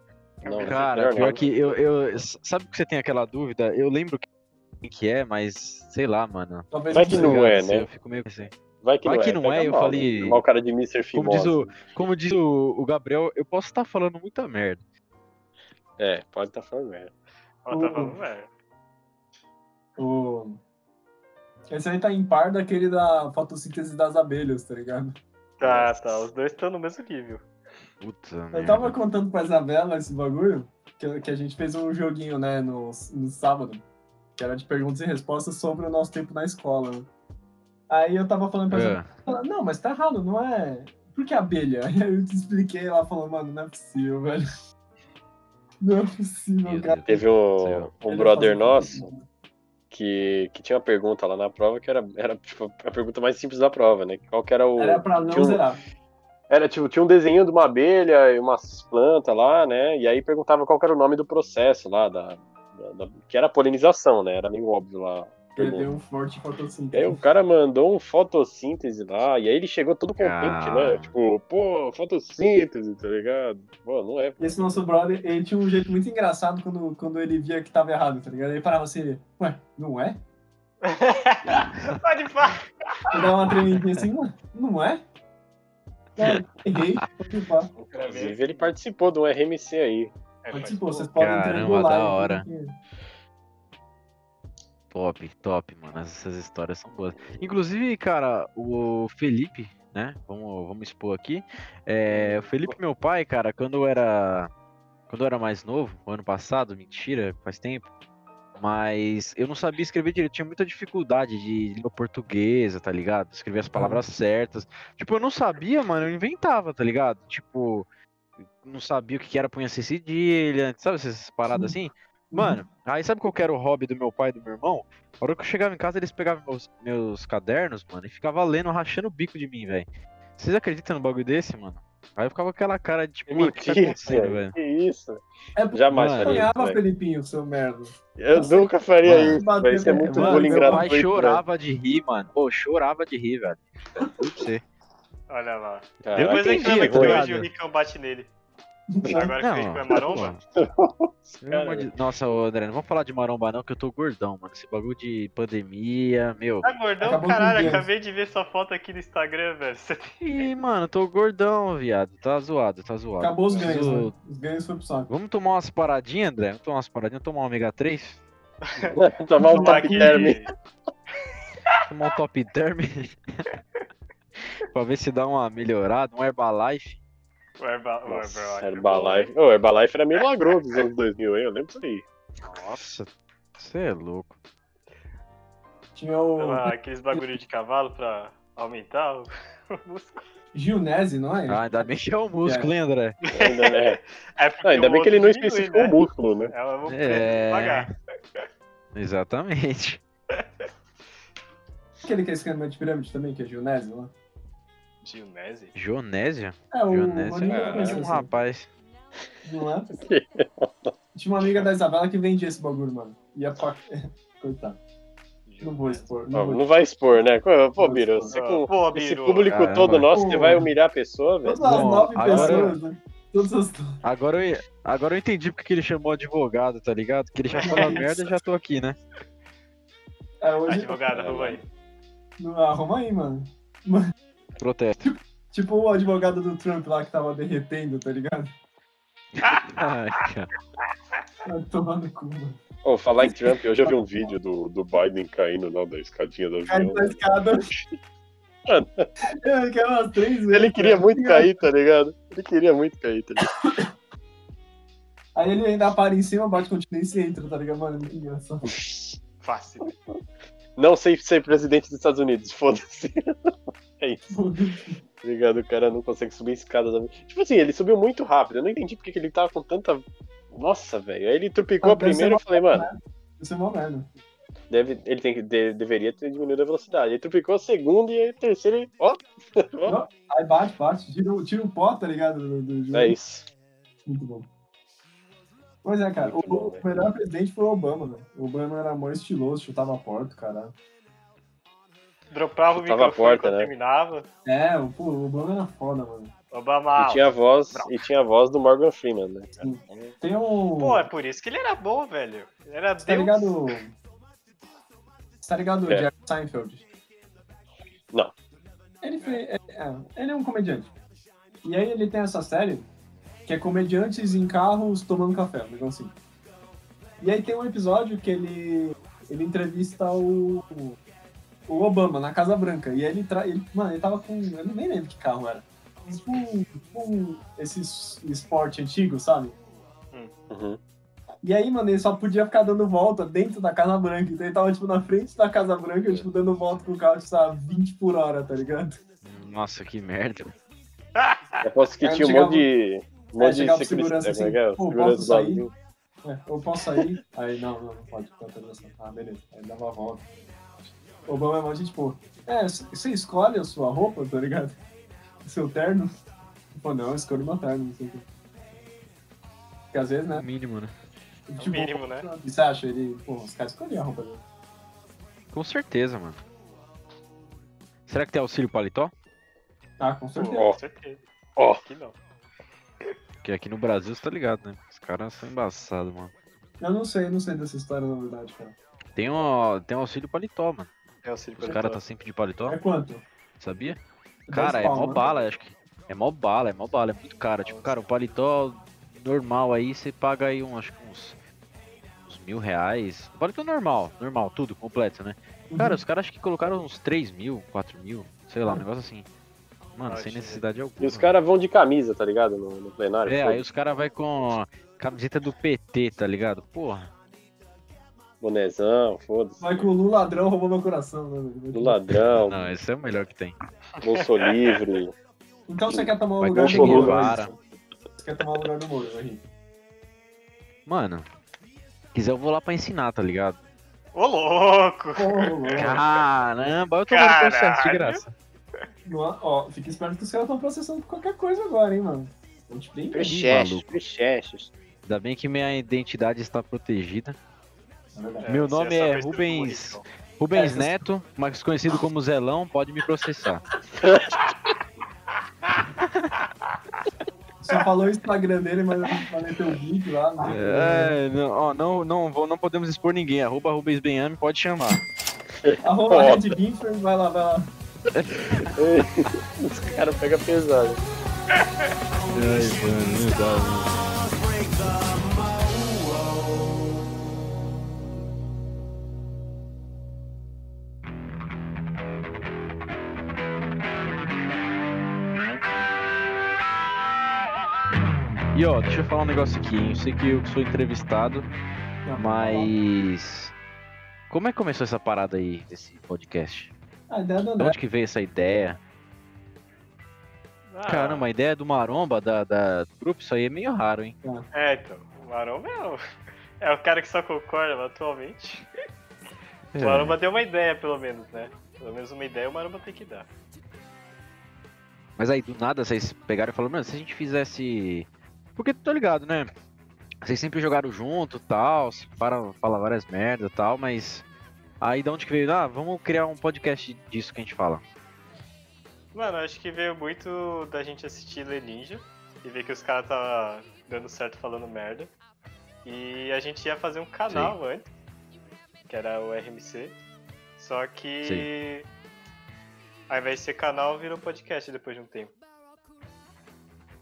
[SPEAKER 5] Não,
[SPEAKER 6] Cara,
[SPEAKER 5] melhor
[SPEAKER 6] pior
[SPEAKER 5] não.
[SPEAKER 6] que eu, eu. s- Sabe que você tem aquela dúvida? Eu lembro quem que é, mas sei lá, mano.
[SPEAKER 3] Talvez
[SPEAKER 5] Vai que
[SPEAKER 3] não
[SPEAKER 5] não
[SPEAKER 3] seja.
[SPEAKER 5] é,
[SPEAKER 6] Assim,
[SPEAKER 5] né?
[SPEAKER 6] Eu fico meio assim.
[SPEAKER 5] Vai que
[SPEAKER 6] Vai
[SPEAKER 5] não
[SPEAKER 6] que
[SPEAKER 5] é,
[SPEAKER 6] não
[SPEAKER 5] pega
[SPEAKER 6] é, eu
[SPEAKER 5] mal,
[SPEAKER 6] falei-
[SPEAKER 5] Mal o cara de Mr.
[SPEAKER 6] Como
[SPEAKER 5] Fimose.
[SPEAKER 6] diz o, como diz o, o Gabriel, eu posso estar falando muita merda.
[SPEAKER 5] É, pode estar falando merda.
[SPEAKER 4] Ó, tá falando, velho.
[SPEAKER 3] O... Esse aí tá em par daquele da fotossíntese das abelhas, tá ligado?
[SPEAKER 4] Tá, tá. Os dois estão no mesmo nível.
[SPEAKER 6] Puta.
[SPEAKER 3] Eu
[SPEAKER 6] merda.
[SPEAKER 3] tava contando pra Isabela esse bagulho, que, que a gente fez um joguinho, né, no, no sábado, que era de perguntas e respostas sobre o nosso tempo na escola. né? Aí eu tava falando pra Isabela,
[SPEAKER 6] É.
[SPEAKER 3] ela, não, mas tá errado, não é... Por que abelha? Aí eu te expliquei, ela falou, mano, não é possível, velho. Não é possível,
[SPEAKER 6] Meu
[SPEAKER 3] cara.
[SPEAKER 6] Deus.
[SPEAKER 5] Teve
[SPEAKER 6] Sei lá.
[SPEAKER 5] um, um
[SPEAKER 3] Ele
[SPEAKER 5] brother
[SPEAKER 3] falou,
[SPEAKER 5] nosso que, que tinha uma pergunta lá na prova que era, era tipo, a pergunta mais simples da prova, né? Qual que era o.
[SPEAKER 3] Era pra não
[SPEAKER 5] tinha um-
[SPEAKER 3] zerar.
[SPEAKER 5] Era tipo, tinha um desenho de uma abelha e umas plantas lá, né? E aí perguntava qual que era o nome do processo lá, da, da- da- que era a polinização, né? Era meio óbvio lá. a pergunta.
[SPEAKER 3] Perdeu um forte
[SPEAKER 5] E aí
[SPEAKER 3] fotossíntese.
[SPEAKER 5] o cara mandou um fotossíntese lá, e aí ele chegou todo contente,
[SPEAKER 6] Ah.
[SPEAKER 5] né? Tipo, pô, fotossíntese, tá ligado? Pô, não é.
[SPEAKER 3] Esse nosso brother, ele tinha um jeito muito engraçado quando, quando ele via que tava errado, tá ligado? Ele parava assim, ué, não é?
[SPEAKER 4] Pode falar.
[SPEAKER 3] Eu dava uma tremidinha assim, ué, não é? Cara, errei, vou culpar.
[SPEAKER 5] Inclusive, ele participou de um RMC aí.
[SPEAKER 4] É,
[SPEAKER 3] Mas,
[SPEAKER 4] pode-
[SPEAKER 3] tipo, vocês podem
[SPEAKER 6] Caramba,
[SPEAKER 3] triangular.
[SPEAKER 6] da
[SPEAKER 3] né?
[SPEAKER 6] hora.
[SPEAKER 3] Porque-
[SPEAKER 6] Top, top, mano. Essas histórias são boas. Inclusive, cara, o Felipe, né? Vamos, vamos expor aqui. É, o Felipe, meu pai, cara, quando eu era. Quando eu era mais novo, o ano passado, mentira, faz tempo. Mas eu não sabia escrever direito, tinha muita dificuldade de língua portuguesa, tá ligado? Escrever as palavras certas. Tipo, eu não sabia, mano, eu inventava, tá ligado? Tipo, não sabia o que que era punha sem cedilha, sabe essas paradas assim? Mano, aí sabe qual que era o hobby do meu pai e do meu irmão? A hora que eu chegava em casa, eles pegavam meus, meus cadernos, mano, e ficava lendo, rachando o bico de mim, velho. Vocês acreditam num bagulho desse, mano? Aí eu ficava com aquela cara de tipo, mano, o que tá
[SPEAKER 5] Mentira,
[SPEAKER 6] acontecendo, velho?
[SPEAKER 5] Que isso?
[SPEAKER 3] É porque
[SPEAKER 5] Jamais
[SPEAKER 6] Mano.
[SPEAKER 3] eu
[SPEAKER 5] faria isso.
[SPEAKER 3] sonhava,
[SPEAKER 5] velho.
[SPEAKER 3] Felipinho, seu merda.
[SPEAKER 5] Eu
[SPEAKER 3] Você-
[SPEAKER 5] nunca faria
[SPEAKER 6] Mano.
[SPEAKER 5] isso, velho. Isso é muito
[SPEAKER 6] Mano,
[SPEAKER 5] bullying
[SPEAKER 6] meu
[SPEAKER 5] gratuito.
[SPEAKER 6] pai
[SPEAKER 5] velho.
[SPEAKER 6] chorava de rir, mano. Pô, chorava de rir, velho. Juro pra você.
[SPEAKER 4] Olha lá.
[SPEAKER 5] Caraca,
[SPEAKER 4] Depois
[SPEAKER 5] que tá
[SPEAKER 4] reclama que
[SPEAKER 5] vergonha.
[SPEAKER 6] errou,
[SPEAKER 4] hoje
[SPEAKER 6] né?
[SPEAKER 4] o Ricão bate nele.
[SPEAKER 3] Não,
[SPEAKER 4] Agora que
[SPEAKER 6] Não,
[SPEAKER 4] o Ricão é maromba.
[SPEAKER 5] Tá
[SPEAKER 6] Pelo amor de- Nossa, ô, André, não vamos falar de maromba não, que eu tô gordão, mano. Esse bagulho de pandemia, meu.
[SPEAKER 4] Tá gordão,
[SPEAKER 3] Acabou com
[SPEAKER 4] caralho,
[SPEAKER 3] Deus.
[SPEAKER 4] acabei de ver sua foto aqui no Instagram, velho. Você tem
[SPEAKER 6] Ih, mano, tô gordão, viado. Tá zoado, tá zoado.
[SPEAKER 3] Acabou os
[SPEAKER 6] Preciso-
[SPEAKER 3] ganhos, né? Os ganhos foi pro saco.
[SPEAKER 6] Vamos tomar umas paradinhas, André? Vamos tomar umas paradinhas, tomar um ômega 3?
[SPEAKER 5] Tomar um
[SPEAKER 4] que tomar
[SPEAKER 5] top term.
[SPEAKER 6] Tomar um top term. pra ver se dá uma melhorada, um Herbalife.
[SPEAKER 4] O Herba- o
[SPEAKER 5] Nossa,
[SPEAKER 4] Herbalife.
[SPEAKER 5] Herbalife. Ô, Herbalife era meio milagroso nos anos 2000, hein? Eu lembro disso aí.
[SPEAKER 6] Nossa, você é louco.
[SPEAKER 3] Tinha o
[SPEAKER 4] Sei lá, Aqueles bagulho de cavalo pra aumentar o o músculo.
[SPEAKER 3] Gilnese, não é?
[SPEAKER 6] Ah, ainda bem que é o músculo, hein, André?
[SPEAKER 5] Ainda, é.
[SPEAKER 4] É porque
[SPEAKER 5] Não, ainda
[SPEAKER 4] o
[SPEAKER 5] bem que ele
[SPEAKER 4] outro
[SPEAKER 5] não
[SPEAKER 4] diminui,
[SPEAKER 5] especificou o
[SPEAKER 4] né?
[SPEAKER 5] músculo, né?
[SPEAKER 4] É um preço
[SPEAKER 6] É.
[SPEAKER 4] de pagar.
[SPEAKER 6] Exatamente.
[SPEAKER 3] Aquele que é esquema de pirâmide também, que é Gilnese lá.
[SPEAKER 4] Gilnese?
[SPEAKER 6] Gionésia?
[SPEAKER 3] É, o
[SPEAKER 6] Gionésia
[SPEAKER 3] Maninho
[SPEAKER 5] é-
[SPEAKER 3] eu
[SPEAKER 6] é
[SPEAKER 3] conheço,
[SPEAKER 6] um
[SPEAKER 3] assim.
[SPEAKER 6] rapaz.
[SPEAKER 3] Não é? Tinha uma amiga da Isabela que vendia esse bagulho, mano. Ia pra. Coitado. Não vou expor.
[SPEAKER 5] Ó,
[SPEAKER 3] Não vou
[SPEAKER 5] não vai expor, né? Pô,
[SPEAKER 3] Não
[SPEAKER 5] Biro,
[SPEAKER 3] expor.
[SPEAKER 5] você
[SPEAKER 4] Ah,
[SPEAKER 5] com
[SPEAKER 4] Pô,
[SPEAKER 5] esse
[SPEAKER 4] Biro.
[SPEAKER 5] público
[SPEAKER 6] Caramba.
[SPEAKER 5] todo nosso, você
[SPEAKER 3] Pô.
[SPEAKER 5] vai humilhar a pessoa, velho?
[SPEAKER 3] Todas as
[SPEAKER 6] Bom,
[SPEAKER 3] nove
[SPEAKER 6] agora-
[SPEAKER 3] pessoas, né? Todas as
[SPEAKER 6] Agora eu, agora eu entendi porque que ele chamou advogado, tá ligado? Que ele já falou merda e já tô aqui, né?
[SPEAKER 3] É, hoje
[SPEAKER 4] Advogado,
[SPEAKER 5] É.
[SPEAKER 4] arruma aí.
[SPEAKER 3] não arruma aí, mano.
[SPEAKER 6] Protesto.
[SPEAKER 3] Tipo o advogado do Trump lá que tava derretendo, tá ligado?
[SPEAKER 6] Ai, cara.
[SPEAKER 3] Vai tomar no cu, mano.
[SPEAKER 5] Ô, falar em Trump, hoje eu vi um vídeo do, do Biden caindo lá da escadinha do
[SPEAKER 3] Caiu
[SPEAKER 5] avião.
[SPEAKER 3] na escada.
[SPEAKER 5] Mano.
[SPEAKER 3] É, que é umas três vezes.
[SPEAKER 5] Ele queria muito cair, tá ligado? Ele queria muito cair, tá ligado?
[SPEAKER 3] Aí ele ainda para em cima, bate continência e entra, tá ligado? Mano, muito engraçado.
[SPEAKER 4] Fácil.
[SPEAKER 5] Não sei ser presidente dos Estados Unidos, foda-se. Tá ligado? O cara não consegue subir a escada. Da... Tipo assim, ele subiu muito rápido. Eu não entendi porque que ele tava com tanta. Nossa, velho. Aí ele tropicou
[SPEAKER 3] Ah,
[SPEAKER 5] a
[SPEAKER 3] deve ser
[SPEAKER 5] primeira e eu falei, mano.
[SPEAKER 3] Isso é uma merda.
[SPEAKER 5] deve, ele tem que, de- deveria ter diminuído a velocidade. Ele triplicou a segunda e a terceira, ele- ó, ó,
[SPEAKER 3] Aí bate, bate, tira, o- tira o pó, tá ligado? Do, do
[SPEAKER 6] Hum.
[SPEAKER 3] jogo.
[SPEAKER 5] é isso.
[SPEAKER 3] Muito bom. Pois é, cara.
[SPEAKER 5] Muito
[SPEAKER 3] o,
[SPEAKER 5] bom,
[SPEAKER 3] o melhor presidente foi o Obama, velho. O Obama era mó estiloso, chutava a porta, cara.
[SPEAKER 4] Dropava o
[SPEAKER 5] Chutava a
[SPEAKER 4] microfone
[SPEAKER 5] porta,
[SPEAKER 4] quando
[SPEAKER 5] né?
[SPEAKER 4] terminava.
[SPEAKER 3] É, o, pô, o Obama era foda, mano.
[SPEAKER 4] Obama.
[SPEAKER 5] e, tinha a voz, e tinha a voz do Morgan Freeman, né? cara?
[SPEAKER 3] Tem um.
[SPEAKER 4] Pô, é por isso que ele era bom, velho. Ele era
[SPEAKER 3] tá
[SPEAKER 4] Deus.
[SPEAKER 3] ligado? Tá ligado o
[SPEAKER 5] É.
[SPEAKER 3] Jerry Seinfeld?
[SPEAKER 5] Não.
[SPEAKER 3] Ele, foi, é, é, ele é um comediante. E aí ele tem essa série que é comediantes em carros tomando café, um negócio assim. E aí tem um episódio que ele, ele entrevista o, o Obama na Casa Branca. E aí ele, tra, ele. Mano, ele tava com. Eu nem lembro que carro era. Tipo, um- tipo um- esse s- esporte antigo, sabe?
[SPEAKER 5] Uhum.
[SPEAKER 3] E aí, mano, ele só podia ficar dando volta dentro da Casa Branca. Então ele tava, tipo, na frente da Casa
[SPEAKER 4] É.
[SPEAKER 3] Branca, tipo, dando volta com o carro, tipo, a 20 por hora, tá ligado?
[SPEAKER 6] Nossa, que merda. Ah,
[SPEAKER 5] Eu aposto que
[SPEAKER 3] Aí
[SPEAKER 5] tinha um
[SPEAKER 3] chegava-
[SPEAKER 5] monte de. Um monte
[SPEAKER 3] chegava
[SPEAKER 5] de
[SPEAKER 3] pro segurança
[SPEAKER 5] security-
[SPEAKER 3] assim,
[SPEAKER 5] como é que é?
[SPEAKER 3] "Pô,
[SPEAKER 5] Segurança
[SPEAKER 3] posso sair?"
[SPEAKER 5] sozinho.
[SPEAKER 3] É, eu posso sair? aí, não, não, não pode. Tá, tá, tá. Ah, beleza. Aí dava a volta. O Obama é mó gente, pô, é, c- você escolhe a sua roupa, tá ligado? O seu terno? Pô, não, eu escolho meu terno, não sei o quê. Porque às vezes, né?
[SPEAKER 6] O mínimo, né?
[SPEAKER 3] tipo,
[SPEAKER 4] mínimo, né?
[SPEAKER 3] E você acha ele, pô, os caras escolhiam a roupa dele.
[SPEAKER 6] Com certeza, mano. Será que tem auxílio paletó?
[SPEAKER 3] Ah, com certeza.
[SPEAKER 5] Ó.
[SPEAKER 4] Com certeza.
[SPEAKER 5] Ó.
[SPEAKER 4] Aqui não.
[SPEAKER 6] Porque aqui no Brasil você tá ligado, né? Os caras são embaçados, mano.
[SPEAKER 3] Eu não sei, não sei dessa história, na verdade, cara.
[SPEAKER 6] Tem um, tem um auxílio paletó, mano.
[SPEAKER 4] É o Círio
[SPEAKER 6] Os caras tá sempre de paletó,
[SPEAKER 3] É quanto?
[SPEAKER 6] sabia?
[SPEAKER 3] Dois
[SPEAKER 6] Cara, é
[SPEAKER 3] pau,
[SPEAKER 6] mó
[SPEAKER 3] né?
[SPEAKER 6] bala, acho que. É mó bala, é mó bala, é muito cara. Tipo, cara, o paletó normal aí, você paga aí um, acho que uns, uns mil reais. O paletó normal, normal, tudo, completo, né?
[SPEAKER 3] Uhum.
[SPEAKER 6] Cara, os caras acho que colocaram uns 3 mil, 4 mil, sei lá, um negócio assim. Mano,
[SPEAKER 4] Ah,
[SPEAKER 6] sem
[SPEAKER 4] achei.
[SPEAKER 6] necessidade alguma.
[SPEAKER 5] E os caras vão de camisa, tá ligado? No, no plenário.
[SPEAKER 6] É,
[SPEAKER 5] pô,
[SPEAKER 6] aí os caras vai com camiseta do PT, tá ligado? Porra,
[SPEAKER 5] Bonezão, foda-se.
[SPEAKER 3] Vai com o Lu ladrão roubou meu coração, né? velho?
[SPEAKER 5] Do ladrão,
[SPEAKER 6] não, esse é o melhor que tem.
[SPEAKER 5] bolso livre.
[SPEAKER 3] Então você quer tomar o
[SPEAKER 6] Vai
[SPEAKER 3] lugar
[SPEAKER 5] com
[SPEAKER 3] do
[SPEAKER 5] o
[SPEAKER 3] Moro,
[SPEAKER 6] Guevara.
[SPEAKER 3] é isso? Você quer tomar o lugar do Moro, né, Henrique?
[SPEAKER 6] Mano, quiser eu vou lá pra ensinar, tá ligado?
[SPEAKER 4] Ô, louco!
[SPEAKER 3] Ô, louco.
[SPEAKER 6] Caramba, eu tô no processo de
[SPEAKER 4] Caralho.
[SPEAKER 6] graça.
[SPEAKER 3] Não há- Ó, fica esperto que os caras estão processando por qualquer coisa agora, hein, mano. Vou te bem
[SPEAKER 5] Prechestes,
[SPEAKER 6] maluco.
[SPEAKER 5] prechestes.
[SPEAKER 6] Ainda bem que minha identidade está protegida.
[SPEAKER 3] na verdade.
[SPEAKER 6] Meu
[SPEAKER 4] você
[SPEAKER 6] nome
[SPEAKER 4] essa
[SPEAKER 6] é
[SPEAKER 4] vez teve
[SPEAKER 6] Rubens.
[SPEAKER 4] bonito.
[SPEAKER 6] Rubens
[SPEAKER 3] Essas-
[SPEAKER 6] Neto, mais conhecido como Zelão, pode me processar.
[SPEAKER 3] Só falou o Instagram dele, mas eu falei teu vídeo lá. né? não sei.
[SPEAKER 6] É, não, ó, não, não, vou- não podemos expor ninguém. Arroba Rubens Benhame, pode chamar. É.
[SPEAKER 3] Arroba Red Binfer, vai lá, vai lá.
[SPEAKER 5] Os caras pegam pesado.
[SPEAKER 6] E ó, deixa eu falar um negócio aqui. hein? Eu sei que eu sou entrevistado,
[SPEAKER 3] Não,
[SPEAKER 6] mas. Como é que começou essa parada aí desse podcast?
[SPEAKER 3] A ideia do
[SPEAKER 6] De
[SPEAKER 3] André.
[SPEAKER 6] onde que veio essa ideia?
[SPEAKER 4] Ah,
[SPEAKER 6] Caramba, a ideia do Maromba da, da do grupo, isso aí é meio raro, hein?
[SPEAKER 4] É, então. O Maromba é o... é o cara que só concorda atualmente.
[SPEAKER 6] É.
[SPEAKER 4] O Maromba deu uma ideia, pelo menos, né? Pelo menos uma ideia o Maromba tem que dar.
[SPEAKER 6] Mas aí do nada vocês pegaram e falaram, mano, se a gente fizesse. Porque tô ligado, né? Vocês sempre jogaram junto tal, se para falar várias merdas tal, mas. Aí da onde que veio? Ah, vamos criar um podcast disso que a gente fala.
[SPEAKER 4] Mano, acho que veio muito da gente assistir Leninja e ver que os caras tava dando certo falando merda. E a gente ia fazer um canal antes, que era o RMC. Só que ao invés de ser canal, virou podcast depois de um tempo.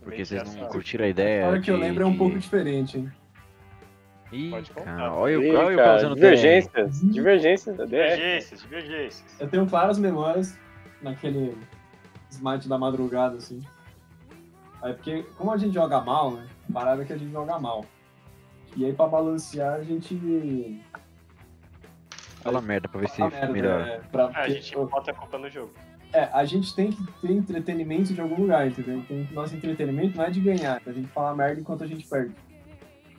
[SPEAKER 4] Meio
[SPEAKER 6] Porque
[SPEAKER 4] que assim.
[SPEAKER 6] vocês
[SPEAKER 4] essa-
[SPEAKER 6] não curtiram a
[SPEAKER 3] A
[SPEAKER 6] ideia.
[SPEAKER 3] hora que eu lembro é um
[SPEAKER 6] de-
[SPEAKER 3] pouco diferente, hein?
[SPEAKER 6] Ih,
[SPEAKER 4] Pode contar.
[SPEAKER 6] cara, olha eu,
[SPEAKER 5] Ih,
[SPEAKER 6] olha eu
[SPEAKER 5] cara,
[SPEAKER 6] causando DM.
[SPEAKER 5] divergências, divergências da DR.
[SPEAKER 4] Divergências, divergências.
[SPEAKER 3] Eu tenho claras memórias naquele smite da madrugada, assim. Aí porque, como a gente joga mal, né? A parada é que a gente joga mal. E aí pra balancear a gente.
[SPEAKER 6] Fala merda pra ver se
[SPEAKER 3] fala merda,
[SPEAKER 6] melhora.
[SPEAKER 3] né? Pra-
[SPEAKER 4] Ah, a
[SPEAKER 3] porque-
[SPEAKER 4] gente bota a culpa no jogo.
[SPEAKER 3] é, a gente tem que ter entretenimento de algum lugar, entendeu? Então nosso entretenimento não é de ganhar, é a gente falar merda enquanto a gente perde.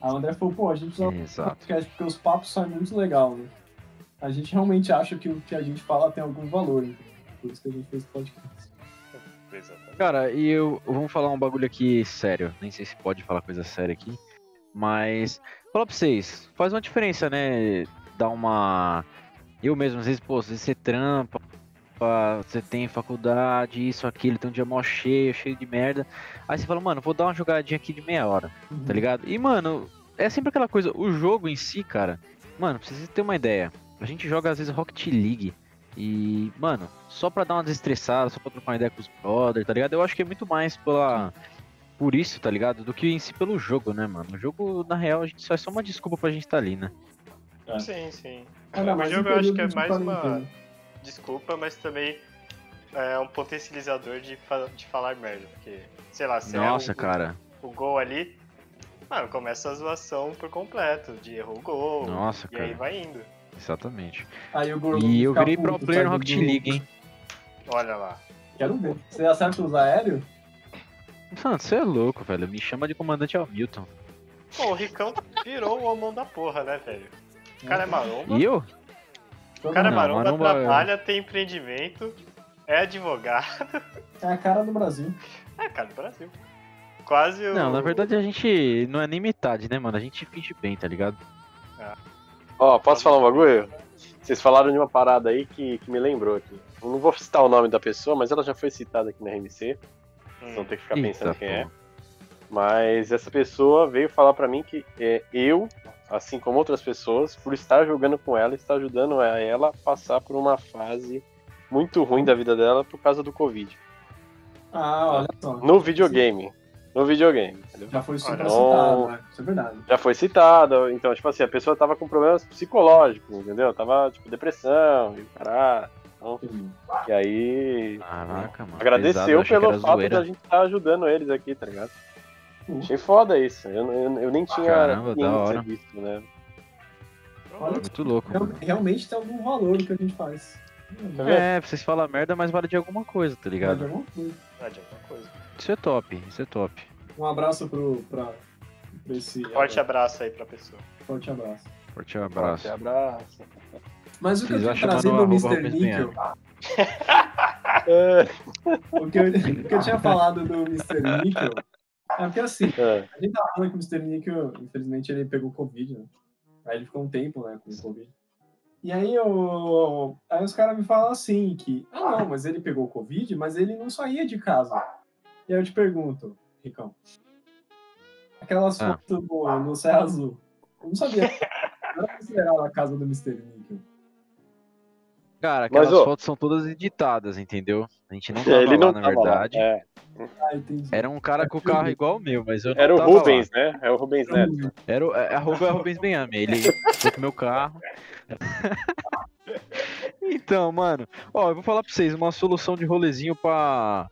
[SPEAKER 3] Aí o André falou, pô, a gente precisa
[SPEAKER 6] Exato.
[SPEAKER 3] podcast, porque os papos saem muito legal, né? a gente realmente acha que o que a gente fala tem algum valor, entendeu? Por isso que a gente fez esse podcast.
[SPEAKER 4] Exatamente.
[SPEAKER 6] Cara, e eu vamos falar um bagulho aqui sério. Nem sei se pode falar coisa séria aqui, mas falar pra vocês, faz uma diferença, né? Dar uma eu mesmo às vezes, pô, às vezes você trampa, pá, você tem faculdade, isso aquilo, tem um dia mó cheio, cheio de merda. Aí você fala, mano, vou dar uma jogadinha aqui de meia hora. tá ligado? E, mano, é sempre aquela coisa, o jogo em si, cara, mano, pra vocês terem uma ideia, a gente joga às vezes Rocket League e, mano, só pra dar uma desestressada, só pra trocar uma ideia com os brothers, tá ligado? Eu acho que é muito mais pela. Por isso, tá ligado? Do que em si pelo jogo, né, mano? O jogo, na real, a gente só é só uma desculpa pra gente tá ali, né?
[SPEAKER 3] Cara.
[SPEAKER 4] Sim, sim.
[SPEAKER 3] Ah,
[SPEAKER 4] Mas
[SPEAKER 3] mas
[SPEAKER 4] eu
[SPEAKER 3] em
[SPEAKER 4] acho que
[SPEAKER 3] período
[SPEAKER 4] é
[SPEAKER 3] de
[SPEAKER 4] mais uma-
[SPEAKER 3] quarentena.
[SPEAKER 4] Desculpa, mas também é um potencializador de, fa- de falar merda. Porque, sei lá, se
[SPEAKER 6] Nossa,
[SPEAKER 4] é o,
[SPEAKER 6] cara.
[SPEAKER 4] o gol ali, mano, começa a zoação por completo, de errou o gol.
[SPEAKER 6] Nossa,
[SPEAKER 4] e aí
[SPEAKER 6] cara.
[SPEAKER 4] vai indo.
[SPEAKER 6] Exatamente.
[SPEAKER 3] Aí o Gorgon
[SPEAKER 6] E eu
[SPEAKER 5] tá
[SPEAKER 3] fica
[SPEAKER 6] virei pro
[SPEAKER 3] puto, tá
[SPEAKER 6] player no
[SPEAKER 3] sai do
[SPEAKER 6] Rocket
[SPEAKER 3] grupo.
[SPEAKER 6] League, hein?
[SPEAKER 4] Olha lá.
[SPEAKER 3] Quero ver. Você acerta os aéreos?
[SPEAKER 6] Mano, você é louco, velho. Me chama de comandante Hamilton.
[SPEAKER 4] Pô, o Ricão virou o homão da porra, né, velho? O cara é maromba.
[SPEAKER 6] E eu?
[SPEAKER 4] O cara é
[SPEAKER 6] Uhum. Não,
[SPEAKER 4] maromba,
[SPEAKER 6] maromba-
[SPEAKER 4] trabalha, tem empreendimento, é advogado.
[SPEAKER 3] É a cara do Brasil.
[SPEAKER 4] É, cara, do Brasil. Quase o.
[SPEAKER 6] Não, na verdade a gente não é nem metade, né, mano? A gente finge bem, tá ligado?
[SPEAKER 5] Ó, posso falar um bagulho? Vocês falaram de uma parada aí que, que me lembrou aqui. Eu não vou citar o nome da pessoa, mas ela já foi citada aqui na RMC. Vocês vão
[SPEAKER 4] Hum,
[SPEAKER 5] ter que ficar pensando
[SPEAKER 6] Eita,
[SPEAKER 5] quem
[SPEAKER 6] pô.
[SPEAKER 5] é. Mas essa pessoa veio falar pra mim que é, eu, assim como outras pessoas, por estar jogando com ela, está ajudando a ela a passar por uma fase muito ruim da vida dela por causa do Covid.
[SPEAKER 3] Ah, olha só.
[SPEAKER 5] No videogame. No videogame. entendeu?
[SPEAKER 3] Já foi super
[SPEAKER 4] Olha,
[SPEAKER 3] citado, né? Isso é verdade.
[SPEAKER 5] Já foi citada, então, tipo assim, a pessoa tava com problemas psicológicos, entendeu? Tava, tipo, depressão e o caralho.
[SPEAKER 3] Entendi.
[SPEAKER 5] E aí.
[SPEAKER 6] Caraca, mano. pesado,
[SPEAKER 5] Agradeceu
[SPEAKER 6] eu achei que
[SPEAKER 5] pelo
[SPEAKER 6] era
[SPEAKER 5] fato
[SPEAKER 6] zoeira.
[SPEAKER 5] da gente estar ajudando eles aqui, tá ligado?
[SPEAKER 3] Pô,
[SPEAKER 5] Achei foda isso. Eu, eu, eu nem tinha
[SPEAKER 6] Caramba, da
[SPEAKER 5] ciência
[SPEAKER 6] hora.
[SPEAKER 5] disso, né?
[SPEAKER 3] Olha,
[SPEAKER 6] Muito louco,
[SPEAKER 3] real-
[SPEAKER 6] mano.
[SPEAKER 3] realmente tem algum valor o que a gente faz.
[SPEAKER 5] Tá
[SPEAKER 3] Hum,
[SPEAKER 6] É, pra vocês falam merda, mas vale de alguma coisa, tá
[SPEAKER 3] vale
[SPEAKER 6] ligado?
[SPEAKER 3] alguma coisa.
[SPEAKER 4] é de alguma coisa.
[SPEAKER 6] Isso é top, isso é top.
[SPEAKER 3] Um abraço pro, pra pra esse.
[SPEAKER 4] Forte abraço aí pra pessoa.
[SPEAKER 3] forte abraço.
[SPEAKER 6] Forte abraço.
[SPEAKER 5] Forte abraço.
[SPEAKER 3] Mas o que eu
[SPEAKER 6] Vocês
[SPEAKER 3] tinha
[SPEAKER 6] acham que
[SPEAKER 3] trazido do
[SPEAKER 6] arroba
[SPEAKER 3] Mr.
[SPEAKER 6] Rubens
[SPEAKER 3] Nickel,
[SPEAKER 5] É,
[SPEAKER 3] o que, eu, o que eu tinha falado do Mr. Nickel, é porque assim,
[SPEAKER 5] é.
[SPEAKER 3] A gente tava falando que o Mr. Nickel, infelizmente, ele pegou Covid, né? Aí ele ficou um tempo, né, com Covid. E aí, eu... aí os caras me falam assim, que, ah não, mas ele pegou Covid, mas ele não saía de casa. E aí eu te pergunto, Ricão, aquelas
[SPEAKER 6] Ah.
[SPEAKER 3] fotos no, no Serra Azul, eu não sabia, não era considerado a casa do Mr. Nickel.
[SPEAKER 6] Cara, aquelas
[SPEAKER 5] Mas, ô.
[SPEAKER 6] fotos são todas editadas, entendeu? A gente não tava
[SPEAKER 5] Ele
[SPEAKER 6] lá,
[SPEAKER 5] não
[SPEAKER 6] na
[SPEAKER 5] tava lá.
[SPEAKER 6] verdade.
[SPEAKER 5] É, Uhum.
[SPEAKER 3] Ah, entendi.
[SPEAKER 6] Era um cara com o carro igual o meu, mas eu não
[SPEAKER 5] Era o
[SPEAKER 6] tava lá.
[SPEAKER 5] Rubens, né? É o Rubens Neto.
[SPEAKER 6] Era o, é, arroba é Rubens Benhame, ele foi com meu carro. então, mano, ó, eu vou falar pra vocês uma solução de rolezinho pra,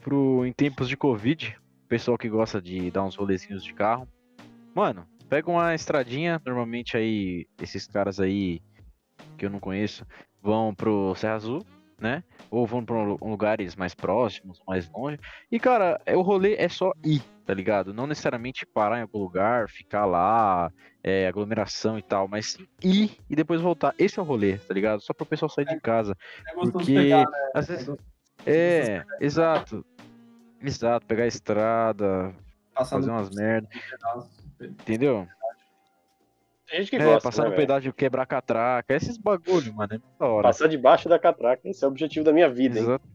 [SPEAKER 6] pro, em tempos de Covid. Pessoal que gosta de dar uns rolezinhos de carro. Mano, pega uma estradinha, normalmente aí, esses caras aí que eu não conheço, vão pro Serra Azul, né? Ou vão pra lu- lugares mais próximos, mais longe. E, cara, é- o rolê é só ir, tá ligado? Não necessariamente parar em algum lugar, ficar lá, é, aglomeração e tal, mas sim ir e depois voltar. Esse é o rolê, tá ligado? Só pro pessoal sair de casa.
[SPEAKER 3] É gostoso
[SPEAKER 6] Porque
[SPEAKER 3] pegar, né?
[SPEAKER 6] às
[SPEAKER 3] É
[SPEAKER 6] vezes.
[SPEAKER 3] gostoso
[SPEAKER 6] É, exato. Exato, pegar a estrada,
[SPEAKER 3] passar
[SPEAKER 6] fazer
[SPEAKER 3] no
[SPEAKER 6] umas merda,
[SPEAKER 3] pedaço.
[SPEAKER 6] entendeu?
[SPEAKER 5] Tem gente que
[SPEAKER 6] É,
[SPEAKER 5] gosta.
[SPEAKER 6] passar
[SPEAKER 5] né,
[SPEAKER 6] no
[SPEAKER 5] velho?
[SPEAKER 6] pedágio, quebrar catraca, esses bagulho, mano, é muito da hora.
[SPEAKER 5] Passar debaixo da catraca. Esse é o objetivo da minha vida, hein?
[SPEAKER 6] Exato.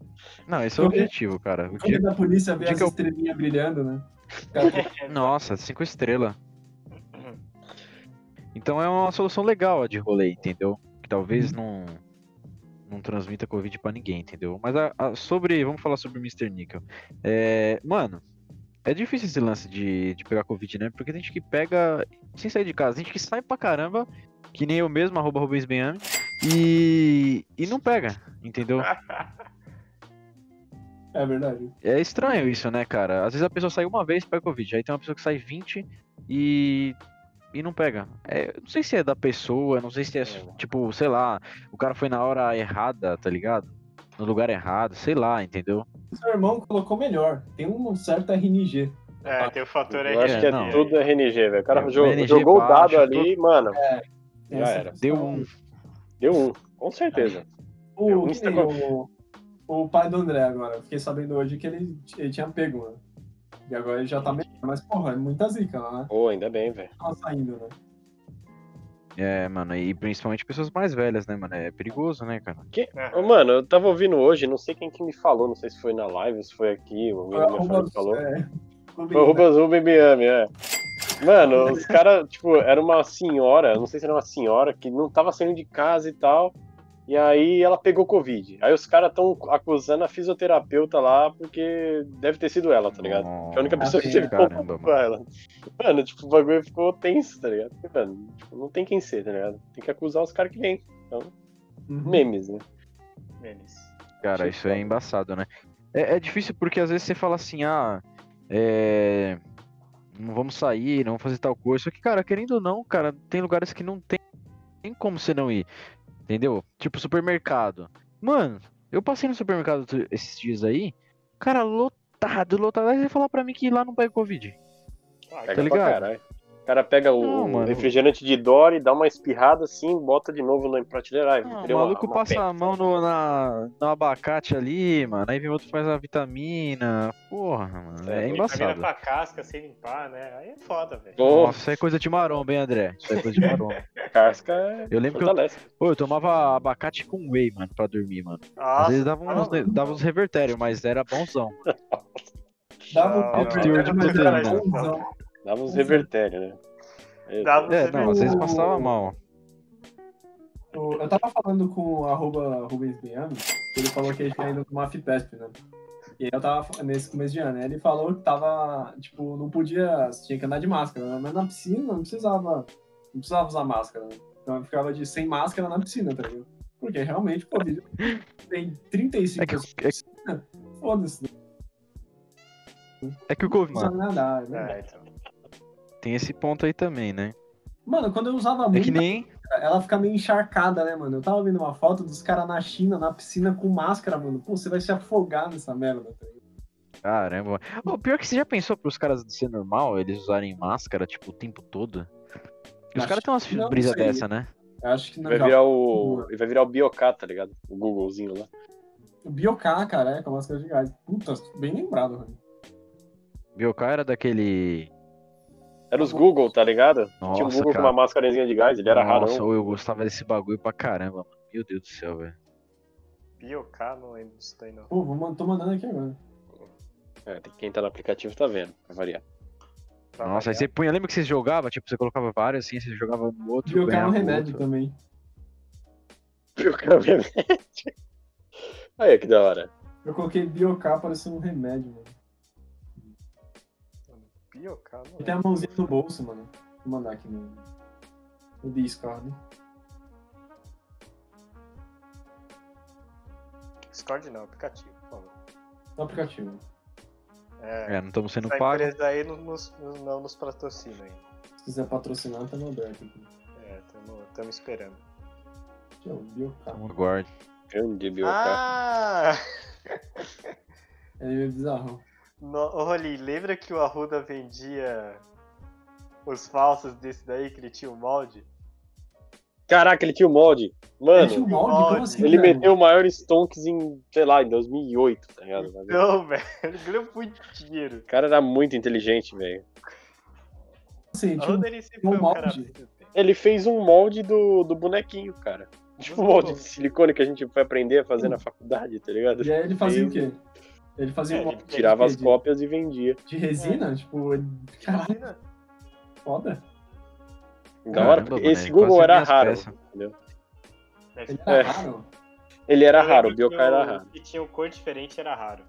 [SPEAKER 6] Não, esse é o objetivo, cara. O
[SPEAKER 3] Quando
[SPEAKER 6] dia-
[SPEAKER 3] da polícia vê
[SPEAKER 6] dia
[SPEAKER 3] as
[SPEAKER 6] que é eu-
[SPEAKER 3] estrelinhas brilhando, né? Os caras
[SPEAKER 6] Nossa, cinco estrelas. Então é uma solução legal a de rolê, entendeu? Que talvez não não transmita Covid pra ninguém, entendeu? Mas a- a- sobre. Vamos falar sobre o Mr. Nickel. É, mano, é difícil esse lance de, de pegar Covid, né? Porque tem gente que pega sem sair de casa, tem gente que sai pra caramba, que nem eu mesmo, arroba Rubens Benhame, e, e não pega, entendeu?
[SPEAKER 3] É verdade.
[SPEAKER 6] É estranho isso, né, cara? Às vezes a pessoa sai uma vez e pega Covid, aí tem uma pessoa que sai 20 e. e não pega. É, eu não sei se é da pessoa, não sei se é, tipo, sei lá, o cara foi na hora errada, tá ligado? No lugar errado, sei lá, entendeu?
[SPEAKER 3] Seu irmão colocou melhor. Tem um certo RNG.
[SPEAKER 4] É, tem o fator
[SPEAKER 5] Ah, Eu acho que é
[SPEAKER 6] não.
[SPEAKER 5] tudo RNG, velho. O cara
[SPEAKER 6] É,
[SPEAKER 5] jo-
[SPEAKER 6] RNG
[SPEAKER 5] jogou o
[SPEAKER 6] baixo,
[SPEAKER 5] dado ali, mano.
[SPEAKER 3] Tem essa
[SPEAKER 5] era.
[SPEAKER 3] questão.
[SPEAKER 6] Deu um.
[SPEAKER 5] Deu um, com certeza.
[SPEAKER 3] O,
[SPEAKER 5] Eu
[SPEAKER 3] que
[SPEAKER 5] insta-
[SPEAKER 3] nem o, o pai do André agora. Fiquei sabendo hoje que ele, ele tinha pego, né? E agora ele já tá melhor. Mas, porra, é muita zica lá, né?
[SPEAKER 5] Pô, ainda bem, velho.
[SPEAKER 3] Tá saindo, né?
[SPEAKER 6] É, mano, e principalmente pessoas mais velhas, né, mano? É perigoso, né, cara?
[SPEAKER 5] Ô, Mano, eu tava ouvindo hoje, não sei quem que me falou, não sei se foi na live, se foi aqui, o amigo meu falou- falou.
[SPEAKER 3] É,
[SPEAKER 5] Foi o Rubens Rubem Miami, é. Mano, os caras, tipo, era uma senhora, não sei se era uma senhora, que não tava saindo de casa e tal. E aí ela pegou Covid. Aí os caras estão acusando a fisioterapeuta lá, porque deve ter sido ela, tá ligado? Que a única pessoa que teve
[SPEAKER 6] Caramba,
[SPEAKER 5] contato com
[SPEAKER 6] mano.
[SPEAKER 5] ela. Mano, tipo, o bagulho ficou tenso, tá ligado? Porque, Mano, tipo, não tem quem ser, tá ligado? Tem que acusar os caras que vêm. Memes, né?
[SPEAKER 4] Memes.
[SPEAKER 6] Cara, isso é embaçado, né? É, é difícil porque às vezes você fala assim, ah, é, não vamos sair, não vamos fazer tal coisa. Só que, cara, querendo ou não, cara, tem lugares que não tem, tem como você não ir. Entendeu? Tipo supermercado. Mano, eu passei no supermercado outro- esses dias aí, cara, lotado, lotado. Aí você falar pra mim que lá não pega Covid.
[SPEAKER 5] Pega
[SPEAKER 4] Ah,
[SPEAKER 6] Tá
[SPEAKER 4] então
[SPEAKER 5] pra
[SPEAKER 6] ligado?
[SPEAKER 5] caralho. O cara pega o
[SPEAKER 6] Não, mano.
[SPEAKER 5] refrigerante de Dory, dá uma espirrada assim, bota de novo na prateleira. Ai,
[SPEAKER 6] Não, o
[SPEAKER 5] virou uma-
[SPEAKER 6] Ah, maluco
[SPEAKER 5] uma
[SPEAKER 6] passa
[SPEAKER 5] pedra.
[SPEAKER 6] a mão no, na, no abacate ali, mano. Aí vem outro faz a vitamina. Porra, mano.
[SPEAKER 5] É,
[SPEAKER 6] É,
[SPEAKER 5] vitamina
[SPEAKER 6] embaçado.
[SPEAKER 4] Vitamina com a casca sem limpar, né? Aí é foda, velho.
[SPEAKER 5] Pô,
[SPEAKER 6] Nossa, isso é coisa de maromba, hein, André? Isso é coisa de maromba.
[SPEAKER 5] casca é-
[SPEAKER 6] Eu lembro que eu,
[SPEAKER 5] fortalece.
[SPEAKER 6] pô, eu tomava abacate com whey, mano, pra dormir, mano. Às
[SPEAKER 4] Nossa,
[SPEAKER 6] vezes dava uns,
[SPEAKER 4] não.
[SPEAKER 6] dava uns revertérios, mas era bonzão.
[SPEAKER 3] Dava
[SPEAKER 4] Ah,
[SPEAKER 3] um
[SPEAKER 6] obteor de
[SPEAKER 3] mas era
[SPEAKER 6] proteína.
[SPEAKER 3] bonzão.
[SPEAKER 5] Dava
[SPEAKER 6] Uhum.
[SPEAKER 5] uns revertérios, né? É,
[SPEAKER 4] Dava-
[SPEAKER 6] É,
[SPEAKER 4] Você
[SPEAKER 6] não,
[SPEAKER 4] viu
[SPEAKER 6] às vezes
[SPEAKER 3] o-
[SPEAKER 6] passava mal.
[SPEAKER 3] O- Eu tava falando com o arroba Rubens Miami, ele falou que ele tinha ido numa FIPESP, né? E aí eu tava fa- nesse começo de ano, né? ele falou que tava, tipo, não podia, tinha que andar de máscara, né? mas na piscina não precisava, não precisava usar máscara, né? Então eu ficava de sem máscara na piscina, tá ligado? Porque realmente, pô, vídeo tem 35
[SPEAKER 6] É que-
[SPEAKER 3] pessoas na piscina, foda-se, não
[SPEAKER 6] É que o Covid,
[SPEAKER 3] precisa
[SPEAKER 6] mano,
[SPEAKER 3] nadar, né?
[SPEAKER 4] É, então.
[SPEAKER 6] tem esse ponto aí também, né?
[SPEAKER 3] Mano, quando eu usava
[SPEAKER 6] É que
[SPEAKER 3] muito,
[SPEAKER 6] nem.
[SPEAKER 3] ela fica meio encharcada, né, mano? Eu tava vendo uma foto dos caras na China, na piscina, com máscara, mano. Pô, você vai se afogar nessa merda, tá ligado?
[SPEAKER 6] Caramba. O pior que você já pensou pros caras de ser normal, eles usarem máscara, tipo, o tempo todo? E os
[SPEAKER 3] Acho
[SPEAKER 6] caras têm umas
[SPEAKER 3] que não,
[SPEAKER 6] brisa
[SPEAKER 3] não sei.
[SPEAKER 6] dessa, né?
[SPEAKER 3] Eu acho que não.
[SPEAKER 4] tá.
[SPEAKER 5] Vai virar o. Ele vai virar o Biocat, tá ligado? O Googlezinho lá.
[SPEAKER 3] O Biocar, cara, é, com a máscara de gás. Puta, bem lembrado, mano.
[SPEAKER 6] Biocar era daquele.
[SPEAKER 5] Era os Google, tá ligado? Tinha um
[SPEAKER 6] Nossa,
[SPEAKER 5] Google
[SPEAKER 6] cara.
[SPEAKER 5] com uma máscarazinha de gás, ele era raro.
[SPEAKER 6] Nossa, eu gostava desse bagulho pra caramba, mano. Meu Deus do céu, velho.
[SPEAKER 4] Biocar, não lembro disso daí, não.
[SPEAKER 3] Pô, vou, man- tô mandando aqui agora.
[SPEAKER 5] É, tem- quem tá no aplicativo tá vendo, pra variar.
[SPEAKER 4] Pra
[SPEAKER 6] Nossa, aí
[SPEAKER 4] variar.
[SPEAKER 6] você punha, lembra que você jogava? Tipo, você colocava vários assim, você jogava no outro.
[SPEAKER 3] Biocar é um
[SPEAKER 6] ganhava o
[SPEAKER 3] remédio
[SPEAKER 6] outro.
[SPEAKER 3] também.
[SPEAKER 5] Biocat remédio. Aí, que da hora.
[SPEAKER 3] Eu coloquei Biocar parecendo um remédio, mano.
[SPEAKER 4] Biocar, não
[SPEAKER 3] E tem a
[SPEAKER 4] lembro.
[SPEAKER 3] mãozinha no bolso, mano. Vou mandar aqui no, no Discord.
[SPEAKER 4] Discord não, aplicativo, por favor.
[SPEAKER 3] No aplicativo.
[SPEAKER 4] É,
[SPEAKER 6] É, não estamos sendo
[SPEAKER 4] essa
[SPEAKER 6] pagos.
[SPEAKER 4] empresa aí não nos, nos- não nos patrocina aí.
[SPEAKER 3] Se quiser patrocinar, tá no aberto aqui.
[SPEAKER 4] É, estamos esperando.
[SPEAKER 3] Aqui, ó, Biocar.
[SPEAKER 6] Então Aguarde.
[SPEAKER 5] Grande Biocat.
[SPEAKER 4] Ah!
[SPEAKER 3] É meio bizarro.
[SPEAKER 4] No, ô, Rolim, lembra que o Arruda vendia os falsos desse daí, que ele tinha o molde?
[SPEAKER 5] Caraca, ele tinha o molde.
[SPEAKER 3] Ele tinha
[SPEAKER 5] Mano,
[SPEAKER 3] um molde? Como
[SPEAKER 4] molde.
[SPEAKER 3] assim,
[SPEAKER 5] ele
[SPEAKER 3] velho?
[SPEAKER 5] meteu o maior stonks em, sei lá, em 2008, tá ligado?
[SPEAKER 4] Não, Então, velho, ele ganhou muito dinheiro.
[SPEAKER 5] O cara era muito inteligente, velho.
[SPEAKER 3] Assim, tinha um-
[SPEAKER 4] Arruda, ele sempre
[SPEAKER 3] um
[SPEAKER 4] foi um cara...
[SPEAKER 3] molde.
[SPEAKER 5] Ele fez um molde do, do bonequinho, cara. Tipo um molde de silicone que a gente foi aprender a fazer na faculdade, tá ligado?
[SPEAKER 3] E aí ele fazia o quê? Ele fazia
[SPEAKER 4] É,
[SPEAKER 3] um
[SPEAKER 4] ele
[SPEAKER 3] molde de
[SPEAKER 5] Tirava
[SPEAKER 3] quê?
[SPEAKER 5] as
[SPEAKER 3] De-
[SPEAKER 5] cópias e vendia.
[SPEAKER 3] De resina? Tipo, ele... caralho, foda.
[SPEAKER 5] Da hora,
[SPEAKER 6] Caramba,
[SPEAKER 5] porque
[SPEAKER 6] mano,
[SPEAKER 5] esse
[SPEAKER 6] ele
[SPEAKER 5] Google
[SPEAKER 6] quase
[SPEAKER 5] era
[SPEAKER 6] minhas
[SPEAKER 5] raro.
[SPEAKER 6] peças.
[SPEAKER 3] Ele
[SPEAKER 5] É.
[SPEAKER 3] era raro?
[SPEAKER 5] Ele era raro, o
[SPEAKER 4] Biocar
[SPEAKER 5] Biocar era raro.
[SPEAKER 4] E tinha um cor diferente, era raro.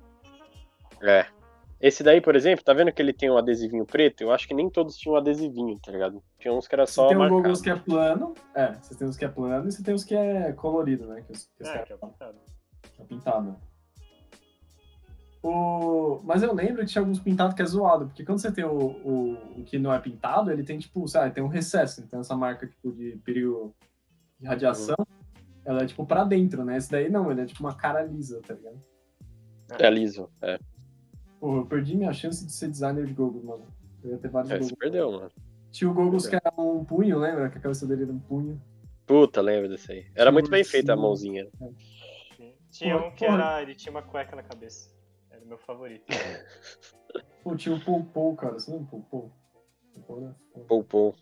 [SPEAKER 5] É. Esse daí, por exemplo, tá vendo que ele tem um adesivinho preto? Eu acho que nem todos tinham adesivinho, tá ligado? Tinha uns que era
[SPEAKER 3] Você
[SPEAKER 5] só né?
[SPEAKER 3] tem
[SPEAKER 5] marcado.
[SPEAKER 3] alguns que é plano, é, você tem os que é plano e você tem os que é colorido, né? Que os, que os
[SPEAKER 4] É,
[SPEAKER 3] caras
[SPEAKER 4] que é pintado.
[SPEAKER 3] é pintado. O... Mas eu lembro que tinha alguns pintados que é zoado, porque quando você tem o, o, o que não é pintado, ele tem tipo, sabe, tem um recesso, então essa marca tipo de perigo de radiação,
[SPEAKER 5] Uhum.
[SPEAKER 3] ela é tipo pra dentro, né? Esse daí não, ele é tipo uma cara lisa, tá ligado?
[SPEAKER 5] É liso. É,
[SPEAKER 3] um Porra, eu perdi minha chance de ser designer de Google, mano. Eu ia ter vários
[SPEAKER 5] é
[SPEAKER 3] Google.
[SPEAKER 5] se perdeu, mano.
[SPEAKER 3] Tinha o Gogus que era um punho, lembra? Que a cabeça dele era um punho.
[SPEAKER 5] Puta, lembro desse aí. Era muito bem
[SPEAKER 3] Sim.
[SPEAKER 5] feita a mãozinha.
[SPEAKER 4] Tinha
[SPEAKER 3] Porra,
[SPEAKER 4] um que era. Ele tinha uma cueca na cabeça. Era o meu favorito.
[SPEAKER 3] Pô, tinha o Poupou, cara. Você lembra o Poupou? Poupou, né?
[SPEAKER 5] Poupou.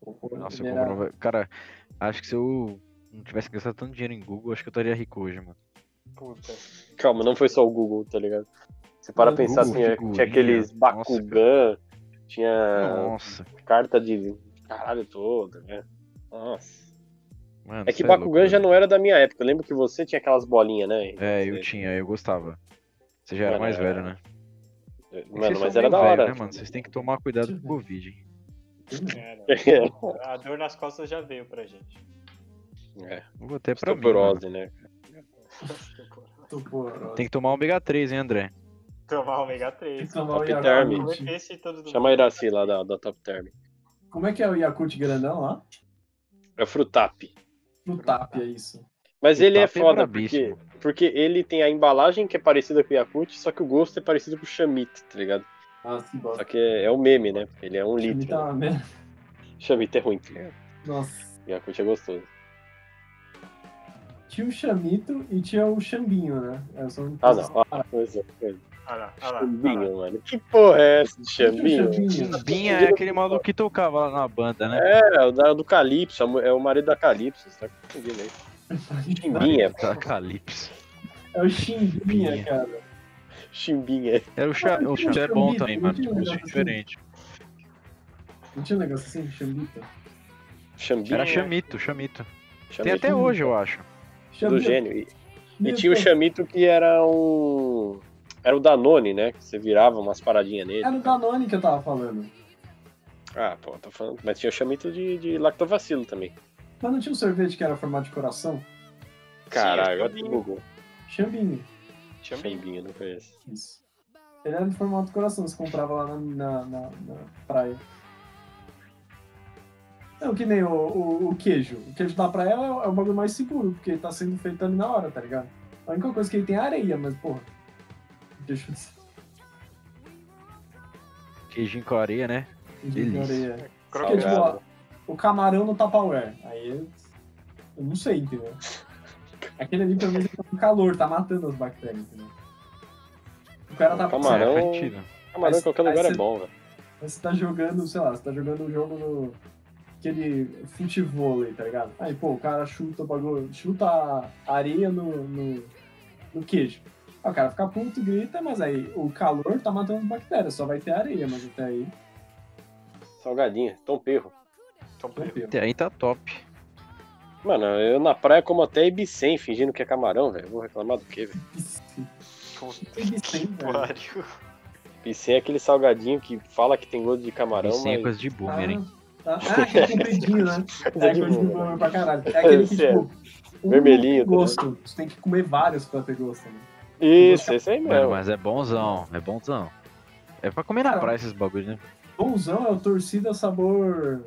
[SPEAKER 3] Poupou era a
[SPEAKER 6] Nossa, eu
[SPEAKER 3] primeira-
[SPEAKER 6] como não vai- Cara, acho que se eu não tivesse gastado tanto dinheiro em Google, acho que eu estaria rico hoje, mano.
[SPEAKER 4] Puta.
[SPEAKER 5] Calma, não foi só o Google, tá ligado? Você para
[SPEAKER 3] Não,
[SPEAKER 5] pensar,
[SPEAKER 6] Google,
[SPEAKER 5] tinha,
[SPEAKER 6] figurinha.
[SPEAKER 5] tinha aqueles
[SPEAKER 6] Nossa,
[SPEAKER 5] Bakugan, tinha
[SPEAKER 6] Nossa,
[SPEAKER 5] carta de caralho toda, né? Nossa.
[SPEAKER 6] mano.
[SPEAKER 5] É que
[SPEAKER 6] cê
[SPEAKER 5] Bakugan
[SPEAKER 6] louco,
[SPEAKER 5] já
[SPEAKER 6] velho.
[SPEAKER 5] não era da minha época. Eu lembro que você tinha aquelas bolinhas, né?
[SPEAKER 6] É, eu
[SPEAKER 5] Você-
[SPEAKER 6] tinha, eu gostava. Você já era
[SPEAKER 5] Mano,
[SPEAKER 6] mais
[SPEAKER 5] era-
[SPEAKER 6] velho, né? É que
[SPEAKER 5] Mano,
[SPEAKER 6] vocês
[SPEAKER 5] mas
[SPEAKER 6] são
[SPEAKER 5] era
[SPEAKER 6] meio
[SPEAKER 5] da
[SPEAKER 6] velho,
[SPEAKER 5] hora.
[SPEAKER 6] Né, mano? Vocês têm que É, tomar cuidado com o Covid, hein?
[SPEAKER 4] Era. A dor nas costas já veio pra gente.
[SPEAKER 5] É,
[SPEAKER 6] Vou até pra mim, mano.
[SPEAKER 5] osteoporose, né?
[SPEAKER 3] Poupou.
[SPEAKER 6] Tem que tomar ômega 3, hein, André?
[SPEAKER 4] Tomar ômega 3.
[SPEAKER 3] tomar o
[SPEAKER 5] Capitão,
[SPEAKER 3] Yakult.
[SPEAKER 5] amigo.
[SPEAKER 4] Esse e todo do
[SPEAKER 5] Chama a Iraci lá da, da Top Term.
[SPEAKER 3] Como é que é o Yakut grandão lá?
[SPEAKER 5] É o Frutap.
[SPEAKER 3] No TAP, é isso.
[SPEAKER 5] Mas ele é
[SPEAKER 6] Frutap é
[SPEAKER 5] foda, porque,
[SPEAKER 6] brabíssimo.
[SPEAKER 5] porque ele tem a embalagem que é parecida com o Yakut, só que o gosto é parecido com o Chamit, tá ligado?
[SPEAKER 3] Ah, que
[SPEAKER 5] Só
[SPEAKER 3] bosta.
[SPEAKER 5] que é, é o meme, né? Porque ele é um
[SPEAKER 3] Me
[SPEAKER 5] litro.
[SPEAKER 3] dá
[SPEAKER 5] Né?
[SPEAKER 3] uma merda.
[SPEAKER 5] Chamit é ruim, tá ligado?
[SPEAKER 3] Nossa.
[SPEAKER 5] Yakut é gostoso.
[SPEAKER 3] Tinha o Chamito e tinha o Chambinho, né? É, só um-
[SPEAKER 5] Ah, não. Ah, coisa. coisa.
[SPEAKER 4] Ah lá, ah lá, ah lá.
[SPEAKER 5] Chambinho, mano. Que porra é essa de
[SPEAKER 3] Tinha o
[SPEAKER 5] Chambinho?
[SPEAKER 6] Binha é aquele maluco que tocava lá na banda, né?
[SPEAKER 5] É, o da- do Calypso, a mu- é o marido da Calypso, você tá confundindo aí. Chimbinha,
[SPEAKER 6] Tá, Calypso.
[SPEAKER 3] É o Chimbinha, cara.
[SPEAKER 5] Chimbinha.
[SPEAKER 6] Era o chá,
[SPEAKER 5] um
[SPEAKER 6] o chá é bom também, mano. Tipo, um jeito diferente.
[SPEAKER 3] Não tinha um negócio assim, Chambita?
[SPEAKER 5] Chambinha.
[SPEAKER 6] Era chamito, chamito. Tem
[SPEAKER 5] Chambinha.
[SPEAKER 6] até hoje, eu acho.
[SPEAKER 5] Do
[SPEAKER 3] Chambito.
[SPEAKER 5] gênio. E- E
[SPEAKER 3] Meu
[SPEAKER 5] tinha o
[SPEAKER 3] Deus.
[SPEAKER 5] Chamito que era um. Era o Danone, né? Que você virava umas paradinhas nele.
[SPEAKER 3] Era o Danone que eu tava falando. É.
[SPEAKER 5] Ah, pô, tô falando. Mas tinha o Chamito de, de lactovacilo também.
[SPEAKER 3] Mas não tinha um sorvete que era formato de coração?
[SPEAKER 5] Caralho, olha que
[SPEAKER 4] Chambinho.
[SPEAKER 5] bugou.
[SPEAKER 3] Chambinho.
[SPEAKER 4] Chambinho.
[SPEAKER 5] Chambinho, não conheço.
[SPEAKER 3] Isso. Ele era de formato de coração, você comprava lá na, na, na- na praia. Não, que nem o, o, o queijo. O queijo da praia é, o- é o bagulho mais seguro, porque tá sendo feito ali na hora, tá ligado? A única coisa que ele tem é areia, mas, porra. Deixa eu
[SPEAKER 6] Queijinho com areia, né?
[SPEAKER 3] de
[SPEAKER 6] Delícia.
[SPEAKER 3] areia. Porque, tipo,
[SPEAKER 5] Salgado.
[SPEAKER 3] ó, o camarão no Tupperware. Aí eu, eu não sei, entendeu? Aquele ali, pelo menos, tá com calor, tá matando as bactérias, entendeu? O cara tá
[SPEAKER 5] Camarão
[SPEAKER 6] É, faz sentido.
[SPEAKER 5] Camarão em
[SPEAKER 3] Mas-
[SPEAKER 5] qualquer
[SPEAKER 3] mas
[SPEAKER 5] lugar é
[SPEAKER 3] você-
[SPEAKER 5] bom, velho.
[SPEAKER 3] Mas você tá jogando, sei lá, você tá jogando um jogo no. aquele futevôlei, tá ligado? Aí, pô, o cara chuta o bagulho, chuta a areia no, no, no queijo. Aí o cara fica puto, grita, mas aí o calor tá matando as bactérias, só vai ter areia, mas até aí.
[SPEAKER 5] Salgadinho, Tom Perro.
[SPEAKER 3] tranquilo.
[SPEAKER 6] Até aí tá top.
[SPEAKER 5] Mano, eu na praia como até Ibicem, fingindo que é camarão, velho. Vou reclamar do quê, velho?
[SPEAKER 4] Puta
[SPEAKER 3] Eles têm,
[SPEAKER 4] que
[SPEAKER 3] velho.
[SPEAKER 4] pariu.
[SPEAKER 5] Ibicem é aquele salgadinho que fala que tem gosto de camarão,
[SPEAKER 6] Isso é
[SPEAKER 5] mas.
[SPEAKER 6] coisa de
[SPEAKER 3] Ah,
[SPEAKER 6] boomer, hein?
[SPEAKER 3] tá. Ah, aquele compridinho, né? É, aquele que
[SPEAKER 5] boomer.
[SPEAKER 3] boomer pra caralho. É aquele que,
[SPEAKER 5] Sério.
[SPEAKER 3] tipo, um
[SPEAKER 5] Vermelhinho, tá
[SPEAKER 3] gosto. Tu tem que comer vários pra ter gosto, né?
[SPEAKER 5] Isso, esse aí
[SPEAKER 6] Mano,
[SPEAKER 5] mesmo.
[SPEAKER 6] mas é bonzão, é bonzão. É pra comer na
[SPEAKER 3] Cara.
[SPEAKER 6] praia esses bagulhos, né?
[SPEAKER 3] Bonzão é o torcida sabor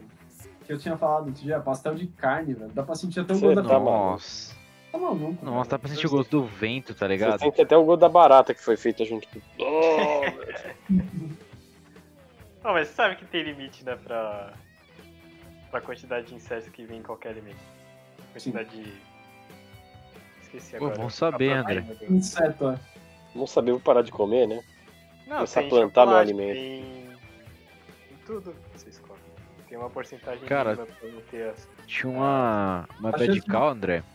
[SPEAKER 3] que eu tinha falado outro dia, pastel de carne, velho. Dá pra sentir até o
[SPEAKER 5] Cê
[SPEAKER 3] gosto da
[SPEAKER 5] Tá
[SPEAKER 3] carne.
[SPEAKER 5] maluco.
[SPEAKER 6] Nossa.
[SPEAKER 3] Tá maluco.
[SPEAKER 6] Nossa, dá
[SPEAKER 3] velho.
[SPEAKER 6] pra sentir o gosto do vento, tá
[SPEAKER 5] Você
[SPEAKER 6] ligado?
[SPEAKER 5] sente até o gosto da barata que foi feita junto com. Oh, velho.
[SPEAKER 4] Não, mas você sabe que tem limite, né, pra. pra quantidade de insetos que vem em qualquer alimento. Quantidade de. Esqueci
[SPEAKER 6] Pô,
[SPEAKER 4] agora.
[SPEAKER 6] bom saber,
[SPEAKER 4] A
[SPEAKER 6] André.
[SPEAKER 4] proteína do-
[SPEAKER 3] Inseto, é.
[SPEAKER 5] Não saber, vou parar de comer, né?
[SPEAKER 4] Não,
[SPEAKER 5] Começar
[SPEAKER 4] tem
[SPEAKER 5] a plantar meu
[SPEAKER 4] chocolate,
[SPEAKER 5] alimento.
[SPEAKER 4] Tem... tem tudo que você escolhe. Tem uma porcentagem
[SPEAKER 6] Cara,
[SPEAKER 4] mínima pra não ter as.
[SPEAKER 6] Tinha uma, uma
[SPEAKER 3] Acho
[SPEAKER 6] bad
[SPEAKER 3] que-
[SPEAKER 6] call, André.
[SPEAKER 4] assim.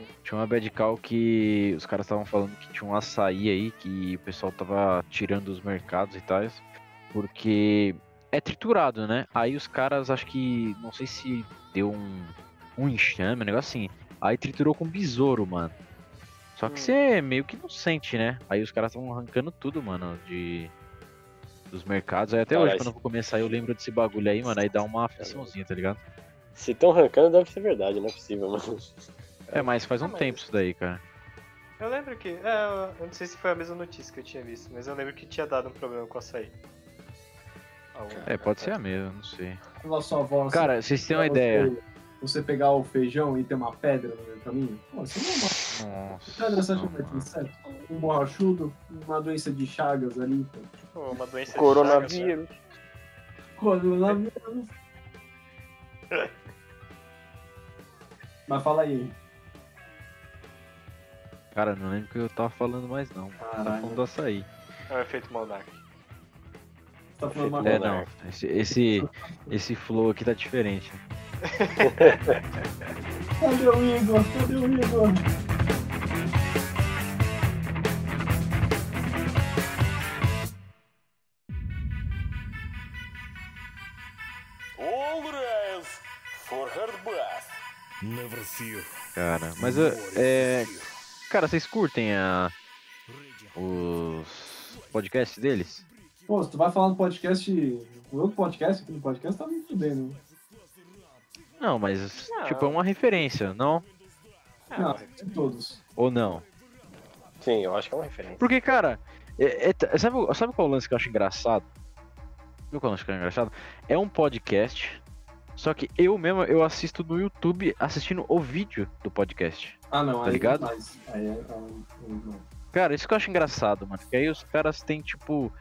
[SPEAKER 4] Hum.
[SPEAKER 6] Tinha uma bad call que os caras estavam falando que tinha um açaí aí que o pessoal tava tirando dos mercados e tais. Porque é triturado, né? Aí os caras, acho que, não sei se deu um, um enxame, um negócio assim. Aí triturou com besouro, mano. Só que
[SPEAKER 4] Hum.
[SPEAKER 6] você meio que não sente, né? Aí os caras estavam arrancando tudo, mano, de dos mercados. Aí até
[SPEAKER 5] Cara,
[SPEAKER 6] hoje,
[SPEAKER 5] esse-
[SPEAKER 6] quando eu vou começar, eu lembro desse bagulho aí, mano. Aí dá uma afliçãozinha, tá ligado?
[SPEAKER 5] Se estão arrancando, deve ser verdade, não é possível, mano.
[SPEAKER 6] É, mas faz
[SPEAKER 4] Ah,
[SPEAKER 6] um
[SPEAKER 4] mas-
[SPEAKER 6] tempo isso daí, cara.
[SPEAKER 4] Eu lembro que. É, eu não sei se foi a mesma notícia que eu tinha visto, mas eu lembro que tinha dado um problema com o açaí. Algum-
[SPEAKER 6] É, pode ser a mesma, não sei.
[SPEAKER 3] Pela sua voz.
[SPEAKER 6] Cara, vocês têm uma ideia.
[SPEAKER 3] Você pegar o feijão e ter uma pedra no meio do caminho? Pô, isso não é uma
[SPEAKER 6] Nossa.
[SPEAKER 3] pedra, você acha que vai ter
[SPEAKER 6] mano.
[SPEAKER 3] inseto? Um borrachudo, uma doença de chagas ali. pô.
[SPEAKER 4] Pô, Uma doença de Chagas,
[SPEAKER 5] Coronavírus.
[SPEAKER 3] Coronavírus. Mas fala aí.
[SPEAKER 6] Cara, não lembro o que eu tava falando mais, não. Tava
[SPEAKER 3] Caralho.
[SPEAKER 6] falando do açaí.
[SPEAKER 4] É o efeito Monark.
[SPEAKER 3] Você tá falando uma coisa.
[SPEAKER 6] É, não. Esse, esse, esse flow aqui tá diferente.
[SPEAKER 3] Cadê o Igor? Cadê o Igor?
[SPEAKER 7] Never fear.
[SPEAKER 6] Cara, mas eu- é. Cara, vocês curtem a, os podcasts deles?
[SPEAKER 3] Pô, se tu vai falar no podcast. O outro podcast aqui no podcast tá me fudendo.
[SPEAKER 6] Não, mas
[SPEAKER 4] Não.
[SPEAKER 6] tipo, é uma referência, não?
[SPEAKER 3] Não, de todos.
[SPEAKER 6] Ou não?
[SPEAKER 5] Sim, eu acho que é uma referência.
[SPEAKER 6] Porque, cara, é- é t- sabe, o- sabe qual é o lance que eu acho engraçado? Sabe qual é o lance que eu acho engraçado? É um podcast, só que eu mesmo, eu assisto no YouTube assistindo o vídeo do podcast.
[SPEAKER 3] Ah, não.
[SPEAKER 6] Tá
[SPEAKER 3] aí
[SPEAKER 6] ligado?
[SPEAKER 3] não faz. Aí é. é um- um- não.
[SPEAKER 6] Cara, isso que eu acho engraçado, mano. Porque aí os caras têm, tipo,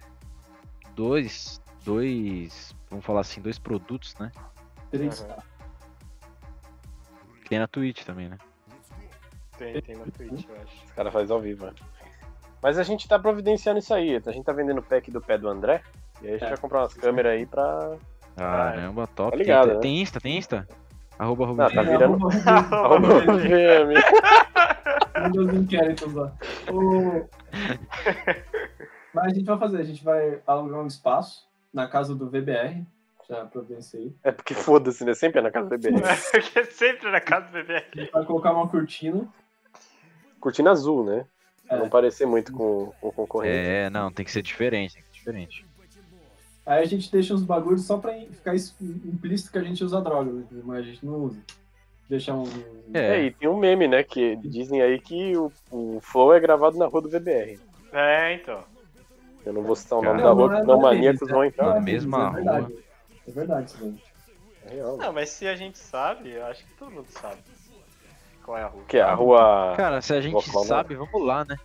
[SPEAKER 6] dois, dois, vamos falar assim, dois produtos, né?
[SPEAKER 3] Três,
[SPEAKER 4] Aham.
[SPEAKER 3] tá?
[SPEAKER 6] Que tem na Twitch também, né?
[SPEAKER 4] Tem, tem na Twitch, eu acho.
[SPEAKER 5] Os caras fazem ao vivo, né? Mas a gente tá providenciando isso aí. A gente tá vendendo o pack do pé do André. E aí a gente
[SPEAKER 3] É.
[SPEAKER 5] vai comprar umas câmeras aí pra.
[SPEAKER 6] Caramba, top.
[SPEAKER 5] Tá ligado,
[SPEAKER 6] tem,
[SPEAKER 5] né?
[SPEAKER 6] tem Insta, tem Insta? Arroba, arroba.
[SPEAKER 5] Não, tá virando.
[SPEAKER 3] É, Arroba Rodrigo.
[SPEAKER 5] Arroba
[SPEAKER 3] Meu
[SPEAKER 5] VM.
[SPEAKER 3] Deus, não quero então lá. Ô, Mas a gente vai fazer, a gente vai alugar um espaço na casa do VBR. Já providenciei.
[SPEAKER 5] É porque foda-se, né? Sempre é na casa do BBR.
[SPEAKER 4] Porque é sempre na casa do bebê.
[SPEAKER 3] A gente vai colocar uma cortina.
[SPEAKER 5] Cortina azul, né? Pra
[SPEAKER 3] É.
[SPEAKER 5] Não parecer muito com com o concorrente.
[SPEAKER 6] É, não, tem que ser diferente, tem que ser diferente.
[SPEAKER 3] Aí a gente deixa uns bagulhos só pra ficar es- implícito que a gente usa droga, né? mas a gente não usa. Deixar um.
[SPEAKER 5] É,
[SPEAKER 6] É,
[SPEAKER 5] e tem um meme, né? Que dizem aí que o, o Flow é gravado na rua do VBR.
[SPEAKER 4] É, então.
[SPEAKER 5] Eu não vou citar o nome da
[SPEAKER 6] Cara,
[SPEAKER 5] rua, senão
[SPEAKER 3] nada deles,
[SPEAKER 5] maníacos
[SPEAKER 3] né?
[SPEAKER 5] vão
[SPEAKER 3] Não
[SPEAKER 5] entrar.
[SPEAKER 3] é deles,
[SPEAKER 6] mesma
[SPEAKER 3] é verdade. É verdade isso daí.
[SPEAKER 5] É real.
[SPEAKER 4] Não, mas se a gente sabe, eu acho que todo mundo sabe. Qual é a rua?
[SPEAKER 5] Que é a rua.
[SPEAKER 6] cara, se a gente
[SPEAKER 5] Vou falar.
[SPEAKER 6] sabe, vamos lá, né?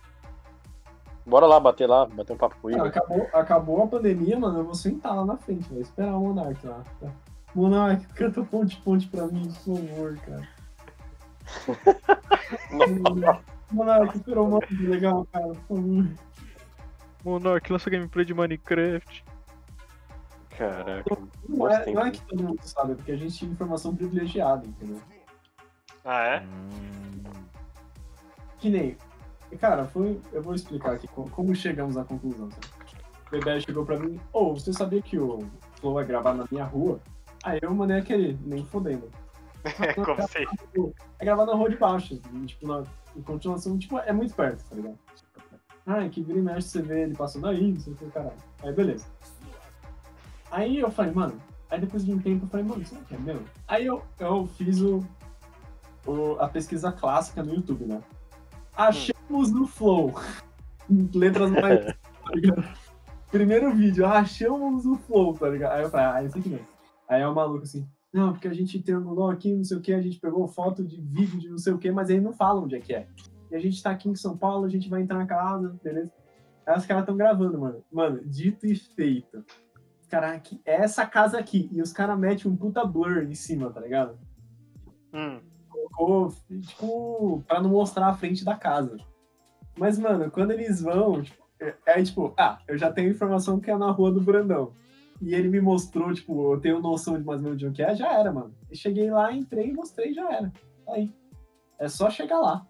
[SPEAKER 5] Bora lá bater lá, bater um papo com o
[SPEAKER 3] Ah,
[SPEAKER 5] Igor.
[SPEAKER 3] acabou, acabou a pandemia, mano. Eu vou sentar lá na frente, vou esperar o Monark lá. tá? Monark, canta ponte ponte pra mim, por favor, cara. Monark, pelo amor de Deus, legal, cara, por favor.
[SPEAKER 6] Monark, lança gameplay de Minecraft.
[SPEAKER 5] Caraca.
[SPEAKER 3] Não é, não é que todo mundo sabe, é porque a gente tinha informação privilegiada, entendeu?
[SPEAKER 4] Ah, é?
[SPEAKER 5] Hum.
[SPEAKER 3] Que nem. e, Cara, foi, eu vou explicar aqui co- como chegamos à conclusão. sabe? O Bebé chegou pra mim, ô, você sabia que o Flow é gravado na minha rua? Aí eu mandei aquele, nem fodendo.
[SPEAKER 4] É como se.
[SPEAKER 3] é gravado na rua de baixo, e, tipo, na em continuação, tipo, é muito perto, tá ligado? Ah, que vira e mexe, você vê ele passando aí, não sei o que, caralho. Aí, beleza. Aí eu falei, mano, aí depois de um tempo eu falei, mano, será que é meu? Aí eu, eu fiz o, o- a pesquisa clássica no YouTube, né? Achamos no Flow. Em Letras mais, tá ligado? Primeiro vídeo, achamos no Flow, tá ligado? Aí eu falei, ah, esse aqui mesmo. Aí é o maluco assim, não, porque a gente triangulou aqui, não sei o que, a gente pegou foto de vídeo de não sei o que, mas aí não fala onde é que é. E a gente tá aqui em São Paulo, a gente vai entrar na casa, beleza? Aí os caras estão gravando, mano. Mano, dito e feito. Caraca, é essa casa aqui. E os caras metem um puta blur em cima, tá ligado?
[SPEAKER 4] Hum.
[SPEAKER 3] Colocou, tipo, pra não mostrar a frente da casa. Mas, mano, quando eles vão, tipo, é, é tipo, ah, eu já tenho informação que é na rua do Brandão. E ele me mostrou, tipo, eu tenho noção de mais ou menos de onde que é, já era, mano. Eu cheguei lá, entrei, mostrei, já era. Tá Aí. É só chegar lá.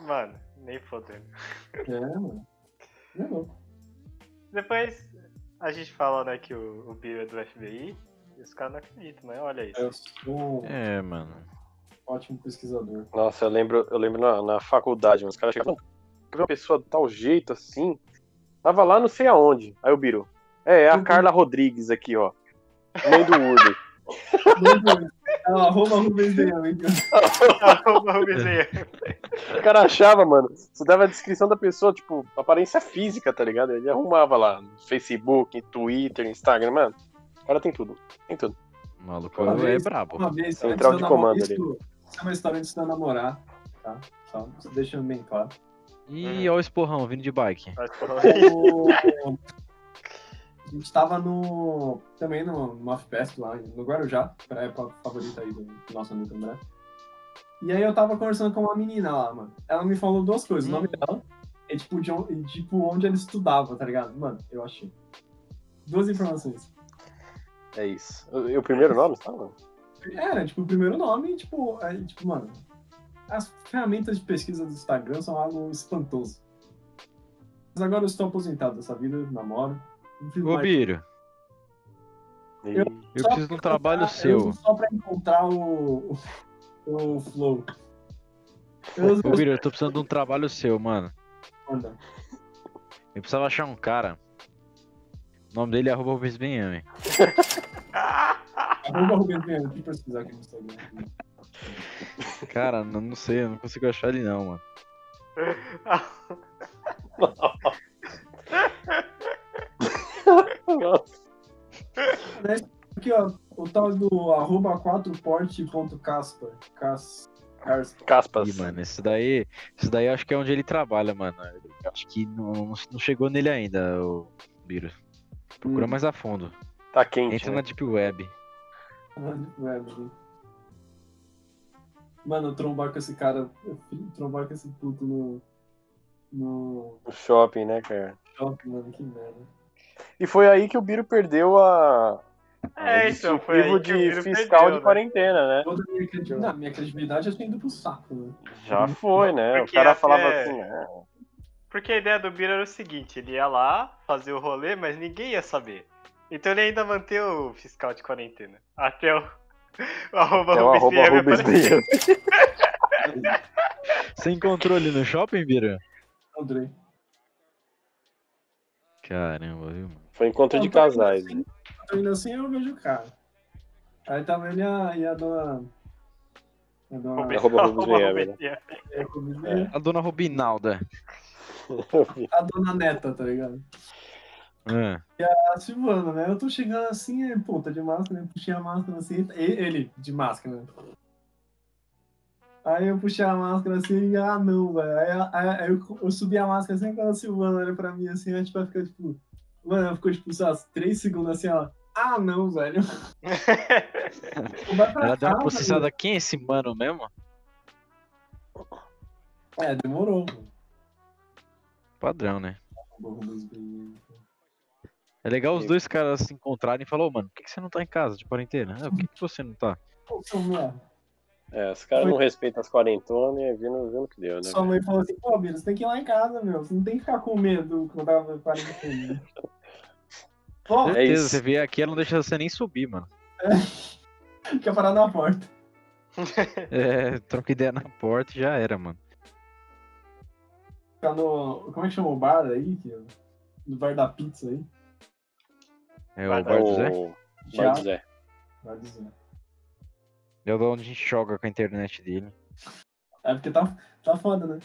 [SPEAKER 4] Mano, nem fodendo.
[SPEAKER 3] É, mano. Não é louco.
[SPEAKER 4] Depois a gente fala, né, que o, o Bill é do FBI. E os caras não acreditam, né? Olha isso.
[SPEAKER 3] Eu sou um
[SPEAKER 6] É, mano.
[SPEAKER 3] ótimo pesquisador.
[SPEAKER 5] Nossa, eu lembro, eu lembro na, na faculdade, mano, os caras chegavam, "Mano, uma pessoa de tal jeito assim, tava lá não sei aonde. Aí o Biro, é, é
[SPEAKER 6] Uhum.
[SPEAKER 5] a Carla Rodrigues aqui, ó. Mãe do Urdo.
[SPEAKER 3] Ela arruma Rubens Leão, hein?
[SPEAKER 4] Arroba Rubens aí.
[SPEAKER 5] O cara achava, mano, você dava a descrição da pessoa, tipo, aparência física, tá ligado? Ele arrumava lá no Facebook, Twitter, Instagram, mano. O cara tem tudo, tem tudo.
[SPEAKER 6] O maluco
[SPEAKER 3] Uma
[SPEAKER 6] é
[SPEAKER 3] vez-
[SPEAKER 6] brabo.
[SPEAKER 3] Uma vez,
[SPEAKER 5] Central
[SPEAKER 3] antes eu
[SPEAKER 5] de
[SPEAKER 3] namo-
[SPEAKER 5] comando
[SPEAKER 3] isso,
[SPEAKER 5] ali.
[SPEAKER 3] isso é uma história antes de eu namorar, tá? Só deixando bem claro.
[SPEAKER 6] E ó o esporrão vindo de bike.
[SPEAKER 4] Mas, pô,
[SPEAKER 3] O- A gente tava no. também no, no Off Pass lá, no Guarujá, pra época favorita aí do nosso amigo André. E aí eu tava conversando com uma menina lá, mano. Ela me falou duas coisas, o nome
[SPEAKER 1] Hum.
[SPEAKER 3] dela e tipo, de, on- e, tipo onde ela estudava, tá ligado? Mano, eu achei. Duas informações.
[SPEAKER 5] É isso. E o primeiro nome, tá, mano?
[SPEAKER 3] Era, tipo, o primeiro nome, e, tipo, aí, tipo, mano, as ferramentas de pesquisa do Instagram são algo espantoso. Mas agora eu estou aposentado dessa vida, namoro. não fiz
[SPEAKER 6] Ô,
[SPEAKER 3] mais-
[SPEAKER 6] Biro,
[SPEAKER 5] E-
[SPEAKER 3] Eu-
[SPEAKER 6] eu
[SPEAKER 3] Só
[SPEAKER 6] preciso de um
[SPEAKER 3] pra
[SPEAKER 6] trabalho
[SPEAKER 3] encontrar- eu
[SPEAKER 6] seu.
[SPEAKER 3] uso Só pra encontrar o, o, o flow. Eu uso
[SPEAKER 6] Ô, Biro, eu tô precisando de um trabalho seu, mano.
[SPEAKER 3] Manda.
[SPEAKER 6] Eu precisava achar um cara. O nome dele é arroba Rubens Benhame.
[SPEAKER 3] Arroba Rubens Viana, deixa eu pesquisar aqui no Instagram.
[SPEAKER 6] Cara, não, não sei, eu não consigo achar ele não, mano.
[SPEAKER 5] Nossa,
[SPEAKER 3] Aqui, ó, o tal do arroba 4porte.casper. Cas... Cars...
[SPEAKER 5] Caspas.
[SPEAKER 6] Ih, mano, esse daí. Esse daí eu acho que é onde ele trabalha, mano. Eu acho que não, não- não chegou nele ainda, o Biro. Procura mais a fundo.
[SPEAKER 5] Tá quente,
[SPEAKER 6] Entra
[SPEAKER 5] né?
[SPEAKER 6] na Deep Web.
[SPEAKER 3] Web. Mano, trombar com esse cara, trombar com esse puto no, no
[SPEAKER 5] no shopping, né, cara?
[SPEAKER 3] shopping, mano, que merda.
[SPEAKER 5] E foi aí que o Biro perdeu a.
[SPEAKER 4] É,
[SPEAKER 5] o
[SPEAKER 4] então, foi aí
[SPEAKER 5] distintivo
[SPEAKER 4] que o Biro
[SPEAKER 5] de fiscal
[SPEAKER 4] perdeu, né?
[SPEAKER 5] de quarentena, né?
[SPEAKER 3] Toda a minha credibilidade, não, minha credibilidade já tem ido pro saco, né?
[SPEAKER 5] Já
[SPEAKER 6] Uhum.
[SPEAKER 5] foi, né?
[SPEAKER 4] Porque
[SPEAKER 5] o cara
[SPEAKER 4] até-
[SPEAKER 5] falava assim, é,
[SPEAKER 4] Porque a ideia do Bira era o seguinte, ele ia lá fazer o rolê, mas ninguém ia saber. Então ele ainda manteve o fiscal de quarentena. Até o, o arroba
[SPEAKER 5] é o
[SPEAKER 4] Rubens
[SPEAKER 5] arroba
[SPEAKER 4] Viana
[SPEAKER 5] Rubens
[SPEAKER 4] aparecer.
[SPEAKER 5] Dias.
[SPEAKER 6] Você encontrou ele no shopping, Biro?
[SPEAKER 3] Andrei.
[SPEAKER 6] Caramba, viu, mano?
[SPEAKER 5] Foi encontro de casais. né?
[SPEAKER 3] Então, ainda assim eu vejo o cara. Aí tava ele e a, e a dona. A dona.
[SPEAKER 5] Arroba Rubens Viana, né?
[SPEAKER 4] Viana.
[SPEAKER 6] A dona Rubinalda.
[SPEAKER 3] A dona neta, tá ligado?
[SPEAKER 6] Ah,
[SPEAKER 3] Tá silvando, né? Eu tô chegando assim, aí, pô, tá de máscara, né? Puxei a máscara assim. e- Ele, de máscara, né? Aí eu puxei a máscara assim e, ah, não, velho. Aí, aí- aí eu, eu subi a máscara assim, aquela Silvana olha pra mim assim, antes pra ficar tipo. Mano, ela ficou tipo, sei lá, três segundos assim, ela. Ah, não, velho. Vai pra
[SPEAKER 6] ela deu uma
[SPEAKER 3] casa,
[SPEAKER 6] processada. Quem é esse mano mesmo?
[SPEAKER 3] É, demorou. mano.
[SPEAKER 6] Padrão, né?
[SPEAKER 3] Burro dos meninos.
[SPEAKER 6] É legal os dois caras se encontrarem e falar, ô, mano, por que que você não tá em casa de quarentena? Ah, por que, que você não tá?
[SPEAKER 3] Pô, seu mano,
[SPEAKER 5] É, os caras não respeitam as quarentonas e vindo, vindo que deu, né?
[SPEAKER 3] Sua mãe falou assim, pô, Bira, você tem que ir lá em casa, meu. Você não tem que ficar com medo quando tava quarentena. Pô,
[SPEAKER 5] É
[SPEAKER 6] Certeza,
[SPEAKER 5] isso.
[SPEAKER 6] você vier aqui, ela não deixa você nem subir, mano.
[SPEAKER 3] fica parado na porta.
[SPEAKER 6] É, troca ideia na porta e já era, mano.
[SPEAKER 3] Fica no. Como é que chama o bar aí? Que... é No bar da pizza aí?
[SPEAKER 6] É o
[SPEAKER 4] Vai
[SPEAKER 6] bar do Zé?
[SPEAKER 5] O
[SPEAKER 3] Já.
[SPEAKER 5] Bar do Zé.
[SPEAKER 3] Bar do Zé.
[SPEAKER 6] É o da onde a gente joga com a internet dele.
[SPEAKER 3] É porque tá, tá foda, né?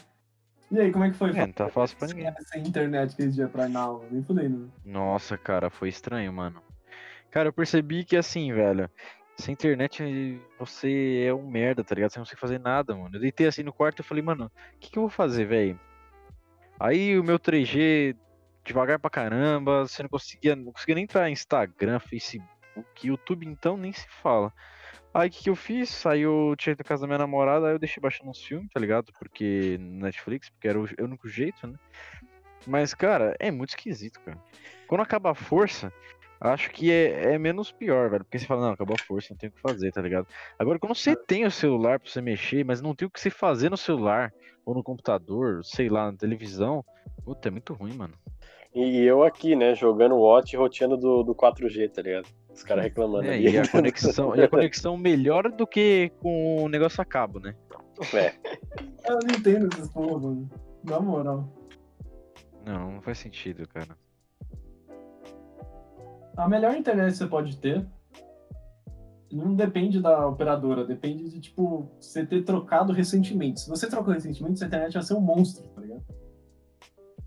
[SPEAKER 3] E aí, como é que foi?
[SPEAKER 6] É, não tá fácil pra ninguém.
[SPEAKER 3] Sem internet que esse dia pra ir na aula, nem fudendo. né?
[SPEAKER 6] Nossa, cara, foi estranho, mano. Cara, eu percebi que assim, velho, sem internet você é um merda, tá ligado? Você não consegue fazer nada, mano. Eu deitei assim no quarto e falei, mano, o que, que eu vou fazer, velho? Aí o meu 3G devagar pra caramba, você não conseguia, não conseguia nem entrar em Instagram, Facebook, YouTube, então nem se fala. Aí o que, que eu fiz? Aí eu tirei da casa da minha namorada, aí eu deixei baixando uns filmes, tá ligado? Porque Netflix, porque era o único jeito, né? Mas, cara, é muito esquisito, cara. Quando acaba a força, acho que é, é menos pior, velho. Porque você fala, não, acabou a força, não tem o que fazer, tá ligado? Agora, quando você tem o celular pra você mexer, mas não tem o que você fazer no celular, ou no computador, sei lá, na televisão, puta, é muito ruim, mano.
[SPEAKER 5] E eu aqui, né, jogando Watch e roteando do, do 4G, tá ligado? Os caras reclamando
[SPEAKER 6] É,
[SPEAKER 5] ali.
[SPEAKER 6] e a conexão, e a conexão melhor do que com o negócio a cabo, né?
[SPEAKER 5] É,
[SPEAKER 3] Eu não entendo essas porra, mano. Na moral.
[SPEAKER 6] Não, não faz sentido, cara.
[SPEAKER 3] A melhor internet que você pode ter não depende da operadora, depende de, tipo, você ter trocado recentemente. Se você trocou recentemente, sua internet vai ser um monstro, tá ligado?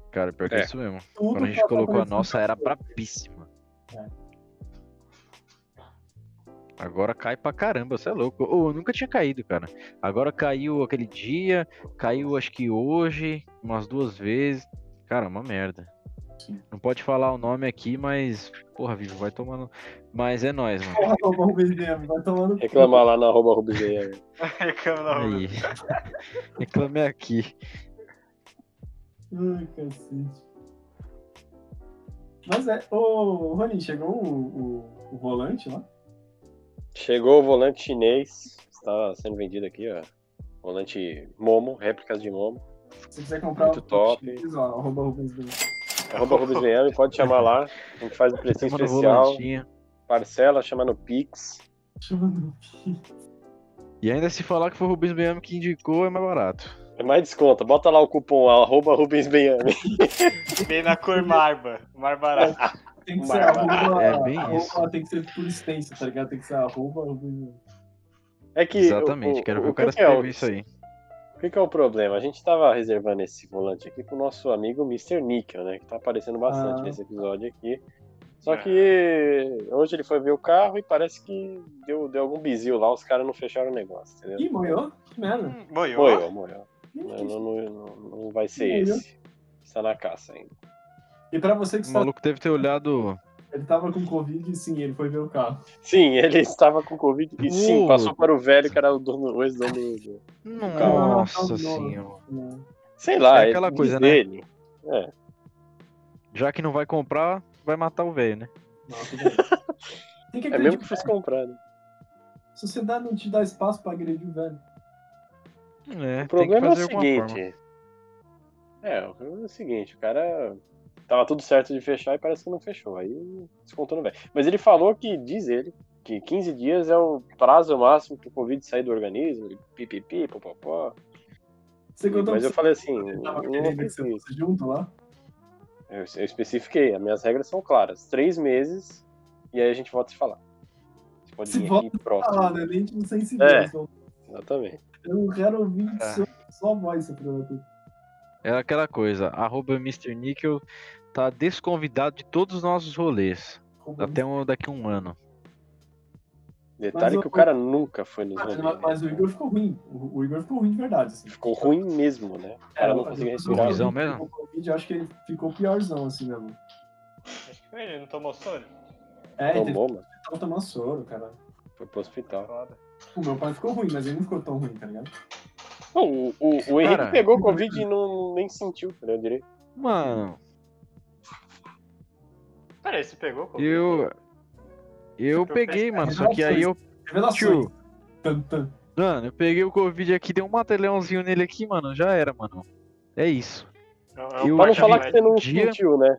[SPEAKER 6] Cara, pior que
[SPEAKER 5] É.
[SPEAKER 6] isso mesmo.
[SPEAKER 3] Tudo tá
[SPEAKER 6] Quando a gente
[SPEAKER 3] passa
[SPEAKER 6] colocou
[SPEAKER 3] por
[SPEAKER 6] a
[SPEAKER 3] esse
[SPEAKER 6] nossa, era
[SPEAKER 3] filtro.
[SPEAKER 6] brabíssima.
[SPEAKER 3] É.
[SPEAKER 6] Agora cai pra caramba, você é louco. Ô, eu nunca tinha caído, cara. Agora caiu aquele dia, caiu acho que hoje, umas duas vezes. Cara, uma merda.
[SPEAKER 3] Sim.
[SPEAKER 6] Não pode falar o nome aqui, mas. Porra, Vivo, vai tomando. Mas é nóis, mano.
[SPEAKER 3] Porra, o Bom Bezerra, um vai tomando.
[SPEAKER 5] Reclamar lá na arroba rubizeia.
[SPEAKER 4] Reclama na rua.
[SPEAKER 6] Aí.
[SPEAKER 5] né?
[SPEAKER 6] Reclame aqui.
[SPEAKER 3] Ai, cacete. Mas é, ô Rony, chegou o, o, o volante lá?
[SPEAKER 5] Chegou o volante chinês, está sendo vendido aqui, ó. Volante Momo, réplicas de Momo.
[SPEAKER 3] Se quiser comprar
[SPEAKER 5] Muito
[SPEAKER 3] o
[SPEAKER 5] top.
[SPEAKER 3] X, ó, arroba Rubens Bezerra.
[SPEAKER 5] Arroba rubizeia, pode chamar lá. A gente faz um precinho
[SPEAKER 6] Tomando
[SPEAKER 5] especial.
[SPEAKER 6] volantinha.
[SPEAKER 5] Parcela, chama no Pix.
[SPEAKER 3] Chamando.
[SPEAKER 6] E ainda se falar que foi o Rubens Miami que indicou, é mais barato.
[SPEAKER 5] É mais desconto. Bota lá o cupom arroba Rubens Benhame.
[SPEAKER 4] Bem na cor marba. Mar barato.
[SPEAKER 3] Tem que
[SPEAKER 5] Um
[SPEAKER 3] ser
[SPEAKER 5] barbado.
[SPEAKER 3] arroba.
[SPEAKER 6] É bem
[SPEAKER 3] arroba-
[SPEAKER 6] isso.
[SPEAKER 3] Tem que ser por extenso, tá ligado? Tem que ser arroba Rubens Bezerra.
[SPEAKER 5] É que.
[SPEAKER 6] Exatamente.
[SPEAKER 5] o-
[SPEAKER 6] Quero
[SPEAKER 5] o-
[SPEAKER 6] ver o
[SPEAKER 5] o
[SPEAKER 6] cara
[SPEAKER 5] que que é o-
[SPEAKER 6] escrever isso aí.
[SPEAKER 5] O que, que é o problema? A gente tava reservando esse volante aqui pro nosso amigo Mr. Nickel, né? Que tá aparecendo bastante
[SPEAKER 3] Ah.
[SPEAKER 5] nesse episódio aqui. Só que hoje ele foi ver o carro e parece que deu, deu algum bizil lá, os caras não fecharam o negócio, entendeu?
[SPEAKER 3] Ih, moiou? Que merda.
[SPEAKER 4] Hum, Boiou.
[SPEAKER 5] Moiou, moiou. Não, não, não, não vai ser
[SPEAKER 3] Moiou.
[SPEAKER 5] esse. Está na caça ainda.
[SPEAKER 3] E pra você que
[SPEAKER 6] O
[SPEAKER 3] está.
[SPEAKER 6] maluco deve ter olhado.
[SPEAKER 3] Ele tava com Covid e sim, ele foi ver o carro.
[SPEAKER 5] Sim, ele estava com Covid e sim,
[SPEAKER 3] Hum.
[SPEAKER 6] Uh.
[SPEAKER 5] passou para o velho que era o dono, o ex-dono do.
[SPEAKER 6] Nossa
[SPEAKER 3] Não, não, não.
[SPEAKER 6] senhora.
[SPEAKER 5] Sei lá,
[SPEAKER 6] É aquela
[SPEAKER 5] ele-
[SPEAKER 6] coisa, né?
[SPEAKER 5] dele.
[SPEAKER 6] Já que não vai comprar, vai matar o velho, né?
[SPEAKER 3] Não, tudo bem. Tem que
[SPEAKER 5] É
[SPEAKER 3] acreditar.
[SPEAKER 5] mesmo que fosse comprado.
[SPEAKER 3] A sociedade não te dá espaço pra agredir o velho.
[SPEAKER 6] É,
[SPEAKER 5] O problema é o
[SPEAKER 6] tem que fazer alguma forma.
[SPEAKER 5] seguinte. É, o problema é o seguinte, o cara tava tudo certo de fechar e parece que não fechou. Aí descontou no velho. Mas ele falou que, diz ele, que 15 dias é o prazo máximo pro Covid sair do organismo, e pipipi, popopó.
[SPEAKER 3] Você contou
[SPEAKER 5] Mas
[SPEAKER 3] pra
[SPEAKER 5] eu
[SPEAKER 3] você
[SPEAKER 5] falei assim,
[SPEAKER 3] que
[SPEAKER 5] eu,
[SPEAKER 3] ele tava
[SPEAKER 5] não
[SPEAKER 3] querendo que você
[SPEAKER 5] fiz isso.
[SPEAKER 3] fosse junto lá?
[SPEAKER 5] eu, eu especifiquei, as minhas regras são claras. Três meses, e aí a gente volta a se falar. Você pode
[SPEAKER 3] Se
[SPEAKER 5] vir
[SPEAKER 3] volta
[SPEAKER 5] aqui próximo.
[SPEAKER 3] Ah, né? Nem tipo sem se
[SPEAKER 5] É.
[SPEAKER 3] ver, só-
[SPEAKER 5] Exatamente.
[SPEAKER 3] Eu não quero ouvir
[SPEAKER 6] Ah.
[SPEAKER 3] só, só voz, seu filho da puta.
[SPEAKER 6] É aquela coisa, arroba Mr. Nickel tá desconvidado de todos os nossos rolês.
[SPEAKER 3] Arroba
[SPEAKER 6] Até um, daqui um ano.
[SPEAKER 5] Detalhe
[SPEAKER 3] Mas
[SPEAKER 5] que
[SPEAKER 3] o-
[SPEAKER 5] o cara nunca foi nos
[SPEAKER 3] Ah, Mas,
[SPEAKER 5] rolês,
[SPEAKER 3] mas o
[SPEAKER 5] né?
[SPEAKER 3] Igor ficou ruim. O, o Igor ficou ruim de verdade. Assim.
[SPEAKER 5] Ficou ruim mesmo, né? O
[SPEAKER 3] É,
[SPEAKER 5] cara não conseguia
[SPEAKER 3] depois
[SPEAKER 5] respirar.
[SPEAKER 3] do
[SPEAKER 6] Visão
[SPEAKER 3] Covid,
[SPEAKER 6] mesmo?
[SPEAKER 3] do Covid, eu acho que ele ficou piorzão assim mesmo.
[SPEAKER 4] Acho que Ele não tomou sono?
[SPEAKER 3] É, ele
[SPEAKER 5] Tomou, mano.
[SPEAKER 3] tava tomando soro, cara.
[SPEAKER 5] Foi pro hospital.
[SPEAKER 4] Foda.
[SPEAKER 3] O meu pai ficou ruim, mas ele não ficou tão ruim, tá ligado?
[SPEAKER 5] Não, o, o, o Henrique
[SPEAKER 6] Cara.
[SPEAKER 5] pegou Covid e não, nem sentiu, né, direito.
[SPEAKER 6] Mano,
[SPEAKER 4] Peraí, você pegou? pô?
[SPEAKER 6] eu. Eu
[SPEAKER 4] Você
[SPEAKER 6] peguei,
[SPEAKER 4] fez-
[SPEAKER 6] mano, só que aí eu.
[SPEAKER 3] Revelações.
[SPEAKER 6] Tio,
[SPEAKER 3] Tan, tan.
[SPEAKER 6] mano, eu peguei o Covid aqui, dei um matelhãozinho nele aqui, mano, já era, mano. É isso.
[SPEAKER 4] Eu,
[SPEAKER 6] eu
[SPEAKER 5] Pra não
[SPEAKER 6] acho
[SPEAKER 5] falar
[SPEAKER 6] que um
[SPEAKER 5] que você não
[SPEAKER 6] dia-
[SPEAKER 5] sentiu, né?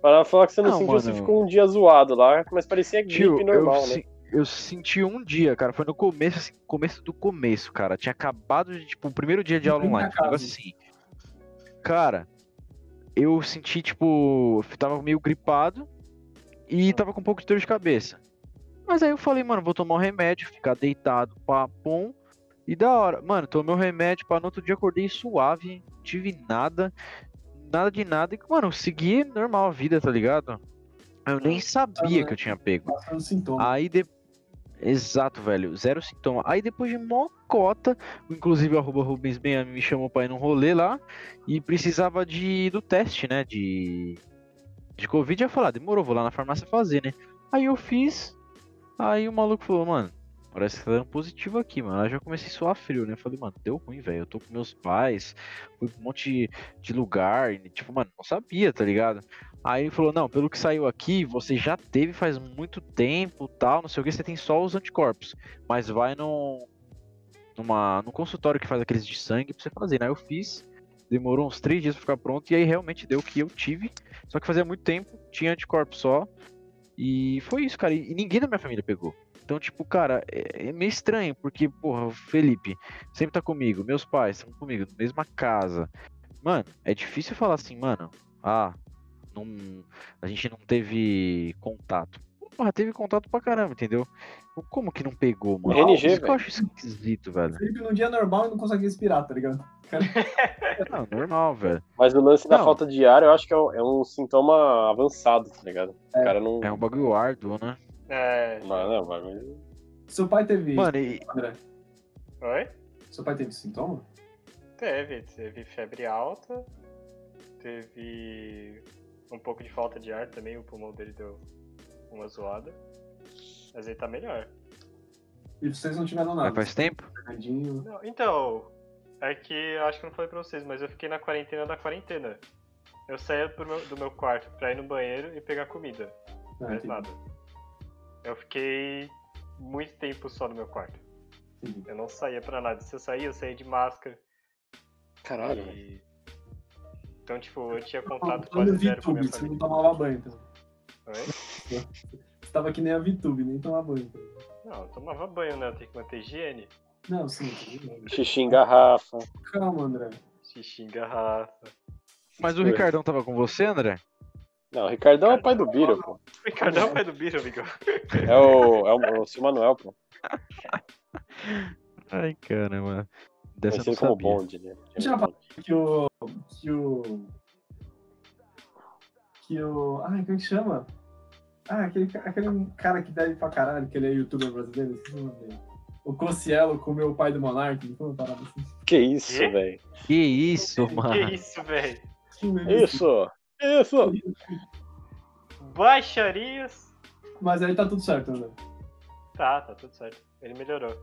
[SPEAKER 5] Pra não falar que você não,
[SPEAKER 6] Não,
[SPEAKER 5] sentiu, você
[SPEAKER 6] mano.
[SPEAKER 5] ficou um dia zoado lá, mas parecia gripe
[SPEAKER 6] Tio,
[SPEAKER 5] normal,
[SPEAKER 6] eu,
[SPEAKER 5] né?
[SPEAKER 6] se- eu senti um dia, cara, foi no começo, assim, começo do começo, cara. Tinha acabado de, tipo, o primeiro dia de aula
[SPEAKER 3] Vem pra
[SPEAKER 6] online, foi um negócio
[SPEAKER 3] casa.
[SPEAKER 6] assim. Cara, eu senti, tipo, eu tava meio gripado
[SPEAKER 5] Hum.
[SPEAKER 6] e tava com um pouco de dor de cabeça. Mas aí eu falei, mano, vou tomar um remédio, ficar deitado, papum. E da hora, mano, tomei o remédio, pra no outro dia acordei suave, não tive nada, nada de nada. E, mano, segui normal a vida, tá ligado? Eu nem
[SPEAKER 5] Hum.
[SPEAKER 6] sabia que eu tinha pego.
[SPEAKER 3] Passando sintoma.
[SPEAKER 6] Aí de... Exato, velho. Zero sintoma. Aí depois de mocota, inclusive arroba Rubens Benhame me chamou pra ir num rolê lá e precisava de do teste, né? De. De Covid, eu ia falar, demorou, vou lá na farmácia fazer, né? Aí eu fiz. Aí o maluco falou, mano, parece que tá dando positivo aqui, mano. Aí eu já comecei a suar frio, né? Eu falei, mano, deu ruim, velho. Eu tô com meus pais, fui pra um monte de lugar. e, tipo, mano, não sabia, tá ligado? Aí ele falou, não, pelo que saiu aqui, você já teve faz muito tempo, tal, não sei o que, você tem só os anticorpos. Mas vai no, numa, no consultório que faz aqueles de sangue pra você fazer. Aí eu fiz, demorou uns três dias pra ficar pronto, e aí realmente deu o que eu tive. Só que fazia muito tempo, tinha anticorpos só. E foi isso, cara. E e ninguém da minha família pegou. Então, tipo, cara, é, é meio estranho, porque, porra, o Felipe sempre tá comigo, meus pais estão comigo, na mesma casa. Mano, é difícil falar assim, mano, ah, não- a gente não teve contato. Porra, teve contato pra caramba, entendeu? Como que não pegou, mano?
[SPEAKER 5] RNG,
[SPEAKER 6] Isso que eu
[SPEAKER 5] velho.
[SPEAKER 6] acho esquisito, velho.
[SPEAKER 3] Felipe num dia normal e não consegue respirar, tá ligado?
[SPEAKER 6] Não, normal, velho.
[SPEAKER 5] Mas o lance da
[SPEAKER 6] Não.
[SPEAKER 5] falta de ar, eu acho que é um, é um sintoma avançado, tá ligado? O cara não.
[SPEAKER 6] É um bagulho árduo, né?
[SPEAKER 4] É.
[SPEAKER 5] Mano, é um bagulho.
[SPEAKER 3] Seu pai teve.
[SPEAKER 6] Mano, e,
[SPEAKER 3] André,
[SPEAKER 4] Oi?
[SPEAKER 3] seu pai teve sintoma?
[SPEAKER 4] Teve, teve febre alta, teve um pouco de falta de ar também, o pulmão dele deu uma zoada. Mas ele tá melhor.
[SPEAKER 3] E vocês não tiveram nada. né,
[SPEAKER 6] Mas faz tempo?
[SPEAKER 3] Fernandinho,
[SPEAKER 4] Não, então, é que eu acho que eu não falei pra vocês, mas eu fiquei na quarentena da quarentena. Eu saía pro meu- do meu quarto pra ir no banheiro e pegar comida.
[SPEAKER 3] Ah,
[SPEAKER 4] mais
[SPEAKER 3] entendi,
[SPEAKER 4] nada. Eu fiquei muito tempo só no meu quarto.
[SPEAKER 3] entendi.
[SPEAKER 4] Eu não saía pra nada. Se eu saía, eu saía de máscara.
[SPEAKER 5] Caralho, velho.
[SPEAKER 4] E... Então, tipo, eu tinha
[SPEAKER 3] Quando
[SPEAKER 4] contato
[SPEAKER 3] eu
[SPEAKER 4] quase
[SPEAKER 3] vi
[SPEAKER 4] zero com a
[SPEAKER 3] YouTube,
[SPEAKER 4] minha
[SPEAKER 3] você não
[SPEAKER 4] família.
[SPEAKER 3] tomava banho, então.
[SPEAKER 4] Oi?
[SPEAKER 3] Você tava que nem a VTube, nem tomava banho. Então.
[SPEAKER 4] Não, eu tomava banho, né? Eu tenho que manter higiene.
[SPEAKER 3] Não, sim, sim.
[SPEAKER 5] Xixi em garrafa.
[SPEAKER 3] Calma, André.
[SPEAKER 4] Xixi em garrafa.
[SPEAKER 6] Mas o Ricardão tava com você, André?
[SPEAKER 5] Não, o Ricardão é o pai do Biro, pô.
[SPEAKER 4] Ricardo é o pai do bicho, amigo.
[SPEAKER 5] É o, é o, é o Sr. Manuel, pô.
[SPEAKER 6] Ai, caramba. Dessa eu
[SPEAKER 5] Conhecido
[SPEAKER 6] não
[SPEAKER 5] como
[SPEAKER 6] sabia.
[SPEAKER 5] Bond, né?
[SPEAKER 3] Já Que o. Que o. Que o. Ai, como é que chama? Ah, aquele, ca- aquele cara que deve pra caralho, que ele é youtuber brasileiro. esqueci o nome dele. O Cossielo comeu o pai do Monark, não foi uma parada assim?
[SPEAKER 5] Que isso,
[SPEAKER 4] Quê?
[SPEAKER 5] velho.
[SPEAKER 6] Que isso,
[SPEAKER 4] Que
[SPEAKER 6] mano.
[SPEAKER 4] isso, velho?
[SPEAKER 3] Que meme assim.
[SPEAKER 5] Isso! Isso!
[SPEAKER 4] Baixarias.
[SPEAKER 3] Mas aí tá tudo certo, André.
[SPEAKER 4] Tá, tá tudo certo. Ele melhorou.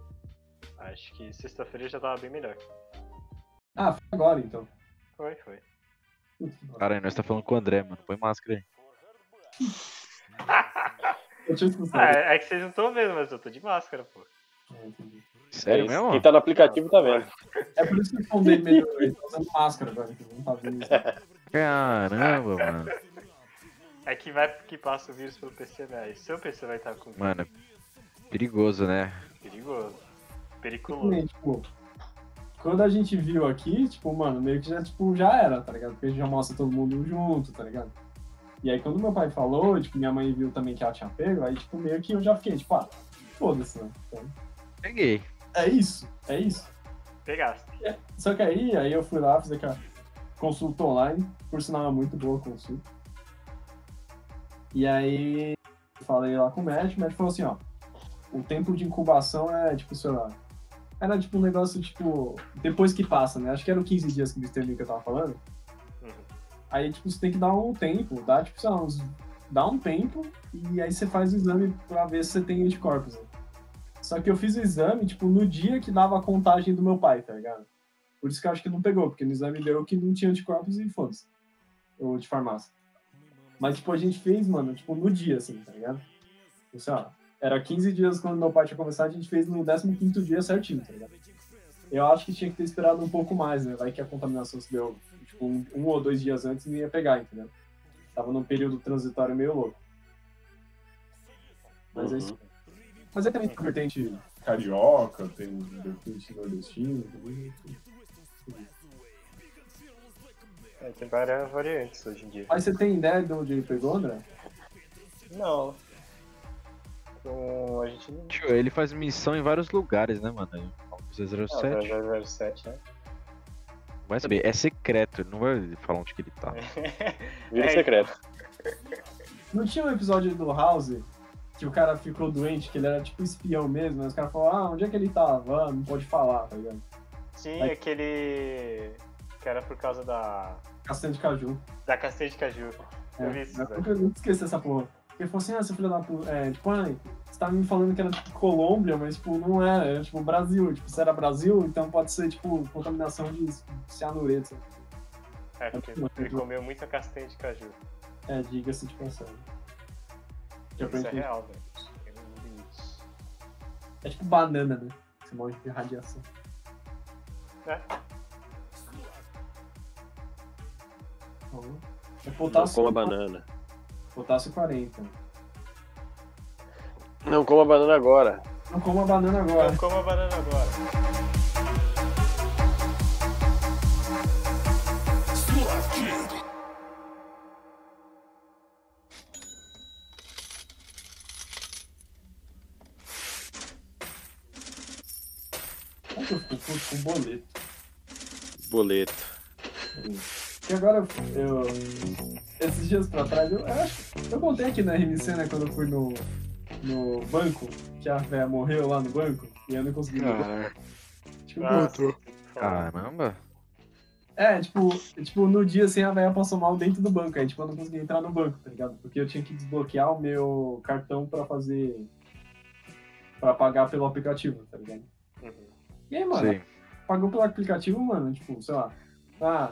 [SPEAKER 4] Acho que sexta-feira ele já tava bem melhor.
[SPEAKER 3] Ah, foi agora então.
[SPEAKER 4] Foi, foi.
[SPEAKER 3] Putz, que bosta.
[SPEAKER 6] Caralho, nós tá falando com o André, mano. Põe máscara aí.
[SPEAKER 3] Eu tinha esquecido.
[SPEAKER 4] Ah, é é que vocês não estão vendo, mas eu tô de máscara, pô.
[SPEAKER 3] Ah, entendi.
[SPEAKER 6] Sério
[SPEAKER 5] É isso.
[SPEAKER 6] mesmo?
[SPEAKER 5] Quem tá no aplicativo tá vendo.
[SPEAKER 3] É por isso que eu fundei melhor. Ele tá usando máscara agora, que não tá vendo isso.
[SPEAKER 6] Caramba, mano.
[SPEAKER 4] É que vai que passa o vírus pelo PC, né? E seu PC vai estar com
[SPEAKER 6] Mano, é perigoso, né?
[SPEAKER 4] perigoso. Periculoso.
[SPEAKER 3] Também, tipo, quando a gente viu aqui, tipo, mano, meio que já, tipo, já era, tá ligado? Porque a gente já mostra todo mundo junto, tá ligado? E aí quando meu pai falou, tipo, minha mãe viu também que ela tinha pego, aí, tipo, meio que eu já fiquei, tipo, ah, foda-se, né? Então,
[SPEAKER 6] Peguei.
[SPEAKER 3] é isso, é isso.
[SPEAKER 4] Pegaste.
[SPEAKER 3] Só que aí, aí eu fui lá, fiz aquela consulta online, por sinal é muito boa a consulta. E aí falei lá com o médico, o médico falou assim, ó, o tempo de incubação é tipo, sei lá, era tipo um negócio, tipo, depois que passa, né? Acho que eram 15 dias que eles terminam que eu tava falando.
[SPEAKER 4] Uhum.
[SPEAKER 3] Aí, tipo, você tem que dar um tempo, dá, tipo, sei lá, uns, dá um tempo e aí você faz o exame pra ver se você tem anticorpos. né? Só que eu fiz o exame, tipo, no dia que dava a contagem do meu pai, tá ligado? Por isso que eu acho que não pegou, porque no exame deu que não tinha anticorpos e foda-se. Ou de farmácia. Mas, tipo, a gente fez, mano, tipo, no dia, assim, tá ligado? Tipo, sei lá, era 15 dias quando meu pai tinha começado, a gente fez no 15º dia certinho, tá ligado? Eu acho que tinha que ter esperado um pouco mais, né? Vai que a contaminação se deu, tipo, um, um ou dois dias antes e não ia pegar, entendeu? Tava num período transitório meio louco. Mas é isso. Mas é também tem vertente carioca, tem um vertente nordestina, também.
[SPEAKER 4] É, tem várias variantes hoje em dia.
[SPEAKER 3] Mas você tem ideia de onde ele pegou, André?
[SPEAKER 4] Não. Com a gente não.
[SPEAKER 6] Tio, ele faz missão em vários lugares, né, mano? O 007
[SPEAKER 4] Ah, 007, né?
[SPEAKER 6] vai saber. É secreto, ele não vai falar onde que ele tá.
[SPEAKER 5] Vira
[SPEAKER 4] É.
[SPEAKER 5] secreto.
[SPEAKER 3] Não tinha um episódio do House que o cara ficou doente, que ele era tipo espião mesmo, mas o cara falou, ah, onde é que ele tava? Ah, não pode falar, tá ligado?
[SPEAKER 4] Sim,
[SPEAKER 3] Vai.
[SPEAKER 4] aquele. que era por causa da.
[SPEAKER 3] Castanha de caju.
[SPEAKER 4] da castanha de caju. Eu vi
[SPEAKER 3] É,
[SPEAKER 4] isso,
[SPEAKER 3] mas
[SPEAKER 4] velho.
[SPEAKER 3] eu nunca esqueci essa porra. Ele falou assim, ah, seu filho da puta, é, tipo, ai, você tava me falando que era tipo Colômbia, mas tipo, não era, era tipo Brasil. Tipo, se era Brasil, então pode ser tipo contaminação de cianureto. sabe?
[SPEAKER 4] É, porque ele comeu muita castanha de caju.
[SPEAKER 3] É, diga-se de passagem. Já
[SPEAKER 4] Isso é
[SPEAKER 3] aprendi.
[SPEAKER 4] real, velho. um Eu não vi isso.
[SPEAKER 3] É tipo banana, né? Você morre de radiação.
[SPEAKER 4] É.
[SPEAKER 3] Então, É
[SPEAKER 5] Não
[SPEAKER 3] potássio,
[SPEAKER 5] coma banana.
[SPEAKER 3] potássio 40.
[SPEAKER 5] Não coma banana agora.
[SPEAKER 3] Não coma banana agora.
[SPEAKER 4] Então coma a banana agora.
[SPEAKER 3] Como que eu fico puto com boleto?
[SPEAKER 5] Boleto.
[SPEAKER 3] Porque agora eu- eu. Esses dias pra trás, eu, eu acho. Eu contei aqui na RMC, né, quando eu fui no, no banco, que a véia morreu lá no
[SPEAKER 6] Ah.
[SPEAKER 4] tá?
[SPEAKER 3] banco, e eu não consegui. ligar. Tipo,
[SPEAKER 4] Ah,
[SPEAKER 6] Caramba.
[SPEAKER 3] É, tipo, tipo, no dia assim a velha passou mal dentro do banco. Aí, tipo, eu não consegui entrar no banco, tá ligado? Porque eu tinha que desbloquear o meu cartão pra fazer. pra pagar pelo aplicativo, tá ligado?
[SPEAKER 4] Uhum.
[SPEAKER 3] E aí, mano,
[SPEAKER 6] Sim.
[SPEAKER 3] pagou pelo aplicativo, mano, tipo, sei lá. Ah,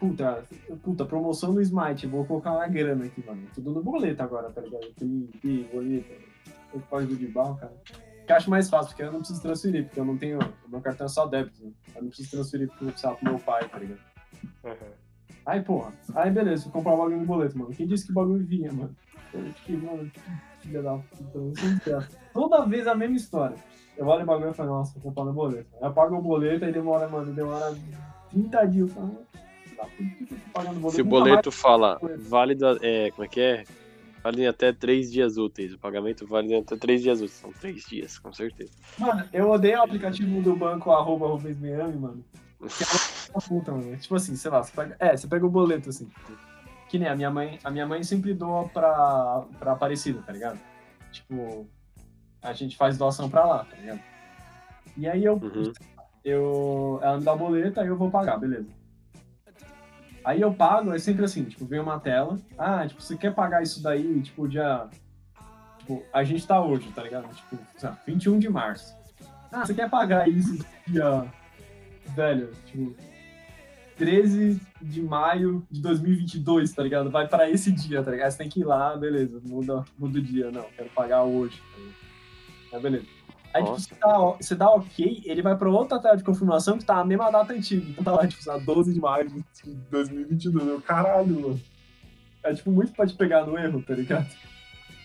[SPEAKER 3] puta, puta, promoção no Smite, vou colocar uma grana aqui, mano. Tudo no boleto agora, tá ligado? Tem, tem boleto, tem código de barro, cara. Que eu acho mais fácil, porque eu não preciso transferir, porque eu não tenho. O meu cartão é só débito, né? Eu não preciso transferir pro, sei lá, pro meu pai, tá ligado?
[SPEAKER 4] Uhum.
[SPEAKER 3] Aí, porra. Aí, beleza, vou comprar o bagulho no boleto, mano. Quem disse que o bagulho vinha, mano? Eu fiquei, mano, que filha da puta, não sei o que é. Toda vez a mesma história. Eu olho o bagulho e falo, nossa, vou comprar no boleto. Aí eu pago o boleto, aí demora, mano, demora 30 dias. Eu falo, mano, filha da puta, por que que eu tô pagando boleto?
[SPEAKER 5] Se o
[SPEAKER 3] Nunca mais
[SPEAKER 5] boleto fala
[SPEAKER 3] boleto.
[SPEAKER 5] válido, a- é, como é que é? Vale em até três dias úteis. O pagamento vale em até três dias úteis. São três dias, com certeza.
[SPEAKER 3] Mano, eu odeio o aplicativo do banco arroba Rubens Miami, mano. Que é uma puta, mano. Tipo assim, sei lá, você pega, é, você pega o boleto, assim. Que nem a minha mãe, a minha mãe sempre doa pra, pra Aparecida, tá ligado? Tipo, a gente faz doação pra lá, tá ligado? E aí eu,
[SPEAKER 5] Uhum.
[SPEAKER 3] eu ela me dá boleto, aí eu vou pagar, beleza. Aí eu pago, é sempre assim, tipo, vem uma tela, ah, tipo, você quer pagar isso daí, tipo, dia Tipo, a gente tá hoje, tá ligado? Tipo, sei lá, 21 de março. Ah, você quer pagar isso dia. Velho, tipo. 13 de maio de 2022, tá ligado? Vai pra esse dia, tá ligado? Aí Você tem que ir lá, beleza, muda, muda o dia, não, quero pagar hoje. Tá ligado? Mas beleza. Aí, tipo,
[SPEAKER 5] Nossa.
[SPEAKER 3] você dá, o- você dá ok, ele vai pra outra tela de confirmação que tá a mesma data antiga. Então tá lá, tipo, sei lá, 12 de maio de 2022. Eu, caralho, mano. É, tipo, muito pra te pegar no erro, tá ligado?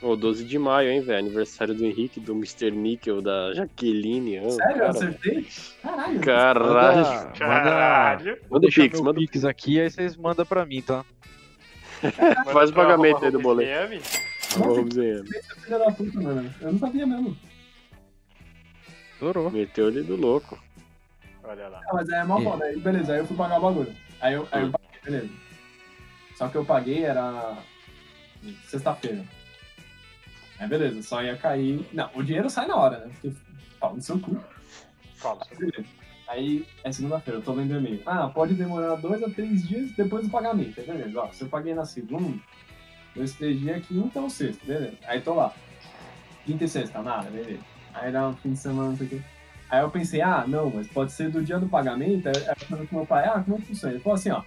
[SPEAKER 5] Ô, 12 de maio, hein, velho? Aniversário do Henrique, do Mr. Nickel, da Jaqueline. ô,
[SPEAKER 3] Sério? eu
[SPEAKER 5] cara,
[SPEAKER 3] acertei? Caralho.
[SPEAKER 5] Caralho.
[SPEAKER 6] Manda-
[SPEAKER 4] Caralho!
[SPEAKER 6] Vou
[SPEAKER 5] Manda o
[SPEAKER 6] deixar
[SPEAKER 5] Pix,
[SPEAKER 6] meu
[SPEAKER 5] manda o Pix.
[SPEAKER 6] Pix aqui, aí vocês mandam pra mim, tá?
[SPEAKER 5] Faz o pagamento aí do boleto.
[SPEAKER 4] boleto.
[SPEAKER 5] Vamos ver.
[SPEAKER 3] Filha da puta, mano. Eu não sabia mesmo.
[SPEAKER 6] Adorou.
[SPEAKER 5] Meteu ele do louco.
[SPEAKER 4] Olha lá.
[SPEAKER 3] Ah, mas aí é mó
[SPEAKER 6] É.
[SPEAKER 3] foda. Aí, beleza, aí eu fui pagar o bagulho. Aí eu, aí eu paguei, beleza. Só que eu paguei era sexta-feira. Aí beleza, só ia cair. Não, o dinheiro sai na hora, né? Porque pau no seu cu.
[SPEAKER 4] Fala.
[SPEAKER 3] Beleza. Aí é segunda-feira, eu tô vendo e-mail. Ah, pode demorar dois a três dias depois do pagamento, aí beleza. Ó, se eu paguei na segunda, eu estendi aqui quinta ou sexta, beleza. Aí tô lá. Quinta e sexta, nada, beleza. Aí dá um fim de semana, não sei o quê. Aí eu pensei, ah, não, mas pode ser do dia do pagamento. Aí eu falei com meu pai, ah, como é que funciona? Ele falou assim, ó,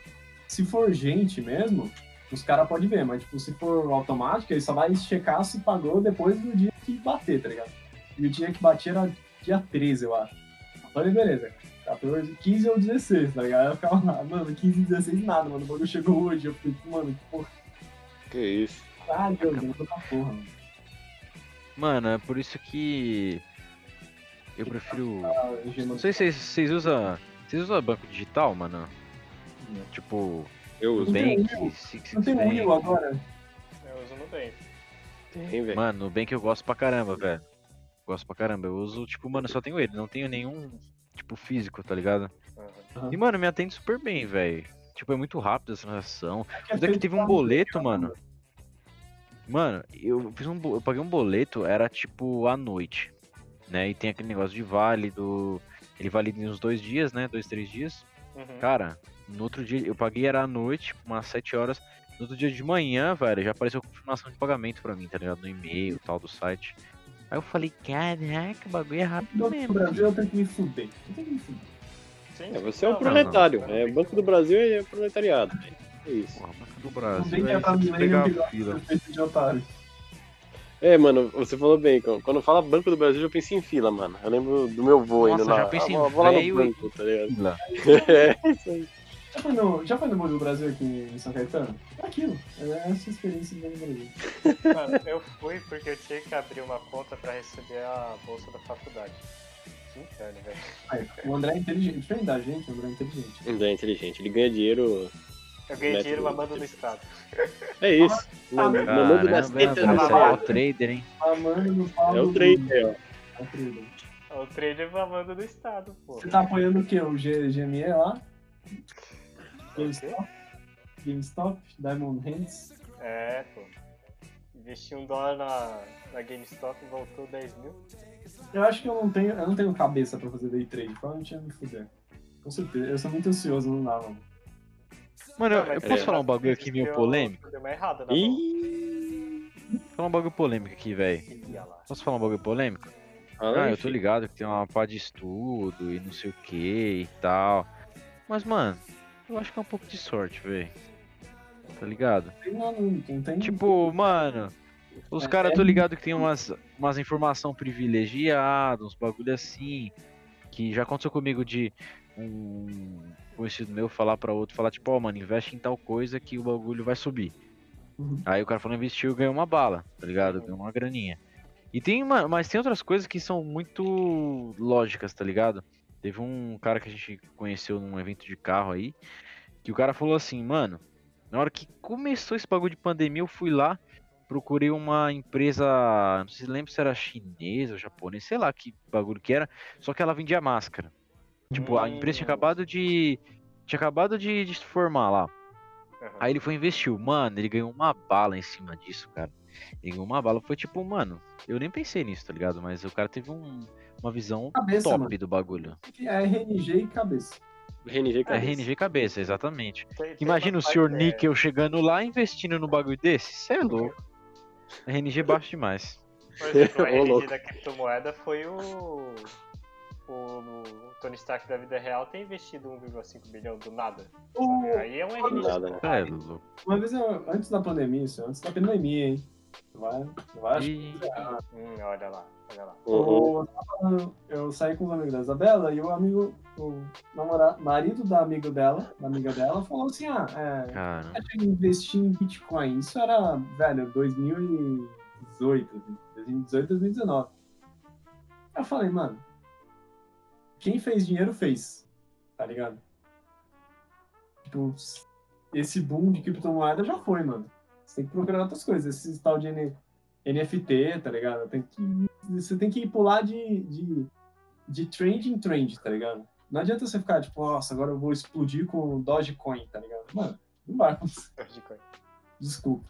[SPEAKER 3] se for gente mesmo, os caras podem ver, mas tipo, se for automático, ele só vai checar se pagou depois do dia que bater, tá ligado? E o dia que batia era dia 13, eu acho. Eu Falei, beleza, 14, 15 ou 16, tá ligado? Aí eu ficava lá, mano, 15, 16 nada, mano, o bagulho chegou hoje. Eu falei, mano, que porra,
[SPEAKER 5] Que isso.
[SPEAKER 3] caralho, eu vou pra porra, mano.
[SPEAKER 6] Mano, é por isso que eu prefiro.
[SPEAKER 3] Ah, eu já
[SPEAKER 6] Não
[SPEAKER 3] mandei-
[SPEAKER 6] sei se vocês- vocês usam. Vocês usam banco digital, mano?
[SPEAKER 3] Não.
[SPEAKER 6] Tipo,
[SPEAKER 5] Eu uso.
[SPEAKER 3] tem
[SPEAKER 6] Nubank,
[SPEAKER 3] Will.
[SPEAKER 6] Six
[SPEAKER 3] Não tem o Will um agora?
[SPEAKER 4] Eu uso no bem.
[SPEAKER 5] Tem, velho.
[SPEAKER 6] Mano, Nubank eu gosto pra caramba, velho. Gosto pra caramba. Eu uso, tipo, mano, eu só tenho ele. Não tenho nenhum, tipo, físico, tá ligado?
[SPEAKER 4] Uhum.
[SPEAKER 3] Aham.
[SPEAKER 6] E, mano, me atende super bem, velho. Tipo, é muito rápido essa transação.
[SPEAKER 3] que é
[SPEAKER 6] Mas é que
[SPEAKER 3] feito
[SPEAKER 6] teve
[SPEAKER 3] pra-
[SPEAKER 6] um boleto, mano. Mano, eu fiz um, bo- eu paguei um boleto, era tipo à noite, né? E tem aquele negócio de válido, ele valida em uns dois dias, né? Dois, três dias.
[SPEAKER 4] Uhum.
[SPEAKER 6] Cara, no outro dia eu paguei era à noite, umas sete horas. No outro dia de manhã, velho, já apareceu confirmação de pagamento pra mim, tá ligado? No e-mail, e tal do site. Aí eu falei, caraca, o bagulho é rápido
[SPEAKER 3] No
[SPEAKER 6] mesmo.
[SPEAKER 3] Brasil eu tenho que me fuder. Eu tenho que me fuder.
[SPEAKER 4] Sim,
[SPEAKER 5] É,
[SPEAKER 4] sim.
[SPEAKER 5] você é um
[SPEAKER 4] Não,
[SPEAKER 5] proletário.
[SPEAKER 4] não, não.
[SPEAKER 5] É, o Banco do Brasil é proletariado. É isso.
[SPEAKER 6] Porra, Banco do
[SPEAKER 3] Não
[SPEAKER 6] Brasil,
[SPEAKER 3] tem
[SPEAKER 6] aí
[SPEAKER 3] que
[SPEAKER 6] você
[SPEAKER 3] abrir
[SPEAKER 6] pegar
[SPEAKER 3] nem
[SPEAKER 6] a fila.
[SPEAKER 3] Eu feito de otário.
[SPEAKER 5] É, mano, você falou bem. Quando quando fala Banco do Brasil, eu penso em fila, mano. Eu lembro do meu vô indo
[SPEAKER 6] Nossa,
[SPEAKER 5] lá.
[SPEAKER 6] já penso em
[SPEAKER 5] ah, vou, vou lá no
[SPEAKER 6] véio e-
[SPEAKER 5] banco, tá ligado?
[SPEAKER 6] Fila.
[SPEAKER 5] É, isso aí.
[SPEAKER 3] Já foi no, já foi no Mundo do Brasil aqui em São Caetano? É aquilo. É essa experiência do Mundo do Brasil.
[SPEAKER 4] Mano, eu fui porque eu tinha que abrir uma conta pra receber a bolsa da faculdade. Que inferno, velho.
[SPEAKER 3] Aí, o André é inteligente. Diferente da gente, o André é inteligente.
[SPEAKER 5] Ele é inteligente. Ele ganha dinheiro.
[SPEAKER 4] Eu ganhei
[SPEAKER 5] Método
[SPEAKER 4] dinheiro mamando do Estado.
[SPEAKER 5] É isso. Man-
[SPEAKER 3] velho.
[SPEAKER 5] Mamando das
[SPEAKER 6] Caramba,
[SPEAKER 5] tetas
[SPEAKER 6] velho,
[SPEAKER 5] do
[SPEAKER 6] você
[SPEAKER 5] Zé.
[SPEAKER 6] é o trader, hein?
[SPEAKER 3] Amando no pau
[SPEAKER 5] É o
[SPEAKER 3] do-
[SPEAKER 5] trader, ó.
[SPEAKER 3] É o trader.
[SPEAKER 4] O trader mamando do Estado, pô.
[SPEAKER 3] Você tá apoiando o quê? O G, GME lá? GameStop? GameStop? Diamond Hands?
[SPEAKER 4] É, pô. Investi um dólar na, na GameStop e voltou 10 mil.
[SPEAKER 3] Eu acho que eu não então tenho, eu não tenho cabeça pra fazer day trade. Provavelmente eu ia me fuder. Com certeza. Eu sou muito ansioso, não dá, mano.
[SPEAKER 6] Mano, eu, eu
[SPEAKER 4] Mas
[SPEAKER 6] posso
[SPEAKER 4] é.
[SPEAKER 6] falar um bagulho aqui meio
[SPEAKER 4] Deu-
[SPEAKER 6] polêmico?
[SPEAKER 4] Deu uma errada na mão.
[SPEAKER 6] Ih! Falar um bagulho polêmico aqui, velho.
[SPEAKER 4] Ia lá.
[SPEAKER 6] Posso falar um bagulho polêmico? Ah, eu tô ligado que tem uma pá de estudo e não sei o que e tal. Mas, mano, eu acho que é um pouco de sorte, velho. Tá ligado?
[SPEAKER 3] Não, não, não tem.
[SPEAKER 6] Tipo, mano, os
[SPEAKER 3] É,
[SPEAKER 6] caras,
[SPEAKER 3] é
[SPEAKER 6] tô ligado que tem umas, umas informação privilegiada, uns bagulho assim. Que já aconteceu comigo de um conhecido meu falar pra outro, falar tipo, ó, mano, investe em tal coisa que o bagulho vai subir.
[SPEAKER 3] Uhum.
[SPEAKER 6] Aí o cara falou, investiu, ganhou uma bala, tá ligado? Ganhou uma graninha. E tem, uma, mas tem outras coisas que são muito lógicas, tá ligado? Teve um cara que a gente conheceu num evento de carro aí, que o cara falou assim, mano, na hora que começou esse bagulho de pandemia, eu fui lá, procurei uma empresa, não sei se lembro se era chinesa ou japonesa, sei lá que bagulho que era, só que ela vendia máscara. Tipo, a empresa tinha
[SPEAKER 4] Hum.
[SPEAKER 6] acabado de. Tinha acabado de, de se formar lá.
[SPEAKER 4] Aham.
[SPEAKER 6] Aí ele foi e investiu. Mano, ele ganhou uma bala em cima disso, cara. Ele ganhou uma bala. Foi tipo, mano, eu nem pensei nisso, tá ligado? Mas o cara teve um- uma visão
[SPEAKER 3] Cabeça,
[SPEAKER 6] top
[SPEAKER 3] mano.
[SPEAKER 6] do bagulho.
[SPEAKER 3] É RNG e cabeça.
[SPEAKER 6] É,
[SPEAKER 5] RNG, cara.
[SPEAKER 6] RNG cabeça, exatamente.
[SPEAKER 4] Tem- tem
[SPEAKER 6] Imagina o
[SPEAKER 4] uma
[SPEAKER 6] senhor
[SPEAKER 4] parte- é.
[SPEAKER 6] Nickel chegando lá e investindo num bagulho desse. Cê é louco. RNG baixo demais.
[SPEAKER 4] Por exemplo,
[SPEAKER 5] Ô,
[SPEAKER 4] a RNG
[SPEAKER 5] louco.
[SPEAKER 4] da criptomoeda foi o... o. o Tony Stark da vida real ter investido 1,5 bilhão do nada.
[SPEAKER 3] O-
[SPEAKER 4] Aí é um RNG.
[SPEAKER 5] nada, né?
[SPEAKER 6] Cê é louco.
[SPEAKER 3] Uma vez, eu, antes da pandemia, isso, antes da pandemia, hein? Vai, vai.
[SPEAKER 6] E...
[SPEAKER 4] Hum, olha lá, olha lá.
[SPEAKER 5] Uhum.
[SPEAKER 3] Eu, tava- eu saí com os amigos da Isabela e o amigo, o namorado, marido da amiga dela, da amiga dela, falou assim: ah, é,
[SPEAKER 6] Cara,
[SPEAKER 3] eu acho que investir em Bitcoin. Isso era, velho, 2018, assim, 2018, 2019. Eu falei, mano, quem fez dinheiro fez, tá ligado? Tipo, esse boom de criptomoeda já foi, mano. Você tem que procurar outras coisas. Esse tal de N- NFT, tá ligado? Tem que, você tem que pular de, de, de trend em trend, tá ligado? Não adianta você ficar tipo, nossa, agora eu vou explodir com Dogecoin, tá ligado? Mano, não vai acontecer. Desculpa.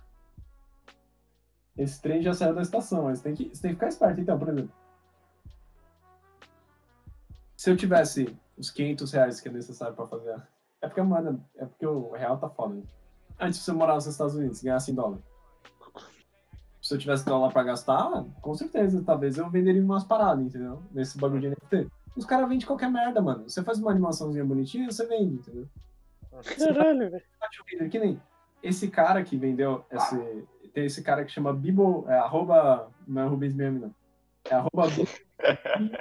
[SPEAKER 3] Esse trem já saiu da estação, mas tem que, você tem que ficar esperto. Então, por exemplo, se eu tivesse os 500 reais que é necessário pra fazer. a- É porque a moeda. É porque o real tá foda. né? Antes de você morar nos Estados Unidos, ganhasse em dólar. Se eu tivesse dólar pra gastar, com certeza, talvez eu venderia umas paradas, entendeu? Nesse bagulho de NFT. Os caras vendem qualquer merda, mano. Você faz uma animaçãozinha bonitinha, você vende, entendeu?
[SPEAKER 5] Caralho, velho.
[SPEAKER 3] Nacho Kaiser, que nem esse cara que vendeu esse. Tem esse cara que chama Bibo. É arroba. Não é Rubens mesmo, não. É arroba. Bi-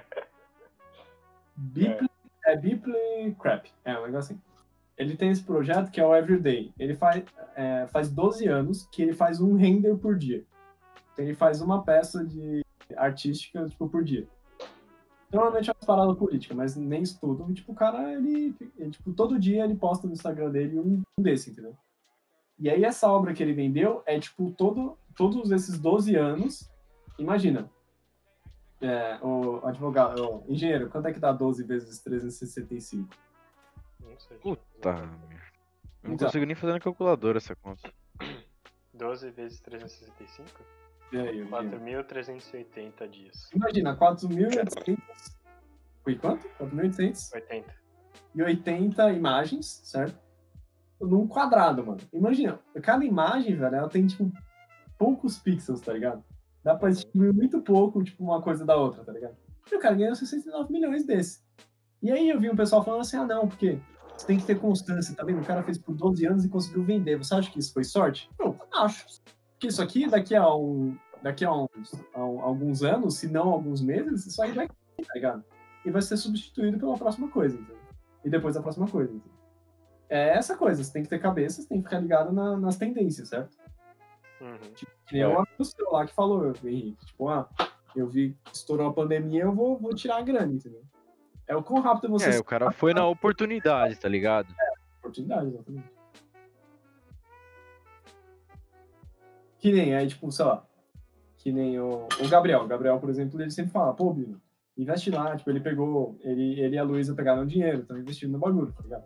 [SPEAKER 3] Biple. É Biple Crap. É um negócio assim. Ele tem esse projeto que é o Everyday. Ele faz, é, faz 12 anos que ele faz um render por dia. Então ele faz uma peça de artística tipo, por dia. Normalmente é uma parada política, mas nem estudo. E, tipo, o cara, ele, ele, tipo, todo dia ele posta no Instagram dele um, um desse, entendeu? E aí essa obra que ele vendeu é, tipo, todo, todos esses 12 anos. Imagina, é, o advogado, o engenheiro, quanto é que dá 12 vezes 365?
[SPEAKER 4] Não sei.
[SPEAKER 6] puta merda. Eu não
[SPEAKER 3] Então.
[SPEAKER 6] consigo nem fazer na calculadora essa conta.
[SPEAKER 4] 12 vezes 365?
[SPEAKER 3] E aí, o engenheiro?
[SPEAKER 4] 4.380 dias.
[SPEAKER 3] Imagina, 4.800... Foi quanto? 4.800?
[SPEAKER 4] 80.
[SPEAKER 3] e 80 imagens, certo? Num quadrado, mano. Imagina, cada imagem, velho, ela tem, tipo, poucos pixels, tá ligado? Dá pra distribuir muito pouco, tipo, uma coisa da outra, tá ligado? E o cara ganhou 69 milhões desse. E aí eu vi um pessoal falando assim, ah, não, porque você tem que ter constância, tá vendo? O cara fez por 12 anos e conseguiu vender. Você acha que isso foi sorte? Eu acho. Porque isso aqui, daqui a um... Daqui a, uns, a um- alguns anos, se não alguns meses, isso aí vai cair, tá ligado? E vai ser substituído pela próxima coisa, entendeu? e depois a próxima coisa. entendeu? É essa coisa, você tem que ter cabeça, você tem que ficar ligado na- nas tendências, certo?
[SPEAKER 4] Uhum.
[SPEAKER 3] Que nem o amigo seu lá que falou, Henrique, tipo, ah, eu vi que estourou a pandemia, eu vou, vou tirar a grana, entendeu? É o quão rápido você
[SPEAKER 6] É, o cara foi na oportunidade, tá ligado?
[SPEAKER 3] oportunidade, exatamente. Que nem aí, tipo, sei lá, que nem o, o Gabriel. O Gabriel, por exemplo, ele sempre fala, pô, Bino, investe lá, tipo, ele pegou, ele, ele e a Luísa pegaram dinheiro, estão investindo no bagulho, tá ligado?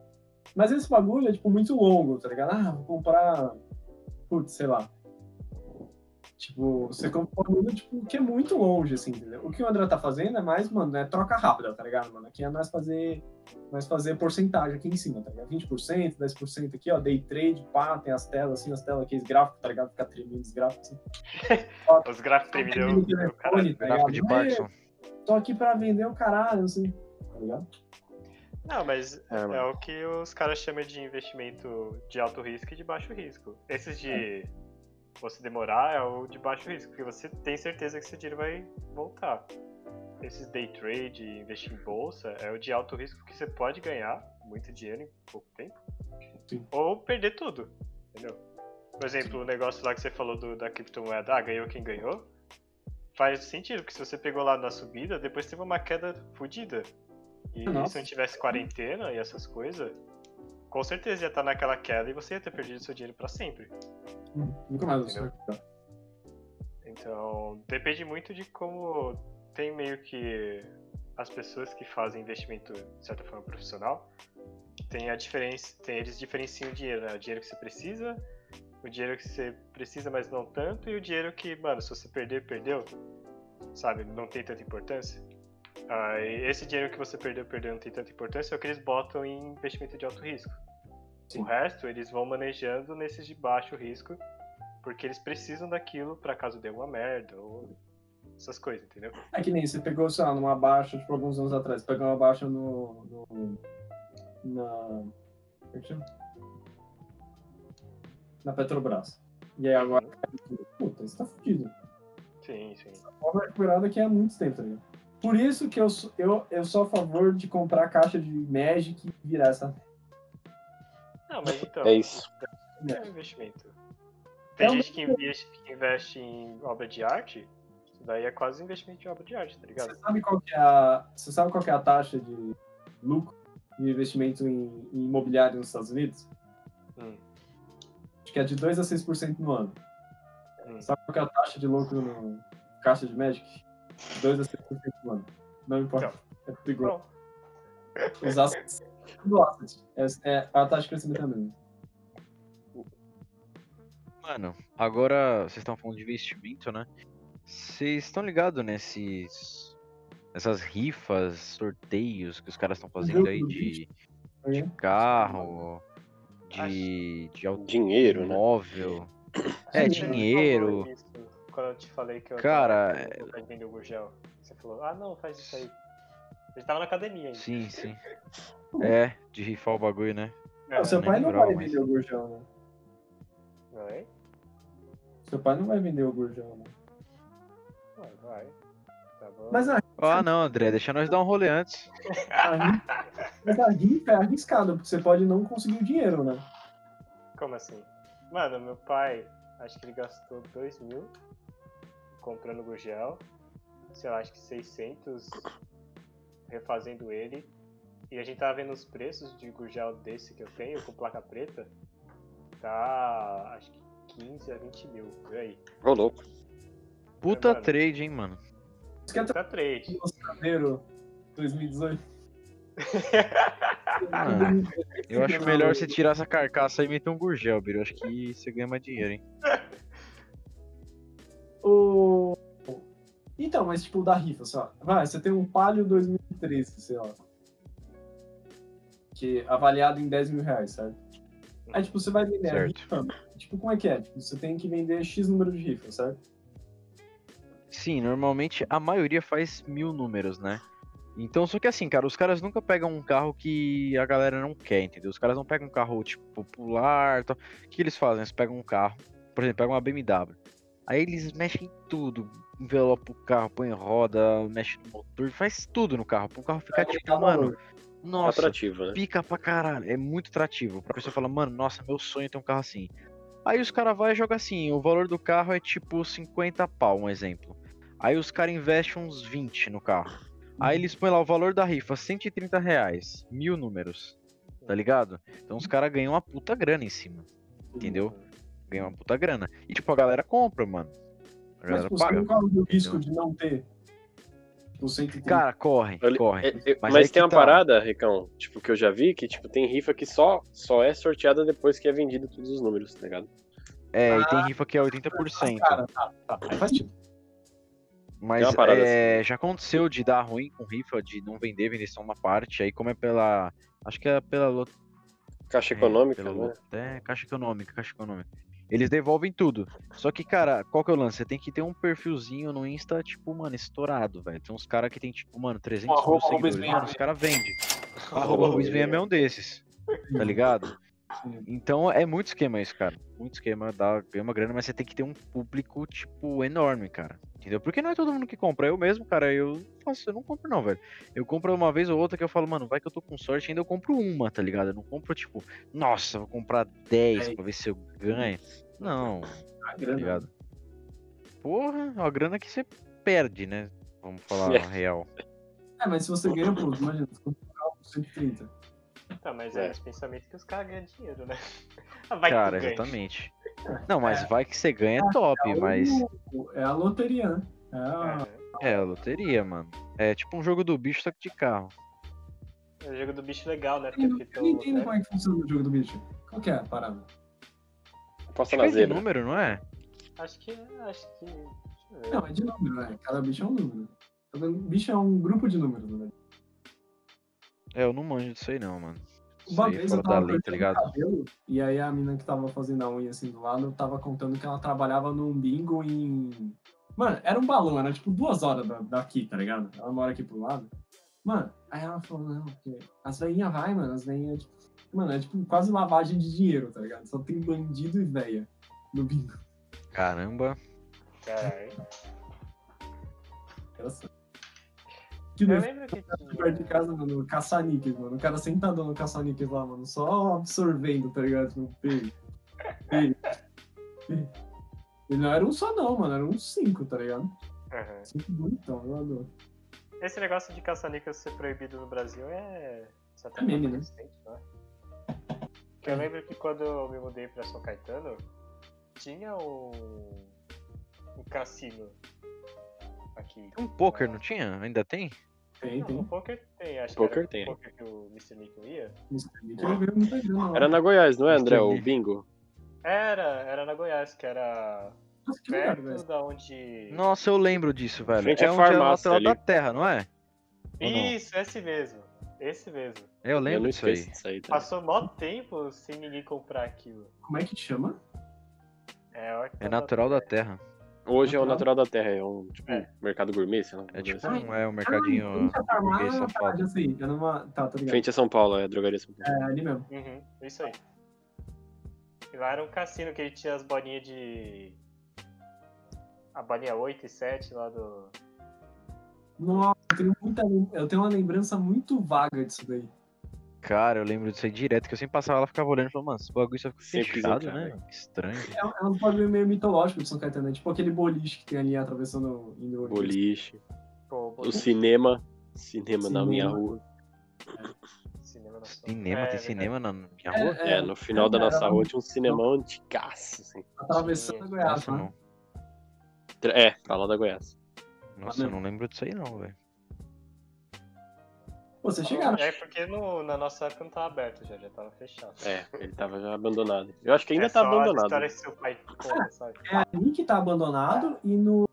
[SPEAKER 3] Mas esse bagulho é, tipo, muito longo, tá ligado? Ah, vou comprar, putz, sei lá, Tipo, você compra um bagulho, tipo, que é muito longe, assim, entendeu? O que o André tá fazendo é mais, mano, é troca rápida, tá ligado, mano? Aqui é nós fazer, nós fazer porcentagem aqui em cima, tá ligado? 20%, 10% aqui, ó, day trade, pá, tem as telas, assim, as telas aqui, esse gráfico, tá ligado? Fica tremendo esse gráfico, assim.
[SPEAKER 4] Os gráficos tremidão.
[SPEAKER 3] Telefone,
[SPEAKER 4] Cara,
[SPEAKER 3] tá
[SPEAKER 6] Gráfico de
[SPEAKER 3] ligado? Mas
[SPEAKER 6] Parkinson.
[SPEAKER 3] Tô aqui pra vender o caralho, assim, tá ligado?
[SPEAKER 4] Não, mas
[SPEAKER 5] É,
[SPEAKER 4] É
[SPEAKER 5] mano.
[SPEAKER 4] o que os caras chamam de investimento de alto risco e de baixo risco. Esses
[SPEAKER 5] É.
[SPEAKER 4] de você demorar é o de baixo risco, porque você tem certeza que esse dinheiro vai voltar. Esses day trade, investir em bolsa, é o de alto risco que você pode ganhar muito dinheiro em pouco tempo.
[SPEAKER 3] Sim.
[SPEAKER 4] Ou perder tudo, entendeu? Por exemplo, o negócio lá que você falou do- da criptomoeda, ah, ganhou quem ganhou. Faz sentido, porque se você pegou lá na subida, depois teve uma queda fodida. E
[SPEAKER 3] Nossa.
[SPEAKER 4] se não tivesse quarentena e essas coisas, com certeza ia estar naquela queda e você ia ter perdido seu dinheiro pra sempre.
[SPEAKER 3] Hum, Nunca mais eu sou.
[SPEAKER 4] Então, depende muito de como tem meio que as pessoas que fazem investimento de certa forma profissional, tem a diferença, tem eles diferenciam o dinheiro, né? O dinheiro que você precisa, o dinheiro que você precisa, mas não tanto, e o dinheiro que, mano, se você perder, perdeu. Sabe, não tem tanta importância. Ah, e esse dinheiro que você perdeu, perdeu, não tem tanta importância, é o que eles botam em investimento de alto risco.
[SPEAKER 3] Sim.
[SPEAKER 4] O resto, eles vão manejando nesses de baixo risco, porque eles precisam daquilo pra caso dê uma merda ou essas coisas, entendeu?
[SPEAKER 3] É que nem você pegou, sei lá, numa baixa, tipo, alguns anos atrás, pegou uma baixa no. no na. como é que chama? Na Petrobras. E aí agora.
[SPEAKER 6] Uhum.
[SPEAKER 3] Puta, isso tá fudido.
[SPEAKER 4] Sim, sim.
[SPEAKER 3] Uma recuperada que é há muito tempo, tá ligado? Por isso que eu, sou- eu, eu sou a favor de comprar caixa de Magic e virar essa.
[SPEAKER 4] Não, mas então.
[SPEAKER 5] É isso.
[SPEAKER 4] É um investimento. Tem
[SPEAKER 3] É um
[SPEAKER 4] gente que investe, que investe em obra de arte, isso daí é quase um investimento em obra de arte, tá
[SPEAKER 3] Você
[SPEAKER 4] ligado?
[SPEAKER 3] sabe qual que é a, você sabe qual que é a taxa de lucro de investimento em, em imobiliário nos Estados Unidos?
[SPEAKER 4] Hum.
[SPEAKER 3] Acho que é de 2 a 6% no ano.
[SPEAKER 4] Hum.
[SPEAKER 3] Sabe qual que é a taxa de lucro no caixa de Magic? 2 a 6% no ano. Não importa.
[SPEAKER 4] Então.
[SPEAKER 3] É tudo igual.
[SPEAKER 4] Bom,
[SPEAKER 3] Os
[SPEAKER 4] é.
[SPEAKER 3] assets. Tudo asset. É, é a taxa de crescimento é a mesma.
[SPEAKER 6] Mano, agora vocês estão falando de investimento, né? Vocês estão ligados nesses. Essas rifas, sorteios que os caras estão fazendo aí de,
[SPEAKER 3] Tá
[SPEAKER 4] É,
[SPEAKER 3] ligado?
[SPEAKER 6] carro, de, de automóvel.
[SPEAKER 5] Dinheiro, né?
[SPEAKER 6] É,
[SPEAKER 4] você me
[SPEAKER 6] dinheiro.
[SPEAKER 4] falou isso Quando eu te falei que eu
[SPEAKER 6] Cara,
[SPEAKER 4] tava vendendo o gel, você falou, ah não, faz isso aí. Ele tava na academia
[SPEAKER 5] né?
[SPEAKER 4] ainda.
[SPEAKER 6] Sim, sim. É, de rifar o bagulho, né?
[SPEAKER 4] É,
[SPEAKER 3] Não, Então, seu
[SPEAKER 6] nem
[SPEAKER 3] pai não
[SPEAKER 6] lembrava,
[SPEAKER 3] vai
[SPEAKER 6] mas-
[SPEAKER 3] vender o gurjão, né?
[SPEAKER 4] não é?
[SPEAKER 3] Seu pai não vai vender o gurjão, né?
[SPEAKER 4] Vai, vai. Tá bom.
[SPEAKER 3] Mas a,
[SPEAKER 6] Ah, não, André, deixa nós dar um rolê antes.
[SPEAKER 3] a, ri- mas a rifa é arriscada, porque você pode não conseguir o dinheiro, né?
[SPEAKER 4] Como assim? Mano, meu pai, acho que ele gastou 2 mil comprando gurgel, sei lá, acho que 600 refazendo ele. E a gente tava vendo os preços de gurgel desse que eu tenho, com placa preta, tá acho que 15 a 20 mil, por aí.
[SPEAKER 5] Ô, louco.
[SPEAKER 6] Puta
[SPEAKER 4] Mano.
[SPEAKER 6] trade, hein, mano.
[SPEAKER 3] Isso que é
[SPEAKER 4] Tá trade.
[SPEAKER 3] janeiro 2018.
[SPEAKER 6] Mano, Ah, eu acho melhor você tirar essa carcaça e meter um gurgel, Biro. Eu Acho que você ganha mais dinheiro, hein?
[SPEAKER 3] O... Então, mas tipo, da rifa, só. Vai, você tem um Palio 2013, sei lá. Que é avaliado em 10 mil reais, sabe? Aí, tipo, você vai vender a
[SPEAKER 6] Certo.
[SPEAKER 3] rifa. Tipo, como é que é? Tipo, você tem que vender X número de rifa, certo?
[SPEAKER 6] Sim, normalmente a maioria faz mil números, né? Então, só que assim, cara, os caras nunca pegam um carro que a galera não quer, entendeu? Os caras não pegam um carro, tipo, popular tal. O que eles fazem? Eles pegam um carro, por exemplo, pegam uma BMW. Aí eles mexem em tudo, envelopa o carro, põe roda, mexe no motor, faz tudo no carro, pro carro ficar, tipo, mano, nossa,
[SPEAKER 5] Atrativo, né?
[SPEAKER 6] pica pra caralho. É muito atrativo. Pra pessoa falar, mano, nossa, meu sonho é ter um carro assim. Aí os caras vai e joga assim, o valor do carro é tipo 50 pau, um exemplo. Aí os caras investem uns 20 no carro. Aí eles põem lá o valor da rifa, 130 reais, mil números. Tá ligado? Então os caras ganham uma puta grana em cima. Entendeu? Ganham uma puta grana. E tipo, a galera compra, mano.
[SPEAKER 3] Mas,
[SPEAKER 6] A galera
[SPEAKER 3] tipo, você
[SPEAKER 6] paga.
[SPEAKER 3] não corre o risco
[SPEAKER 6] entendeu?
[SPEAKER 3] de não ter. Tipo, 130.
[SPEAKER 6] Cara, corre,
[SPEAKER 5] Olha,
[SPEAKER 6] corre.
[SPEAKER 5] é- é-
[SPEAKER 6] Mas
[SPEAKER 5] mas
[SPEAKER 6] é
[SPEAKER 5] tem
[SPEAKER 6] que
[SPEAKER 5] uma
[SPEAKER 6] tá.
[SPEAKER 5] parada, Ricão, tipo, que eu já vi, que tipo, tem rifa que só, só é sorteada depois que é vendido todos os números, tá ligado?
[SPEAKER 6] É, e tem rifa que é 80%.
[SPEAKER 3] Cara, tá, tá. Aí faz sentido.
[SPEAKER 6] Mas
[SPEAKER 5] Tem uma parada
[SPEAKER 6] é, já aconteceu de dar ruim com rifa, de não vender, vender só uma parte. Aí como é pela. Acho que é pela lote-
[SPEAKER 5] Caixa econômica,
[SPEAKER 6] é,
[SPEAKER 5] né?
[SPEAKER 6] pela lote- é, caixa econômica, caixa econômica. Eles devolvem tudo. Só que, cara, qual que é o lance? Você tem que ter um perfilzinho no Insta, tipo, mano, estourado, velho. Tem uns caras que tem, tipo, mano, 300 mil
[SPEAKER 3] arroba Rubens
[SPEAKER 6] seguidores. Mano,
[SPEAKER 3] Vinha.
[SPEAKER 6] os caras vendem.
[SPEAKER 5] Arroba
[SPEAKER 6] Arroba Rubens
[SPEAKER 5] Rubens
[SPEAKER 6] VM é um desses, tá ligado?
[SPEAKER 3] Sim.
[SPEAKER 6] Então é muito esquema isso, cara. Muito um esquema, dá, ganha uma grana, mas você tem que ter um público, tipo, enorme, cara. Entendeu? Porque não é todo mundo que compra. Eu mesmo, cara, eu. Nossa, eu não compro, não, velho. Eu compro uma vez ou outra que eu falo, mano, vai que eu tô com sorte, ainda eu compro uma, tá ligado? Eu não compro, tipo, nossa, vou comprar 10
[SPEAKER 3] Dez.
[SPEAKER 6] pra ver se eu ganho. Não, tá
[SPEAKER 3] A grana.
[SPEAKER 6] ligado? Porra, é uma grana que você perde, né? Vamos falar a real.
[SPEAKER 3] É, mas se você ganha, pô, imagina, você compra um 130.
[SPEAKER 4] Tá, mas
[SPEAKER 5] É.
[SPEAKER 4] é esse pensamento que os caras ganham dinheiro, né? Ah, Vai
[SPEAKER 6] cara,
[SPEAKER 4] que
[SPEAKER 6] então-
[SPEAKER 4] tu ganha.
[SPEAKER 6] exatamente. Não, mas vai que você ganha é top,
[SPEAKER 3] É o-
[SPEAKER 6] mas.
[SPEAKER 3] É a loteria, né? É a...
[SPEAKER 4] É,
[SPEAKER 6] É, loteria, mano. É tipo um jogo do bicho, só que de carro.
[SPEAKER 4] é o jogo do bicho legal, né? Porque
[SPEAKER 3] Eu
[SPEAKER 4] fica
[SPEAKER 3] não
[SPEAKER 4] o-
[SPEAKER 3] entendo como é que funciona o jogo do bicho. Qual que é a parada?
[SPEAKER 5] Passa na
[SPEAKER 6] Faz em
[SPEAKER 5] zebra.
[SPEAKER 6] número, não é?
[SPEAKER 4] Acho que. Acho que. Deixa eu ver.
[SPEAKER 3] Não, é de número, né? Cada bicho é um número. Cada bicho é um grupo de números, né?
[SPEAKER 6] É, eu não manjo disso aí não, mano. Isso
[SPEAKER 3] Uma
[SPEAKER 6] aí é
[SPEAKER 3] vez eu
[SPEAKER 6] fora da
[SPEAKER 3] tava
[SPEAKER 6] lei, tá
[SPEAKER 3] cortando
[SPEAKER 6] ligado?
[SPEAKER 3] cabelo, e aí a mina que tava fazendo a unha assim do lado tava contando que ela trabalhava num bingo em. Mano, era um balão, era tipo duas horas da- daqui, tá ligado? Ela mora aqui pro lado. Mano, aí ela falou, não, porque as veinhas vai, mano, as veinhas. Tipo... Mano, é tipo quase lavagem de dinheiro, tá ligado? Só tem bandido e veia no bingo.
[SPEAKER 6] Caramba.
[SPEAKER 4] é, Caralho.
[SPEAKER 3] Engraçado. Que
[SPEAKER 4] Eu
[SPEAKER 3] no
[SPEAKER 4] lembro que
[SPEAKER 3] perto de
[SPEAKER 4] tinha.
[SPEAKER 3] casa, mano, caça-níqueis, mano. O cara sentado no caça-níqueis lá, mano, só absorvendo, tá ligado? Tipo, pega, pega, pega. E não era um só não, mano, era uns cinco, tá ligado?
[SPEAKER 4] Aham.
[SPEAKER 3] Cinco bonitão, eu adoro.
[SPEAKER 4] Esse negócio de caça-níquel ser proibido no Brasil é. Isso até
[SPEAKER 3] É meme,
[SPEAKER 4] muito
[SPEAKER 3] né? É.
[SPEAKER 4] recente, não é? Porque eu lembro que quando eu me mudei pra São Caetano, tinha um. um cassino. Aqui.
[SPEAKER 6] Um poker, não tinha? Ainda tem?
[SPEAKER 3] Tem,
[SPEAKER 4] Não,
[SPEAKER 3] tem.
[SPEAKER 4] o poker tem, acho
[SPEAKER 5] Poker
[SPEAKER 4] que
[SPEAKER 5] tem.
[SPEAKER 4] era o poker que o Mr. Nick ia.
[SPEAKER 3] Mr. Níquel veio muita grana. lá.
[SPEAKER 5] Era na Goiás, não é,
[SPEAKER 6] Mas
[SPEAKER 5] André?
[SPEAKER 6] tem
[SPEAKER 5] O
[SPEAKER 6] ali.
[SPEAKER 5] bingo.
[SPEAKER 4] Era, era na Goiás, que era
[SPEAKER 3] Nossa, que um lugar,
[SPEAKER 4] perto
[SPEAKER 3] velho.
[SPEAKER 4] da onde.
[SPEAKER 6] Nossa, eu lembro disso, velho.
[SPEAKER 5] Frente
[SPEAKER 6] é
[SPEAKER 5] à
[SPEAKER 6] onde é a
[SPEAKER 5] farmácia
[SPEAKER 6] lateral
[SPEAKER 5] ali.
[SPEAKER 6] da terra, não é? Ou não?
[SPEAKER 4] Isso, esse mesmo. Esse mesmo.
[SPEAKER 6] É, Eu
[SPEAKER 5] Eu
[SPEAKER 6] lembro
[SPEAKER 5] não
[SPEAKER 6] disso aí.
[SPEAKER 5] esqueço disso aí. Tá?
[SPEAKER 4] Passou mó tempo sem ninguém comprar aquilo.
[SPEAKER 3] Como é que chama?
[SPEAKER 4] É, ó,
[SPEAKER 6] É natural da terra.
[SPEAKER 5] Hoje é o
[SPEAKER 3] Natural.
[SPEAKER 5] natural da terra, é um tipo,
[SPEAKER 4] É.
[SPEAKER 5] mercado gourmet, sei lá.
[SPEAKER 6] É tipo,
[SPEAKER 5] assim.
[SPEAKER 6] um, é um
[SPEAKER 3] Ah,
[SPEAKER 6] mercadinho
[SPEAKER 3] deixa eu armar
[SPEAKER 6] burguês
[SPEAKER 3] uma
[SPEAKER 6] safado.
[SPEAKER 3] parada assim, era numa... Tá, tá ligado.
[SPEAKER 5] Frente a São Paulo, é a drogaria São Paulo.
[SPEAKER 3] É ali mesmo.
[SPEAKER 4] Uhum, isso aí. E lá era um cassino que ele tinha as bolinhas de. A bolinha 8 e 7 lá do.
[SPEAKER 3] Nossa, eu tenho muita... lem- Eu tenho uma lembrança muito vaga disso daí.
[SPEAKER 6] Cara, eu lembro disso aí direto, que eu sempre passava lá, ficava olhando e falava, mano, esse bagulho só fica
[SPEAKER 5] Sempre quis
[SPEAKER 6] fechado,
[SPEAKER 5] entrar,
[SPEAKER 6] né? Que estranho.
[SPEAKER 3] É um, é um bagulho meio mitológico de São Caetano, é tipo aquele boliche que tem ali atravessando... Indo
[SPEAKER 5] Boliche.
[SPEAKER 4] Pô,
[SPEAKER 5] O cinema. Cinema na
[SPEAKER 3] Cinema.
[SPEAKER 5] minha rua.
[SPEAKER 4] cinema na sua-
[SPEAKER 6] Cinema,
[SPEAKER 4] É,
[SPEAKER 6] tem
[SPEAKER 4] verdade.
[SPEAKER 6] cinema na minha
[SPEAKER 3] É,
[SPEAKER 6] rua?
[SPEAKER 5] É, no final da nossa
[SPEAKER 3] era
[SPEAKER 5] rua tinha um cinemão antigaço, assim.
[SPEAKER 3] atravessando a Goiás,
[SPEAKER 6] Nossa,
[SPEAKER 3] né?
[SPEAKER 6] não.
[SPEAKER 5] Tra- É, pra lá da Goiás.
[SPEAKER 6] Nossa, eu não lembro disso aí não, velho.
[SPEAKER 3] Pô, vocês chegaram.
[SPEAKER 4] É porque no, na nossa época não tava aberto já, já tava fechado.
[SPEAKER 5] É, ele tava já abandonado. Eu acho que ainda
[SPEAKER 4] é
[SPEAKER 5] tá
[SPEAKER 4] só As
[SPEAKER 5] abandonado.
[SPEAKER 4] histórias que seu pai conta, sabe?
[SPEAKER 3] É ali que tá abandonado e no,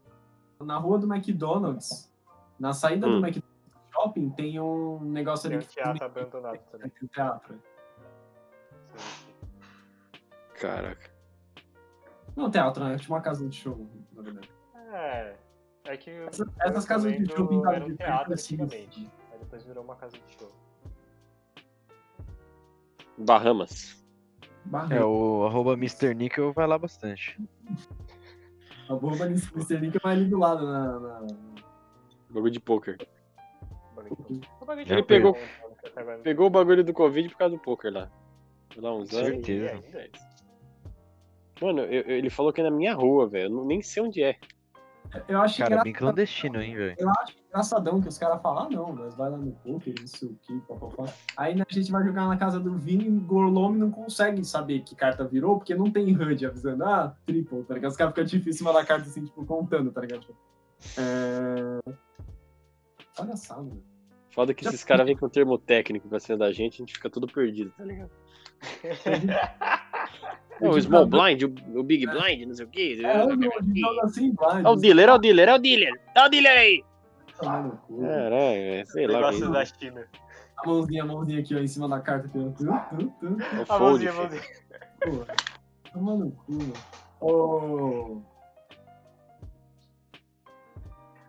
[SPEAKER 3] na rua do McDonald's, na saída
[SPEAKER 5] Hum.
[SPEAKER 3] do McDonald's Shopping, tem um negócio
[SPEAKER 4] Tem
[SPEAKER 3] ali
[SPEAKER 4] um
[SPEAKER 3] que tem um
[SPEAKER 4] teatro abandonado também. assim.
[SPEAKER 3] teatro.
[SPEAKER 5] Caraca.
[SPEAKER 3] Não, teatro, né? Tinha uma casa de show, na verdade.
[SPEAKER 4] É. É que.
[SPEAKER 3] Essa- Essas casas de show pintadas
[SPEAKER 4] Era um
[SPEAKER 3] de
[SPEAKER 4] teatro
[SPEAKER 3] preto, assim.
[SPEAKER 4] antigamente. Aí depois virou uma casa de show.
[SPEAKER 5] Bahamas.
[SPEAKER 6] É,
[SPEAKER 3] Barreiro.
[SPEAKER 6] o arroba Mr. Nickel vai lá bastante.
[SPEAKER 3] A bomba ali, Mr. Nick vai ali do lado, na... na...
[SPEAKER 5] Bagulho de poker.
[SPEAKER 4] um
[SPEAKER 6] Ele
[SPEAKER 4] Ele
[SPEAKER 5] pegou- Pegou o bagulho do Covid por causa do poker lá. Foi lá uns
[SPEAKER 6] Com
[SPEAKER 5] anos.
[SPEAKER 6] certeza.
[SPEAKER 5] Mano, eu- eu- ele falou que é na minha rua, velho. Eu não- nem sei onde é.
[SPEAKER 3] Eu acho
[SPEAKER 6] Cara, bem
[SPEAKER 3] engraçado-
[SPEAKER 6] clandestino, hein, velho.
[SPEAKER 3] Eu acho engraçadão que os caras falam, ah, não, nós vai lá no poker, não sei o que, papapá. Aí né, a gente vai jogar na casa do Vini e Gorlome não consegue saber que carta virou, porque não tem HUD avisando, ah, triple, tá ligado? Os caras ficam tipo em cima da carta, assim, tipo, contando, tá ligado? Tipo, é... Olha só, mano.
[SPEAKER 5] Foda que esses caras vêm com termo técnico pra cima da gente, a gente fica tudo perdido, tá ligado? É o
[SPEAKER 3] que
[SPEAKER 5] Small
[SPEAKER 3] tá
[SPEAKER 5] Blind, o, o Big Blind, não sei o quê.
[SPEAKER 3] É, eu não, assim vai.
[SPEAKER 5] Olha o dealer, olha o dealer, olha o dealer. Olha o dealer aí.
[SPEAKER 3] Tá no cu.
[SPEAKER 5] Caralho, velho, sei lá.
[SPEAKER 4] Negócios
[SPEAKER 5] velho.
[SPEAKER 4] da China.
[SPEAKER 3] A mãozinha, a mãozinha aqui, ó, em cima da carta. Aqui, ó. Tu, tu, tu,
[SPEAKER 5] É o
[SPEAKER 4] A
[SPEAKER 5] fold,
[SPEAKER 4] mãozinha, a
[SPEAKER 5] filho.
[SPEAKER 4] mãozinha.
[SPEAKER 3] Pô, toma no cu, mano. Ô,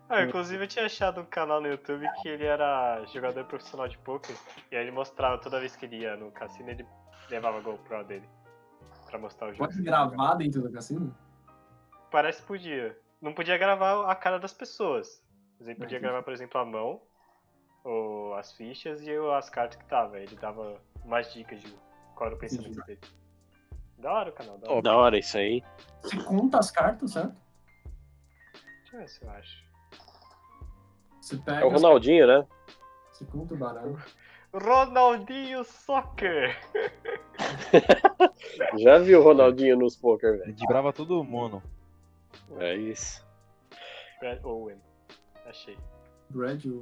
[SPEAKER 4] Ah, inclusive eu tinha achado um canal no YouTube que ele era jogador profissional de poker e aí ele mostrava toda vez que ele ia no cassino, ele levava a GoPro dele pra mostrar o jogo.
[SPEAKER 3] pode gravar dentro do cassino?
[SPEAKER 4] Parece que podia. Não podia gravar a cara das pessoas. Mas ele podia
[SPEAKER 3] Entendi.
[SPEAKER 4] gravar, por exemplo, a mão, ou as fichas e o- as cartas que tava. Ele dava umas dicas de qual era o pensamento dele. Da hora o canal, da hora.
[SPEAKER 5] Da hora isso aí.
[SPEAKER 3] Você conta as cartas, certo?
[SPEAKER 4] Deixa eu ver se eu acho.
[SPEAKER 3] Você
[SPEAKER 5] É
[SPEAKER 3] pega,
[SPEAKER 5] o Ronaldinho, né?
[SPEAKER 3] você conta o baralho.
[SPEAKER 4] Ronaldinho Soccer!
[SPEAKER 5] Já viu o Ronaldinho nos poker, velho?
[SPEAKER 6] Ele brava todo mono.
[SPEAKER 5] É isso.
[SPEAKER 4] Brad Owen. Achei.
[SPEAKER 3] Brad, o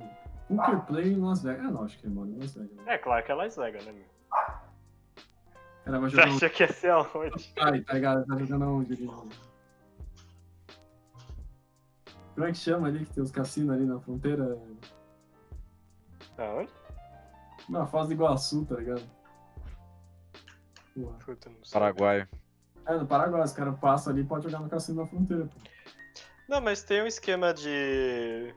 [SPEAKER 3] Poker Player em Las Vegas. Ah, não, acho que ele mora em Las Vegas.
[SPEAKER 4] É claro que é Las Vegas, né, meu?
[SPEAKER 3] O cara vai
[SPEAKER 4] Você
[SPEAKER 3] jogar um
[SPEAKER 4] acha que ia ser aonde?
[SPEAKER 3] Ai, tá ligado? Tá jogando onde? ali? Como é que chama ali que tem os cassinos ali na fronteira?
[SPEAKER 4] Aonde?
[SPEAKER 3] Na Foz do Iguaçu, tá ligado? Porra.
[SPEAKER 4] Puta, não sei.
[SPEAKER 6] Paraguai.
[SPEAKER 3] É, no Paraguai, os caras passam ali e podem jogar no cassino na fronteira. pô.
[SPEAKER 4] Não, mas tem um esquema de.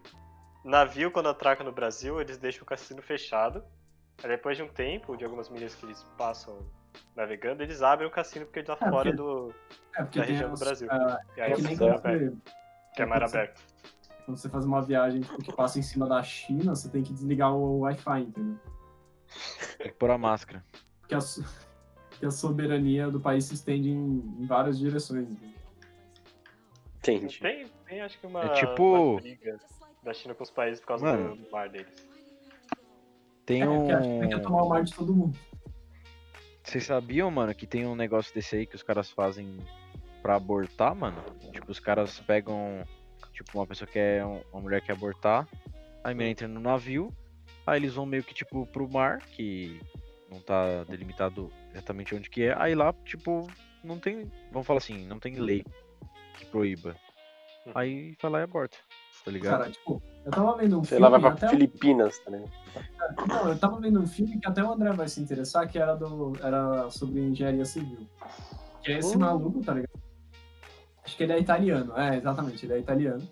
[SPEAKER 4] Navio, quando atraca no Brasil, eles deixam o cassino fechado. Aí depois de um tempo, de algumas milhas que eles passam navegando, eles abrem o cassino porque ele tá
[SPEAKER 3] É,
[SPEAKER 4] fora
[SPEAKER 3] porque-
[SPEAKER 4] do.
[SPEAKER 3] É, porque
[SPEAKER 4] Da
[SPEAKER 3] tem
[SPEAKER 4] região do
[SPEAKER 3] as-
[SPEAKER 4] Brasil.
[SPEAKER 3] ah,
[SPEAKER 4] E
[SPEAKER 3] é
[SPEAKER 4] aí
[SPEAKER 3] que nem
[SPEAKER 4] fica
[SPEAKER 3] quando
[SPEAKER 4] aberto,
[SPEAKER 3] você,
[SPEAKER 4] que é mar aberto.
[SPEAKER 3] quando você faz uma viagem tipo, que passa em cima da China, você tem que desligar o Wi-Fi, entendeu?
[SPEAKER 6] Tem que pôr a máscara.
[SPEAKER 3] Porque a, so- porque a soberania do país se estende em, em várias direções. entendeu?
[SPEAKER 5] Entendi.
[SPEAKER 4] Tem, tem acho que uma,
[SPEAKER 6] É tipo-
[SPEAKER 4] uma briga da China com os países por causa
[SPEAKER 6] Mano.
[SPEAKER 4] do mar deles.
[SPEAKER 6] Tem
[SPEAKER 3] É,
[SPEAKER 6] um.
[SPEAKER 3] porque acho que tem que tomar o mar de todo mundo.
[SPEAKER 6] Vocês sabiam, mano, que tem um negócio desse aí que os caras fazem pra abortar, mano? Tipo, os caras pegam. Tipo, uma pessoa que é um- uma mulher que quer abortar, a menina entra no navio, aí eles vão meio que, tipo, pro mar, que não tá delimitado exatamente onde que é, aí lá, tipo, não tem. Vamos falar assim, não tem lei que proíba. Aí vai lá e aborta, tá ligado?
[SPEAKER 3] Cara, tipo, eu tava vendo um
[SPEAKER 5] Sei
[SPEAKER 3] filme.
[SPEAKER 5] lá, vai pra
[SPEAKER 3] até-
[SPEAKER 5] Filipinas, tá ligado?
[SPEAKER 3] Não, eu tava vendo um filme que até o André vai se interessar, que era, do, era sobre engenharia civil. Que é esse maluco, tá ligado? Acho que ele é italiano, é, exatamente, ele é italiano.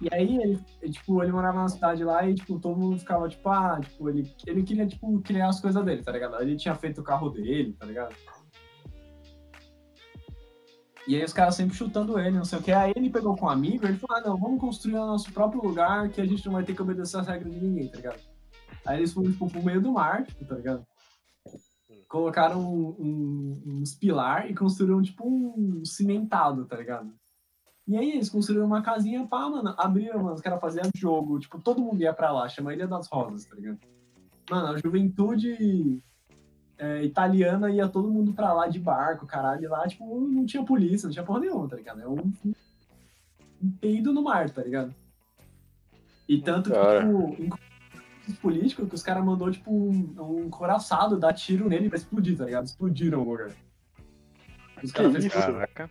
[SPEAKER 3] E aí, ele, ele, tipo, ele morava na cidade lá e, tipo, todo mundo ficava, tipo, ah, tipo, ele, ele queria, tipo, criar as coisas dele, tá ligado? Ele tinha feito o carro dele, tá ligado? E aí os caras sempre chutando ele, não sei o que. Aí ele pegou com um amigo, ele falou, ah, não, vamos construir o nosso próprio lugar que a gente não vai ter que obedecer as regras de ninguém, tá ligado? Aí eles foram, tipo, pro meio do mar, tipo, tá ligado? Colocaram um- um- uns pilar e construíram, tipo, um cimentado, tá ligado? E aí eles construíram uma casinha, pá, mano, abriram, mano, os caras faziam jogo, tipo, todo mundo ia pra lá, chama Ilha das Rosas, tá ligado? Mano, a juventude é, italiana ia todo mundo pra lá de barco, caralho, e lá, tipo, não tinha polícia, não tinha porra nenhuma, tá ligado? É um, um peido no mar, tá ligado? E tanto que,
[SPEAKER 5] Cara.
[SPEAKER 3] tipo, em conflitos políticos que os caras mandou, tipo, um, um coraçado dar tiro nele pra explodir, tá ligado? Explodiram o lugar. Os caras fez-
[SPEAKER 6] Caraca.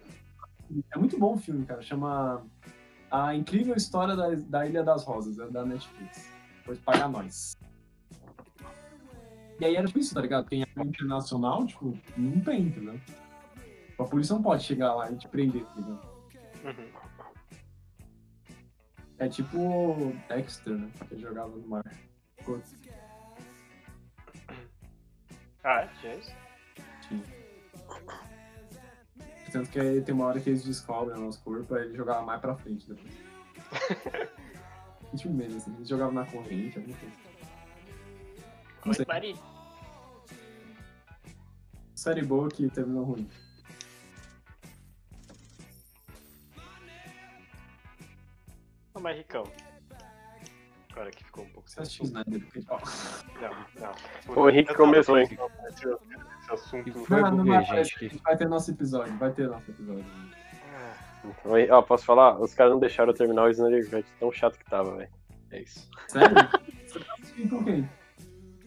[SPEAKER 3] é muito bom o filme, cara. Chama A Incrível História da, da Ilha das Rosas, é da Netflix. Depois paga nós. E aí era tipo isso, tá ligado? Quem é internacional, tipo, não tem, entendeu? A polícia não pode chegar lá e te prender, tá ligado?
[SPEAKER 4] Uhum.
[SPEAKER 3] É tipo Dexter, né? Que jogava no mar. Pô,
[SPEAKER 4] Ah, tinha isso?
[SPEAKER 3] Tanto que aí tem uma hora que eles descobrem o nosso corpo, aí ele jogava mais pra frente depois. tipo mesmo, assim, eles jogavam na corrente, alguma coisa. Não sei.
[SPEAKER 4] Mari.
[SPEAKER 3] Série boa que terminou ruim.
[SPEAKER 4] Ô, mas Ricão. Agora que ficou um pouco
[SPEAKER 3] Você
[SPEAKER 4] sem
[SPEAKER 3] assistiu Snyder Cut? Ó.
[SPEAKER 4] Não, não.
[SPEAKER 5] O Henrique começou, hein?
[SPEAKER 4] Esse, esse assunto.
[SPEAKER 6] E foi
[SPEAKER 3] Não, não
[SPEAKER 6] porque,
[SPEAKER 3] vai
[SPEAKER 6] gente,
[SPEAKER 3] aparecer,
[SPEAKER 6] que-
[SPEAKER 3] Vai ter nosso episódio, vai ter nosso episódio.
[SPEAKER 5] Oi, Ó, posso falar? Os caras não deixaram eu terminar o Snyder Cut, tão chato que tava, velho. É isso.
[SPEAKER 3] Sério? Você tá assistindo com quem?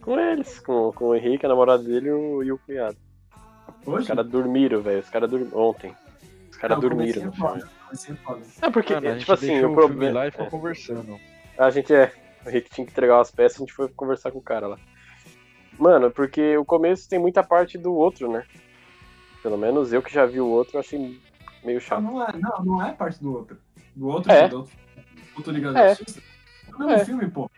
[SPEAKER 5] Com eles, com, com o Henrique, a namorada dele e o, e o cunhado. Os
[SPEAKER 3] Hoje?
[SPEAKER 5] caras dormiram, velho. Os caras dormiram ontem. Os caras
[SPEAKER 3] Não, é
[SPEAKER 5] dormiram no
[SPEAKER 3] comecei
[SPEAKER 5] filme.
[SPEAKER 3] foda, comecei foda.
[SPEAKER 5] É porque,
[SPEAKER 6] Mano, Ah, a gente
[SPEAKER 5] tipo assim,
[SPEAKER 6] deixou
[SPEAKER 5] o
[SPEAKER 6] filme
[SPEAKER 5] problema.
[SPEAKER 6] lá e ficou conversando.
[SPEAKER 5] A gente é. O Rick tinha que entregar umas peças, a gente foi conversar com o cara lá. Mano, porque o começo tem muita parte do outro, né? Pelo menos eu que já vi o outro, eu achei
[SPEAKER 3] Não,
[SPEAKER 5] meio chato.
[SPEAKER 3] não é, não, não é parte do outro. Do outro,
[SPEAKER 5] É.
[SPEAKER 3] do outro. Outro ligado
[SPEAKER 5] É.
[SPEAKER 3] é. o mesmo
[SPEAKER 5] É.
[SPEAKER 3] filme, pô.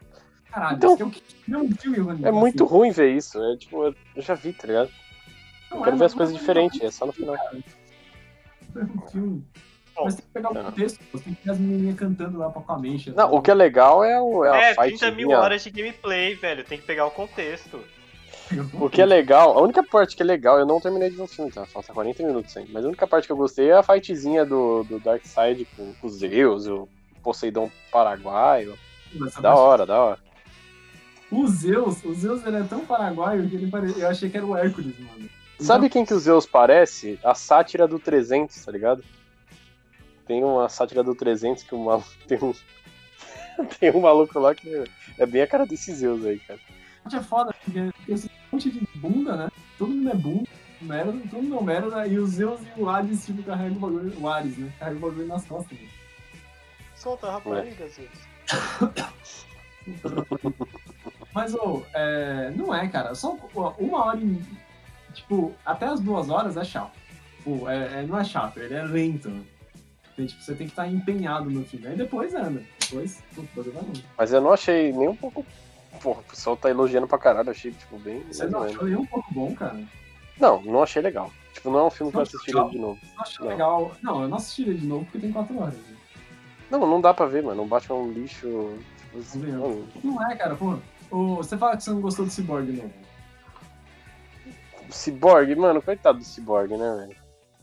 [SPEAKER 3] Caralho,
[SPEAKER 5] Então-
[SPEAKER 3] então, tem um que- não é um filme, mano.
[SPEAKER 5] É muito ruim ver isso. É tipo, eu eu já vi, tá ligado? Eu
[SPEAKER 3] Não,
[SPEAKER 5] quero
[SPEAKER 3] é,
[SPEAKER 5] ver as
[SPEAKER 3] não,
[SPEAKER 5] coisas
[SPEAKER 3] não,
[SPEAKER 5] diferentes, é só no final.
[SPEAKER 3] não, É um filme.
[SPEAKER 4] Bom,
[SPEAKER 3] Mas tem que pegar o
[SPEAKER 5] não.
[SPEAKER 3] contexto, pô. tem que ter as menininhas cantando lá pra assim. com a mencha.
[SPEAKER 5] é. Não, o que é legal é, o, é a
[SPEAKER 4] É,
[SPEAKER 5] fight.
[SPEAKER 4] 30 mil horas de gameplay, velho. Tem que pegar o contexto.
[SPEAKER 3] um
[SPEAKER 5] O que é legal, a única parte que é legal, eu não terminei de ver o filme, tá? Falta 40 minutos ainda. Mas a única parte que eu gostei é a fightzinha do, do Darkseid com, com os Zeus, o Poseidon Paraguaio.
[SPEAKER 3] Essa
[SPEAKER 5] Da
[SPEAKER 3] parte-
[SPEAKER 5] hora, da hora.
[SPEAKER 3] O Zeus, o Zeus ele é tão paraguaio que ele pare... eu achei que era o Hércules, mano.
[SPEAKER 5] Sabe quem que o Zeus parece? A sátira do 300, tá ligado? Tem uma sátira do 300 que o maluco tem um. tem um maluco lá que é bem a cara desse Zeus aí, cara.
[SPEAKER 3] Então, é foda, porque porque esse monte de bunda, né? Todo mundo é bunda, merda, todo mundo é um merda, e o Zeus e o Hades, tipo, carregam o bagulho, o Hades, né? Carrega o bagulho nas costas. né?
[SPEAKER 4] Solta a rapariga, Zeus.
[SPEAKER 3] Mas, ô, é, não é, cara. Só ó, uma hora e. Tipo, até as duas horas é chato. Tipo, é, é- não é chato, ele é lento. Tem, tipo, você tem que estar empenhado no filme. Aí depois anda. Depois, putz, depois vai longe.
[SPEAKER 5] Mas eu não achei nem um pouco. Porra, o pessoal tá elogiando pra caralho, achei, tipo, bem.
[SPEAKER 3] Você não achou nem um pouco bom, cara.
[SPEAKER 5] Não, não achei legal. Tipo, não é um filme que eu
[SPEAKER 3] Não,
[SPEAKER 5] assistiria
[SPEAKER 3] não.
[SPEAKER 5] de novo.
[SPEAKER 3] Não achou
[SPEAKER 5] Não.
[SPEAKER 3] legal. Não, eu não assistiria de novo porque tem quatro horas. né?
[SPEAKER 5] Não, não dá pra ver, mano. O Batman é um lixo. Tipo,
[SPEAKER 3] Não ganhou.
[SPEAKER 5] mano,
[SPEAKER 3] Não é, cara, pô. Ô, você fala que você não gostou do Cyborg, né? não.
[SPEAKER 5] o Cyborg, um mano, coitado do Cyborg, né, velho?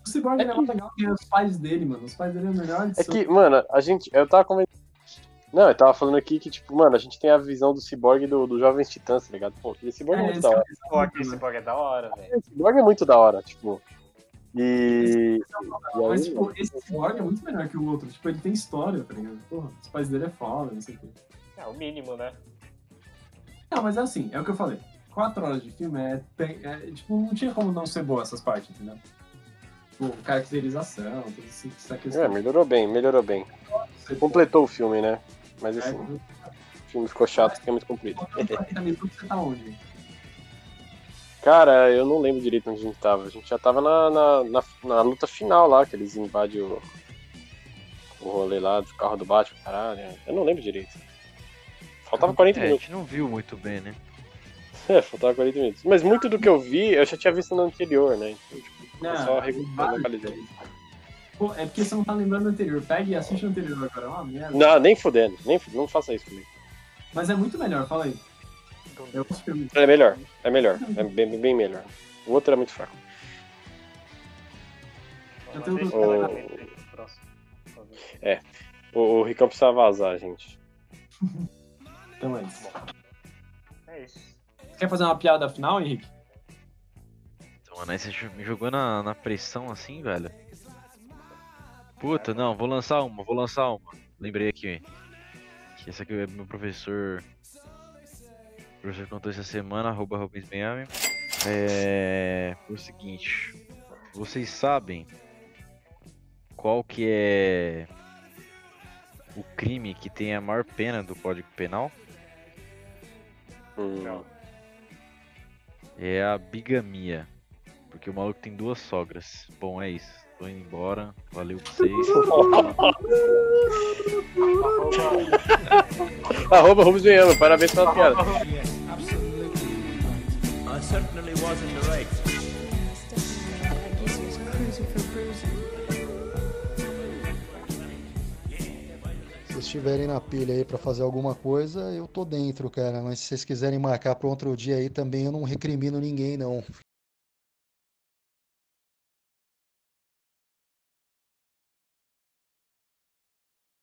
[SPEAKER 3] O Cyborg
[SPEAKER 5] É
[SPEAKER 3] ele é
[SPEAKER 5] que-
[SPEAKER 3] mais legal que os pais dele, mano. Os pais dele é o melhor
[SPEAKER 5] É que, mano, a gente. Eu tava comentando. Não, eu tava falando aqui que, tipo, mano, a gente tem a visão do Cyborg do, do Jovens Titãs, tá ligado? Pô, aquele Cyborg é, muito da hora.
[SPEAKER 4] Pô, aqui esse bug é da hora, velho.
[SPEAKER 5] O Cyborg é muito da hora, tipo. E. e aí,
[SPEAKER 3] Mas, tipo,
[SPEAKER 5] mano,
[SPEAKER 3] esse Cyborg é muito melhor que o outro. Tipo, ele tem história, tá ligado? Porra, os pais dele é foda, não sei o quê.
[SPEAKER 4] É o mínimo, né?
[SPEAKER 3] Não, mas é assim, é o que eu falei. Quatro horas de filme é, tem- é, Tipo, não tinha como não ser boa essas partes, entendeu? Tipo, caracterização, tudo isso, essa questão.
[SPEAKER 5] é, melhorou bem, melhorou bem.
[SPEAKER 3] Você-
[SPEAKER 5] Completou o filme, né? Mas assim,
[SPEAKER 3] É,
[SPEAKER 5] o filme ficou chato porque é muito comprido.
[SPEAKER 3] Voltando pra 30 minutos, você tá onde?
[SPEAKER 5] Cara, eu não lembro direito onde a gente tava. A gente já tava na, na, na, na luta final lá, que eles invadem o, o rolê lá do carro do Batman, caralho. Eu não lembro direito. Faltava 40
[SPEAKER 6] é,
[SPEAKER 5] minutos.
[SPEAKER 6] A gente não viu muito bem, né?
[SPEAKER 5] É, faltava 40 minutos. Mas muito do que eu vi, eu já tinha visto no anterior, né? Então, tipo, eu só re- localizei.
[SPEAKER 3] Pô, é porque você não tá lembrando do anterior. Pega e assiste o anterior agora, é uma merda.
[SPEAKER 5] Não, nem fudendo. Nem fudendo, não faça isso comigo.
[SPEAKER 3] Mas é muito melhor, fala aí. Eu acho que eu-
[SPEAKER 5] É melhor, é melhor. É bem, bem- bem melhor. O outro era muito fraco.
[SPEAKER 3] Eu
[SPEAKER 4] Mas
[SPEAKER 3] tenho
[SPEAKER 4] Então, deixa
[SPEAKER 5] dúvida.
[SPEAKER 4] ela comentar aí no próximo.
[SPEAKER 5] O, o Ricão precisava vazar, gente.
[SPEAKER 3] Então é isso.
[SPEAKER 4] É isso.
[SPEAKER 3] Quer fazer uma piada final, Henrique?
[SPEAKER 6] Então, mano, aí você jo- me jogou na, na pressão assim, velho. Puta, não, vou lançar uma, vou lançar uma. Lembrei aqui, que essa aqui é meu professor. O professor contou essa semana, arroba Rubens Miami. É. Foi o seguinte. Vocês sabem qual que é o crime que tem a maior pena do Código Penal?
[SPEAKER 5] Hum,
[SPEAKER 4] Não.
[SPEAKER 6] É a bigamia. Porque o maluco tem duas sogras. Bom, é isso. Tô indo embora. Valeu pra vocês.
[SPEAKER 5] Arroba Rubens Viano, parabéns pela piada.
[SPEAKER 1] Se vocês estiverem na pilha aí pra fazer alguma coisa, eu tô dentro, cara. Mas se vocês quiserem marcar pra outro dia aí também, eu não recrimino ninguém, não.